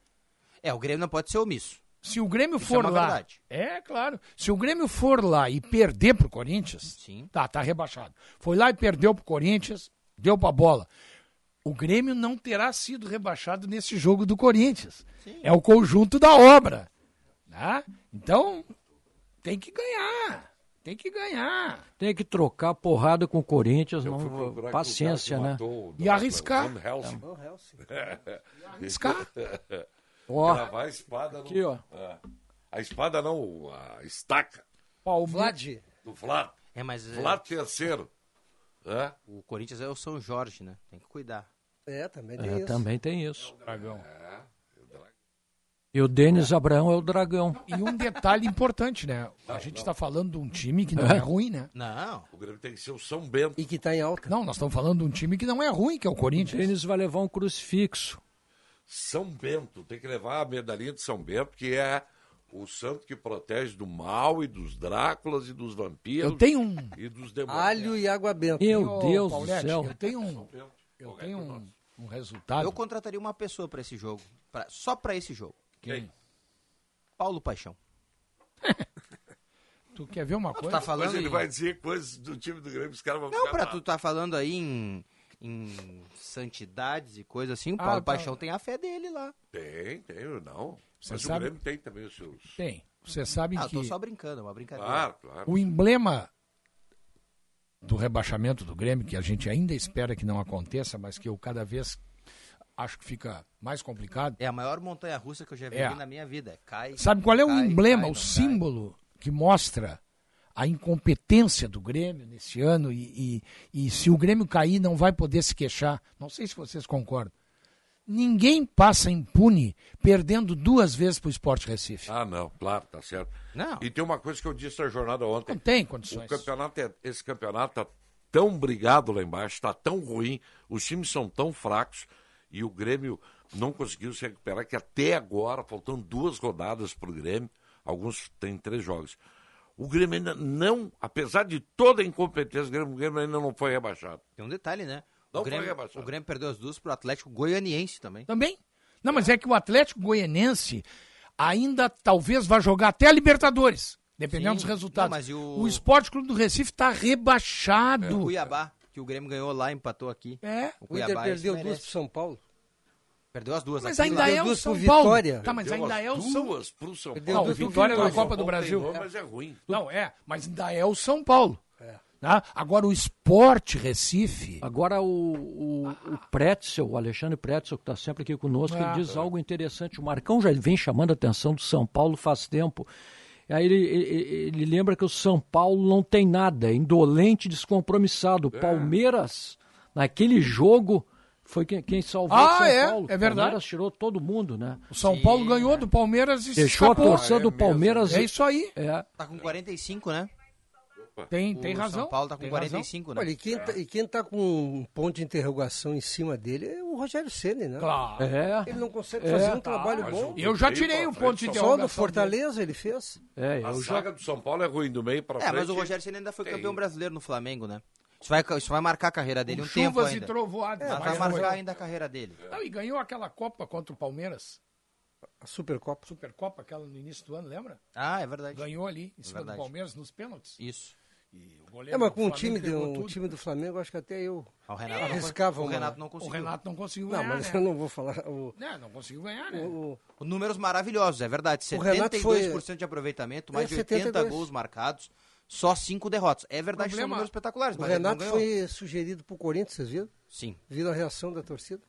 Speaker 4: É, o Grêmio não pode ser omisso.
Speaker 6: se o Grêmio
Speaker 4: Isso é
Speaker 6: for
Speaker 4: uma
Speaker 6: lá.
Speaker 4: verdade.
Speaker 6: É, claro. Se o Grêmio for lá e perder pro Corinthians, tá, tá rebaixado. Foi lá e perdeu pro Corinthians, deu pra bola. O Grêmio não terá sido rebaixado nesse jogo do Corinthians. É o conjunto da obra. Tá? Então, tem que ganhar. Tem que ganhar.
Speaker 3: Tem que trocar porrada com o Corinthians,
Speaker 2: Eu fui
Speaker 3: não,
Speaker 2: procurar que o
Speaker 3: paciência,
Speaker 2: cara que
Speaker 3: né?
Speaker 2: matou o
Speaker 6: E
Speaker 2: Drácula,
Speaker 6: arriscar.
Speaker 2: Van Helsing.
Speaker 6: Van
Speaker 2: E
Speaker 6: arriscar.
Speaker 3: Ó.
Speaker 2: Gravar a espada. no-
Speaker 3: Aqui, ó.
Speaker 2: Ah. A espada não, a estaca.
Speaker 6: Ó, o
Speaker 4: Vlad.
Speaker 2: Do Vlad.
Speaker 4: É, mas, é,
Speaker 2: Vlad terceiro. Hã?
Speaker 4: O Corinthians é o São Jorge, né? Tem que cuidar.
Speaker 5: É, também
Speaker 3: É, também tem isso.
Speaker 6: Dragão.
Speaker 3: E o Denis Abraão é o dragão.
Speaker 6: E um detalhe importante, né? A gente está falando de um time que não é ruim, né?
Speaker 4: Não.
Speaker 2: O Grêmio tem que ser o São Bento.
Speaker 5: E que está em alta.
Speaker 6: Não, nós estamos falando de um time que não é ruim, que é o Corinthians.
Speaker 3: Denis vai levar um crucifixo.
Speaker 2: São Bento. Tem que levar a medalhinha de São Bento, que é o santo que protege do mal e dos Dráculas e dos vampiros.
Speaker 6: Eu tenho um.
Speaker 2: E dos demônios.
Speaker 5: Alho e água benta.
Speaker 6: Ô, Paulete, Eu tenho um,
Speaker 2: É
Speaker 6: eu tenho um, um resultado.
Speaker 4: Eu contrataria uma pessoa pra esse jogo. pra- só pra esse jogo.
Speaker 6: Quem?
Speaker 4: Paulo Paixão.
Speaker 6: Tu quer ver uma
Speaker 4: tu
Speaker 6: coisa?
Speaker 4: tá falando
Speaker 2: Mas ele
Speaker 4: em-
Speaker 2: vai dizer coisas do time do Grêmio, os caras vão
Speaker 4: Não,
Speaker 2: ficar
Speaker 4: pra
Speaker 2: bravos.
Speaker 4: tu tá falando aí em, em santidades e coisa assim, o
Speaker 2: Ah,
Speaker 4: Paulo
Speaker 2: tá.
Speaker 4: Paixão tem a fé dele lá.
Speaker 2: Tem, tem, não.
Speaker 6: Você
Speaker 2: Mas
Speaker 6: sabe-
Speaker 2: o Grêmio tem também os seus.
Speaker 6: Tem. Você sabe
Speaker 4: Ah, eu
Speaker 6: que
Speaker 4: tô só brincando, é uma brincadeira.
Speaker 2: Claro, claro.
Speaker 6: o emblema do rebaixamento do Grêmio, que a gente ainda espera que não aconteça, mas que eu cada vez acho que fica mais complicado.
Speaker 4: É a maior montanha russa que eu já vi
Speaker 6: É.
Speaker 4: na minha vida. Cai.
Speaker 6: Sabe qual é o
Speaker 4: cai,
Speaker 6: emblema,
Speaker 4: cai,
Speaker 6: o
Speaker 4: não
Speaker 6: símbolo que mostra a incompetência do Grêmio nesse ano e, e- e se o Grêmio cair não vai poder se queixar? Não sei se vocês concordam. Ninguém passa impune perdendo duas vezes para o Esporte Recife.
Speaker 2: Ah, não, claro, tá certo.
Speaker 6: Não.
Speaker 2: E tem uma coisa que eu disse na jornada ontem.
Speaker 6: Não tem condições.
Speaker 2: O campeonato é- esse campeonato tá tão brigado lá embaixo, tá tão ruim, os times são tão fracos e o Grêmio não conseguiu se recuperar, que até agora, faltando duas rodadas pro Grêmio, alguns têm três jogos. O Grêmio ainda não, apesar de toda a incompetência do Grêmio, o Grêmio ainda não foi rebaixado.
Speaker 4: Tem um detalhe, né?
Speaker 2: Não
Speaker 4: o,
Speaker 2: foi
Speaker 4: Grêmio,
Speaker 2: rebaixado.
Speaker 4: o Grêmio perdeu as duas pro Atlético Goianiense também.
Speaker 6: Também? Não, mas é que o Atlético Goianense ainda talvez vá jogar até a Libertadores, dependendo dos
Speaker 4: Sim.
Speaker 6: resultados.
Speaker 4: Não, mas e o- É,
Speaker 6: o... Esporte Clube do Recife está
Speaker 4: O
Speaker 6: rebaixado.
Speaker 4: Cuiabá, que o Grêmio ganhou lá, empatou aqui.
Speaker 6: É.
Speaker 4: o
Speaker 5: O Inter
Speaker 4: Cuiabá
Speaker 5: perdeu
Speaker 4: isso
Speaker 5: duas
Speaker 4: merece.
Speaker 5: pro São Paulo.
Speaker 4: Perdeu as duas
Speaker 6: Mas
Speaker 4: aqui, lá.
Speaker 6: ainda é
Speaker 5: Perdeu
Speaker 6: o
Speaker 5: duas
Speaker 6: São
Speaker 5: pro
Speaker 6: Paulo.
Speaker 5: Vitória.
Speaker 6: Tá, mas
Speaker 2: Deu
Speaker 6: ainda
Speaker 2: as
Speaker 6: é o São
Speaker 2: duas pro São
Speaker 6: Não,
Speaker 2: Paulo.
Speaker 6: o Vitória da
Speaker 2: São
Speaker 6: Copa
Speaker 2: Paulo
Speaker 6: do
Speaker 2: tem
Speaker 6: Brasil.
Speaker 2: nome, mas é ruim.
Speaker 6: Não, é, mas ainda é o São Paulo.
Speaker 3: É.
Speaker 6: Tá? Agora o Esporte Recife.
Speaker 3: Agora o, o, o Pretzel, o Alexandre Pretzel, que está sempre aqui conosco,
Speaker 6: Ah.
Speaker 3: ele diz algo interessante. O Marcão já vem chamando a atenção do São Paulo faz tempo. Aí ele, ele- ele lembra que o São Paulo não tem nada, é indolente, descompromissado.
Speaker 6: É.
Speaker 3: O Palmeiras, naquele jogo, foi quem, quem salvou o
Speaker 6: Ah,
Speaker 3: São
Speaker 6: é,
Speaker 3: Paulo.
Speaker 6: é verdade.
Speaker 3: O Palmeiras tirou todo mundo, né?
Speaker 6: O São Paulo
Speaker 4: é.
Speaker 6: ganhou do Palmeiras e
Speaker 3: Deixou a
Speaker 6: escapou.
Speaker 3: torcida do Palmeiras.
Speaker 6: É isso aí.
Speaker 3: É.
Speaker 4: Tá com 45, né?
Speaker 6: Tem,
Speaker 4: O
Speaker 6: tem razão.
Speaker 4: São Paulo tá com
Speaker 6: tem razão.
Speaker 4: 45, né?
Speaker 5: Olha, e quem, tá, e quem tá com um ponto de interrogação em cima dele é o o Rogério Ceni, né?
Speaker 6: Claro.
Speaker 3: É.
Speaker 5: Ele não consegue
Speaker 3: É.
Speaker 5: fazer um
Speaker 3: Tá,
Speaker 5: trabalho
Speaker 2: mas
Speaker 5: bom.
Speaker 2: o Eu já meio
Speaker 6: um
Speaker 2: tirei pra o ponto frente de só-
Speaker 5: Só do
Speaker 2: interrogação
Speaker 5: Fortaleza ele fez.
Speaker 3: É,
Speaker 2: a saga do São Paulo é ruim do meio pra
Speaker 4: É,
Speaker 2: frente.
Speaker 4: mas o Rogério Ceni ainda foi
Speaker 2: Tem.
Speaker 4: campeão brasileiro no Flamengo, né? Isso vai, isso vai marcar a carreira dele um tempo
Speaker 6: Chuvas e
Speaker 4: ainda.
Speaker 6: trovoadas.
Speaker 4: É, Mas vai
Speaker 6: Mas foi.
Speaker 4: marcar ainda a carreira dele.
Speaker 6: né, Não, e ganhou aquela Copa contra o Palmeiras.
Speaker 5: A Supercopa.
Speaker 6: Supercopa, aquela no início do ano, lembra?
Speaker 4: Ah, é verdade.
Speaker 6: Ganhou ali, em
Speaker 4: É
Speaker 6: cima
Speaker 4: verdade.
Speaker 6: do Palmeiras, nos pênaltis.
Speaker 4: Isso.
Speaker 6: E o
Speaker 5: É,
Speaker 6: goleiro
Speaker 5: mas
Speaker 6: do
Speaker 5: com o
Speaker 6: Flamengo
Speaker 5: time, de,
Speaker 6: pegou
Speaker 5: um
Speaker 6: tudo.
Speaker 5: time do Flamengo, acho que até eu
Speaker 4: Ah, o Renato não-
Speaker 5: arriscava.
Speaker 4: o
Speaker 5: uma-
Speaker 4: Renato não conseguiu.
Speaker 6: O Renato não conseguiu
Speaker 5: Não,
Speaker 6: ganhar,
Speaker 5: mas
Speaker 6: né?
Speaker 5: eu não vou falar. O,
Speaker 6: É, não conseguiu ganhar, né?
Speaker 4: Com Números maravilhosos, é verdade.
Speaker 5: O Renato foi-
Speaker 4: 72% de aproveitamento, mais
Speaker 5: É,
Speaker 4: de 80
Speaker 5: 72.
Speaker 4: gols marcados, só 5 derrotas. É verdade, são
Speaker 5: Problema-
Speaker 4: números espetaculares,
Speaker 5: O
Speaker 4: mas ele não
Speaker 5: Renato
Speaker 4: ganhou.
Speaker 5: foi sugerido pro Corinthians, vocês viram?
Speaker 4: Sim.
Speaker 5: Viram a reação da torcida?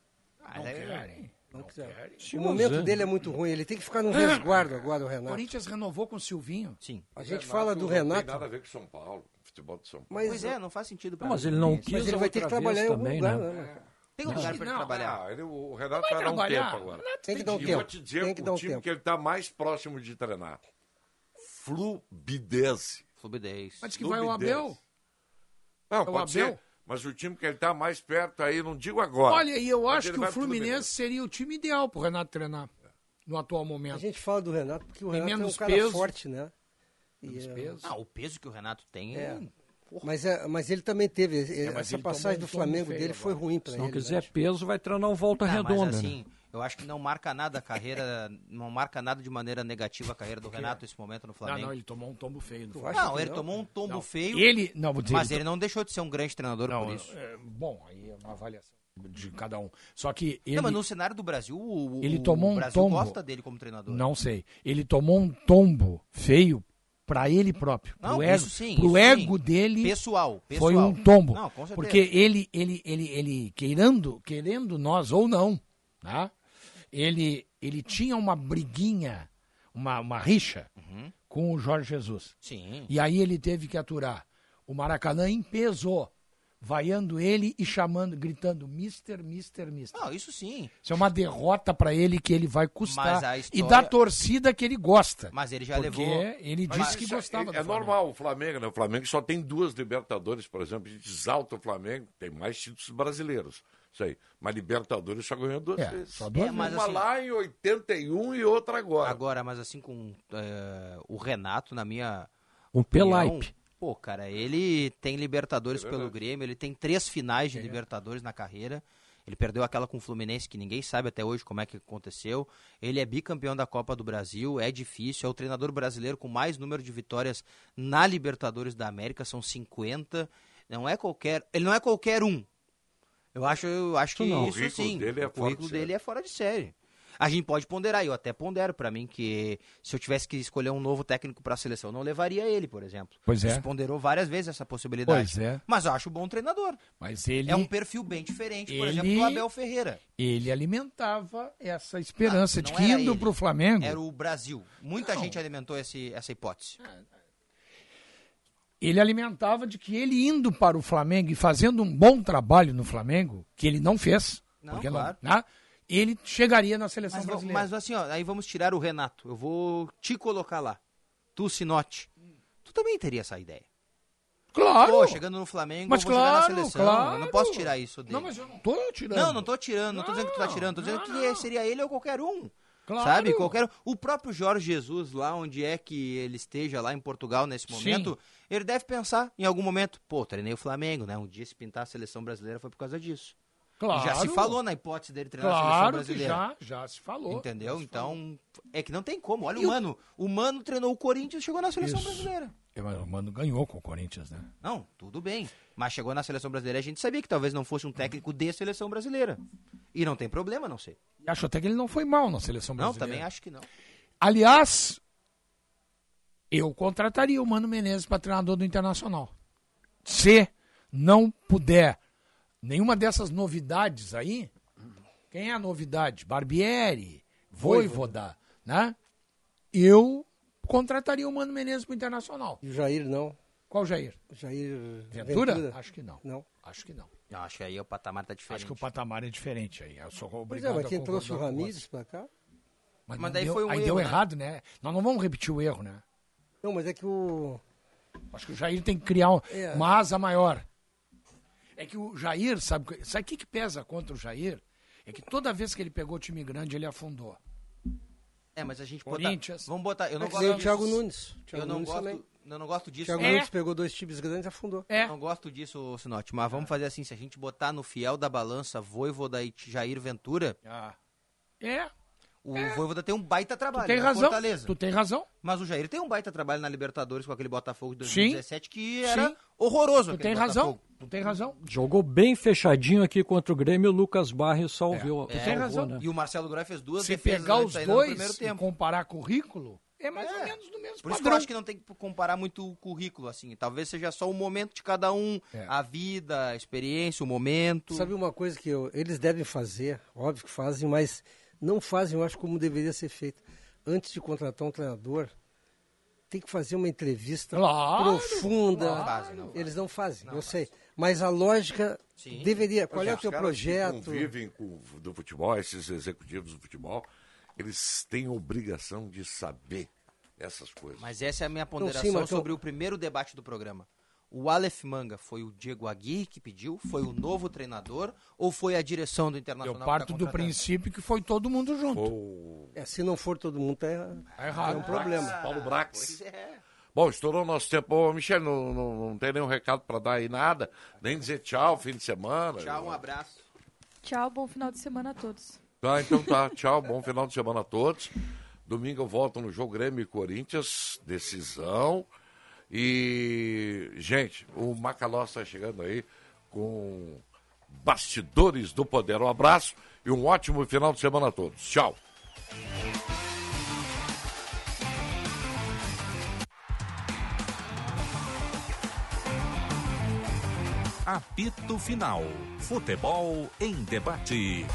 Speaker 4: Ah, é-
Speaker 5: Não quiseram.
Speaker 6: Sim,
Speaker 5: o
Speaker 6: mas
Speaker 5: momento
Speaker 6: é.
Speaker 5: dele é muito ruim, ele tem que ficar num resguardo agora, o
Speaker 6: O
Speaker 5: Renato.
Speaker 6: Corinthians renovou com o Silvinho.
Speaker 4: Sim.
Speaker 5: A gente fala do Renato.
Speaker 2: Não tem nada a ver com São Paulo, futebol de São Paulo.
Speaker 5: Mas-
Speaker 4: Pois é, não faz sentido pra
Speaker 3: Mas
Speaker 4: mim.
Speaker 3: ele não
Speaker 4: Mas
Speaker 3: quis
Speaker 4: ele vai ter que
Speaker 3: outra
Speaker 4: trabalhar
Speaker 3: vez
Speaker 4: em algum
Speaker 3: também,
Speaker 4: lugar,
Speaker 3: né?
Speaker 4: né? Tem um lugar pra ele
Speaker 2: Não,
Speaker 4: trabalhar.
Speaker 2: Ah, ele- o Renato vai
Speaker 4: Não
Speaker 2: dar
Speaker 4: vai
Speaker 2: um
Speaker 4: trabalhar.
Speaker 2: tempo agora.
Speaker 4: Renato Tem que tem
Speaker 5: dar um
Speaker 2: E
Speaker 5: tempo.
Speaker 2: vou te dizer
Speaker 5: Tem que
Speaker 2: o
Speaker 5: dar um
Speaker 2: time
Speaker 5: tempo.
Speaker 2: que ele está mais próximo de treinar. Fluminense.
Speaker 4: Fluminense.
Speaker 6: Mas que vai o Abel.
Speaker 2: Não,
Speaker 6: É o
Speaker 2: pode
Speaker 6: Abel.
Speaker 2: ser. Mas o time que ele está mais perto aí, não digo agora.
Speaker 6: Olha, e eu
Speaker 2: Mas
Speaker 6: acho
Speaker 2: ele
Speaker 6: que o
Speaker 2: vai pro
Speaker 6: Fluminense seria o time ideal pro Renato treinar no atual momento.
Speaker 5: A gente fala do Renato porque o
Speaker 6: Tem
Speaker 5: Renato é um
Speaker 6: menos
Speaker 5: cara
Speaker 6: peso.
Speaker 5: forte, né?
Speaker 3: Um
Speaker 5: E, é,
Speaker 4: Ah, o peso que o Renato tem é.
Speaker 5: É. Mas, é, mas ele também teve. é,
Speaker 4: É, mas
Speaker 5: essa
Speaker 4: ele tomou
Speaker 5: passagem
Speaker 4: um
Speaker 5: do
Speaker 4: tombo
Speaker 5: Flamengo
Speaker 4: feio
Speaker 5: dele foi
Speaker 4: agora.
Speaker 5: ruim pra
Speaker 3: Se
Speaker 5: ele.
Speaker 3: não quiser
Speaker 5: né?
Speaker 3: peso, vai treinar um volta
Speaker 4: Tá,
Speaker 3: redonda.
Speaker 4: mas
Speaker 3: né?
Speaker 4: assim, eu acho que não marca nada a carreira, não marca nada de maneira negativa a carreira do
Speaker 3: É.
Speaker 4: Renato nesse momento no Flamengo.
Speaker 6: Não, não, ele tomou um tombo feio. No
Speaker 4: Não, ele tomou um tombo
Speaker 6: Não.
Speaker 4: feio.
Speaker 6: Ele, não, vou dizer,
Speaker 4: mas ele não deixou de ser um grande treinador
Speaker 6: Não,
Speaker 4: por isso.
Speaker 6: é, bom, aí é uma avaliação de cada um. Só que ele,
Speaker 4: não, mas no cenário do Brasil, o, o-
Speaker 6: ele tomou
Speaker 4: o
Speaker 6: um
Speaker 4: Brasil
Speaker 6: tombo.
Speaker 4: gosta dele como treinador.
Speaker 6: não sei, ele tomou um tombo feio pra ele próprio, pro
Speaker 4: Não,
Speaker 6: ego,
Speaker 4: isso sim,
Speaker 6: pro
Speaker 4: isso
Speaker 6: ego
Speaker 4: sim.
Speaker 6: dele.
Speaker 4: Pessoal, pessoal.
Speaker 6: Foi um tombo.
Speaker 4: Não, com certeza.
Speaker 6: porque ele, ele, ele, ele queirando, querendo nós ou não, tá? Ele, ele tinha uma briguinha, uma, uma rixa com o Jorge Jesus.
Speaker 4: uhum, Sim.
Speaker 6: E aí ele teve que aturar o Maracanã em peso, vaiando ele e chamando, gritando Mister, Mister, Mister.
Speaker 4: Não, isso sim.
Speaker 6: Isso é uma derrota pra ele que ele vai custar
Speaker 4: Mas a
Speaker 6: e
Speaker 4: história-
Speaker 6: da torcida que ele gosta.
Speaker 4: Mas ele já
Speaker 6: porque
Speaker 4: levou-
Speaker 6: ele
Speaker 2: Mas
Speaker 6: disse
Speaker 2: isso
Speaker 6: que
Speaker 2: é-
Speaker 6: gostava do
Speaker 2: É,
Speaker 6: Flamengo.
Speaker 2: normal o Flamengo, né? O Flamengo só tem duas Libertadores, por exemplo. A gente exalta o Flamengo, tem mais títulos brasileiros. Isso aí. Mas Libertadores só ganhou duas
Speaker 6: É,
Speaker 2: vezes.
Speaker 6: só duas
Speaker 4: É, mas
Speaker 2: Uma
Speaker 4: assim-
Speaker 2: lá em 81 e outra agora.
Speaker 4: Agora, mas assim com é, o Renato, na minha.
Speaker 3: Um
Speaker 4: opinião,
Speaker 3: Pelaipe.
Speaker 4: Pô, cara, ele tem Libertadores
Speaker 3: É
Speaker 4: pelo
Speaker 3: verdade.
Speaker 4: Grêmio, ele tem três finais
Speaker 2: É.
Speaker 4: de Libertadores na carreira. Ele perdeu aquela com o Fluminense, que ninguém sabe até hoje como é que aconteceu. Ele é bicampeão da Copa do Brasil, é difícil, é o treinador brasileiro com mais número de vitórias na Libertadores da América, são 50. Não é qualquer. Ele não é qualquer um. Eu acho, eu acho que
Speaker 2: Isso não. O
Speaker 4: isso
Speaker 2: currículo
Speaker 4: sim.
Speaker 2: dele é fora
Speaker 4: o
Speaker 2: de
Speaker 4: currículo
Speaker 2: série.
Speaker 4: dele é fora de série. A gente pode ponderar, eu até pondero pra mim que se eu tivesse que escolher um novo técnico pra seleção, eu não levaria ele, por exemplo.
Speaker 6: Pois é.
Speaker 4: A gente ponderou várias vezes essa possibilidade.
Speaker 6: Pois é.
Speaker 4: Mas eu acho um bom treinador.
Speaker 6: Mas ele,
Speaker 4: É um perfil bem diferente, por
Speaker 6: Ele-
Speaker 4: exemplo, do Abel Ferreira.
Speaker 6: ele alimentava essa esperança
Speaker 4: Não
Speaker 6: de que
Speaker 4: era
Speaker 6: indo
Speaker 4: ele.
Speaker 6: pro Flamengo,
Speaker 4: Era o Brasil. Muita gente alimentou esse- essa hipótese.
Speaker 6: Ah, ele alimentava de que ele indo para o Flamengo e fazendo um bom trabalho no Flamengo, que ele não fez,
Speaker 4: Não,
Speaker 6: porque
Speaker 4: claro.
Speaker 6: não, né? ele chegaria na seleção
Speaker 4: Mas,
Speaker 6: brasileira.
Speaker 4: mas assim, ó, aí vamos tirar o Renato. Eu vou te colocar lá. Tu, Sinote. Tu também teria essa ideia.
Speaker 6: Claro.
Speaker 4: Pô, chegando no Flamengo,
Speaker 6: Mas
Speaker 4: eu vou jogar na
Speaker 6: claro,
Speaker 4: seleção. Eu não
Speaker 6: claro.
Speaker 4: posso tirar isso dele.
Speaker 6: Não, mas eu não tô tirando.
Speaker 4: Não, não tô tirando, não tô dizendo que tu tá tirando, tô dizendo que seria ele ou qualquer um.
Speaker 6: Claro.
Speaker 4: Sabe? Qualquer um. o próprio Jorge Jesus lá onde é que ele esteja lá em Portugal nesse momento, ele deve pensar em algum momento, pô, treinei o Flamengo, né? Um dia se pintar a seleção brasileira foi por causa disso.
Speaker 6: Claro.
Speaker 4: E já se falou na hipótese dele treinar a seleção
Speaker 6: Claro que
Speaker 4: brasileira.
Speaker 6: já, já se falou.
Speaker 4: Entendeu?
Speaker 6: Já se falou.
Speaker 4: Então, é que não tem como. Olha
Speaker 6: E
Speaker 4: o
Speaker 6: o-
Speaker 4: Mano. O Mano treinou o Corinthians e chegou na seleção
Speaker 6: Isso.
Speaker 4: brasileira.
Speaker 6: É, mas O Mano ganhou com o Corinthians, né?
Speaker 4: Não, tudo bem. Mas chegou na seleção brasileira, a gente sabia que talvez não fosse um técnico de seleção brasileira. E não tem problema, não sei.
Speaker 6: E acho até que ele não foi mal na seleção
Speaker 4: Não,
Speaker 6: brasileira.
Speaker 4: também acho que não.
Speaker 6: Aliás, eu contrataria o Mano Menezes para treinador do Internacional. Se não puder nenhuma dessas novidades aí, quem é a novidade? Barbieri, Voivoda, né? Eu contrataria o Mano Menezes para o Internacional.
Speaker 5: E o Jair não.
Speaker 6: Qual Jair?
Speaker 5: Jair
Speaker 6: Ventura?
Speaker 5: Ventura?
Speaker 6: Acho que não.
Speaker 5: Não.
Speaker 6: Acho que não.
Speaker 4: Não, acho que aí o patamar tá diferente.
Speaker 6: Acho que o patamar é diferente aí. Eu sou
Speaker 5: Pois
Speaker 6: obrigado
Speaker 5: é, mas
Speaker 6: a
Speaker 5: quem trouxe o
Speaker 6: concordar com
Speaker 5: Ramírez pra cá?
Speaker 6: Mas,
Speaker 4: Mas
Speaker 6: daí
Speaker 4: daí
Speaker 6: deu,
Speaker 4: foi um
Speaker 6: aí
Speaker 4: erro,
Speaker 6: deu
Speaker 4: né?
Speaker 6: errado, né? Nós não vamos repetir o erro, né?
Speaker 5: Não, mas é que o.
Speaker 6: Acho que o Jair tem que criar um-
Speaker 5: É.
Speaker 6: uma asa maior. É que o Jair, sabe, sabe o que, que pesa contra o Jair? É que toda vez que ele pegou o time grande, ele afundou.
Speaker 4: É, mas a gente
Speaker 6: Corinthians.
Speaker 4: botar, vamos botar, eu não
Speaker 6: É que
Speaker 4: gosto
Speaker 6: nem o
Speaker 4: disso.
Speaker 6: Thiago Nunes.
Speaker 4: eu
Speaker 5: Thiago
Speaker 4: não
Speaker 5: Nunes
Speaker 4: gosto,
Speaker 5: também.
Speaker 4: eu não gosto disso.
Speaker 5: Thiago Nunes pegou dois times grandes e afundou.
Speaker 6: É.
Speaker 4: Eu Não gosto disso, Sinote, mas vamos fazer assim, se a gente botar no fiel da balança Voivoda e Jair Ventura,
Speaker 6: É.
Speaker 4: o Voivoda tem um baita trabalho.
Speaker 6: Tu tem
Speaker 4: na
Speaker 6: razão,
Speaker 4: Fortaleza.
Speaker 6: tu tem razão.
Speaker 4: Mas o Jair tem um baita trabalho na Libertadores com aquele Botafogo de
Speaker 6: Sim.
Speaker 4: 2017 que era
Speaker 6: Sim.
Speaker 4: horroroso.
Speaker 6: Tu tem
Speaker 4: aquele
Speaker 6: razão.
Speaker 4: Botafogo.
Speaker 6: Tu tem razão.
Speaker 3: Jogou bem fechadinho aqui contra o Grêmio, o Lucas Barrios salvou.
Speaker 4: É,
Speaker 3: salvou, né?
Speaker 4: E o Marcelo Groy fez duas
Speaker 6: Se
Speaker 4: defesas
Speaker 6: pegar
Speaker 4: antes
Speaker 6: os
Speaker 4: ainda no primeiro
Speaker 6: dois e
Speaker 4: tempo.
Speaker 6: comparar currículo, é mais ou menos do mesmo
Speaker 4: Por isso que eu
Speaker 6: padrão.
Speaker 4: acho que não tem que comparar muito o currículo, assim. Talvez seja só o momento de cada um, a vida, a experiência, o momento.
Speaker 5: Sabe uma coisa que eu- eles devem fazer, óbvio que fazem, mas não fazem, eu acho, como deveria ser feito. Antes de contratar um treinador, tem que fazer uma entrevista
Speaker 6: Claro,
Speaker 5: profunda.
Speaker 6: claro. Não fazem,
Speaker 5: Eles não fazem, eu sei. Mas a lógica deveria. Qual
Speaker 2: Mas
Speaker 5: é o
Speaker 2: os
Speaker 5: teu
Speaker 2: caras
Speaker 5: projeto?
Speaker 2: Que convivem com o- do futebol, esses executivos do futebol, eles têm obrigação de saber essas coisas.
Speaker 4: Mas essa é a minha
Speaker 2: Não,
Speaker 4: ponderação
Speaker 2: sim, mas eu-
Speaker 4: sobre o primeiro debate do programa. O Aleph Manga foi o Diego Aguirre que pediu? Foi o novo treinador? Ou foi a direção do Internacional?
Speaker 6: Eu parto
Speaker 4: que tá
Speaker 6: do
Speaker 4: contratando?
Speaker 6: princípio que foi todo mundo junto.
Speaker 5: É, se não for todo mundo, tá errado. É um problema.
Speaker 2: Paulo Brax. Bom, estourou o nosso tempo. Ô, Michel, não, não, não tem nenhum recado para dar aí, nada. Nem dizer tchau, fim de semana.
Speaker 4: Tchau, um abraço.
Speaker 7: Tchau, bom final de semana a todos.
Speaker 2: Tá, então tá. Tchau, bom final de semana a todos. Domingo eu volto no jogo Grêmio e Corinthians, decisão. E, gente, o Macalós está chegando aí com bastidores do poder. Um abraço e um ótimo final de semana a todos. Tchau.
Speaker 13: Apito Final. Futebol em debate.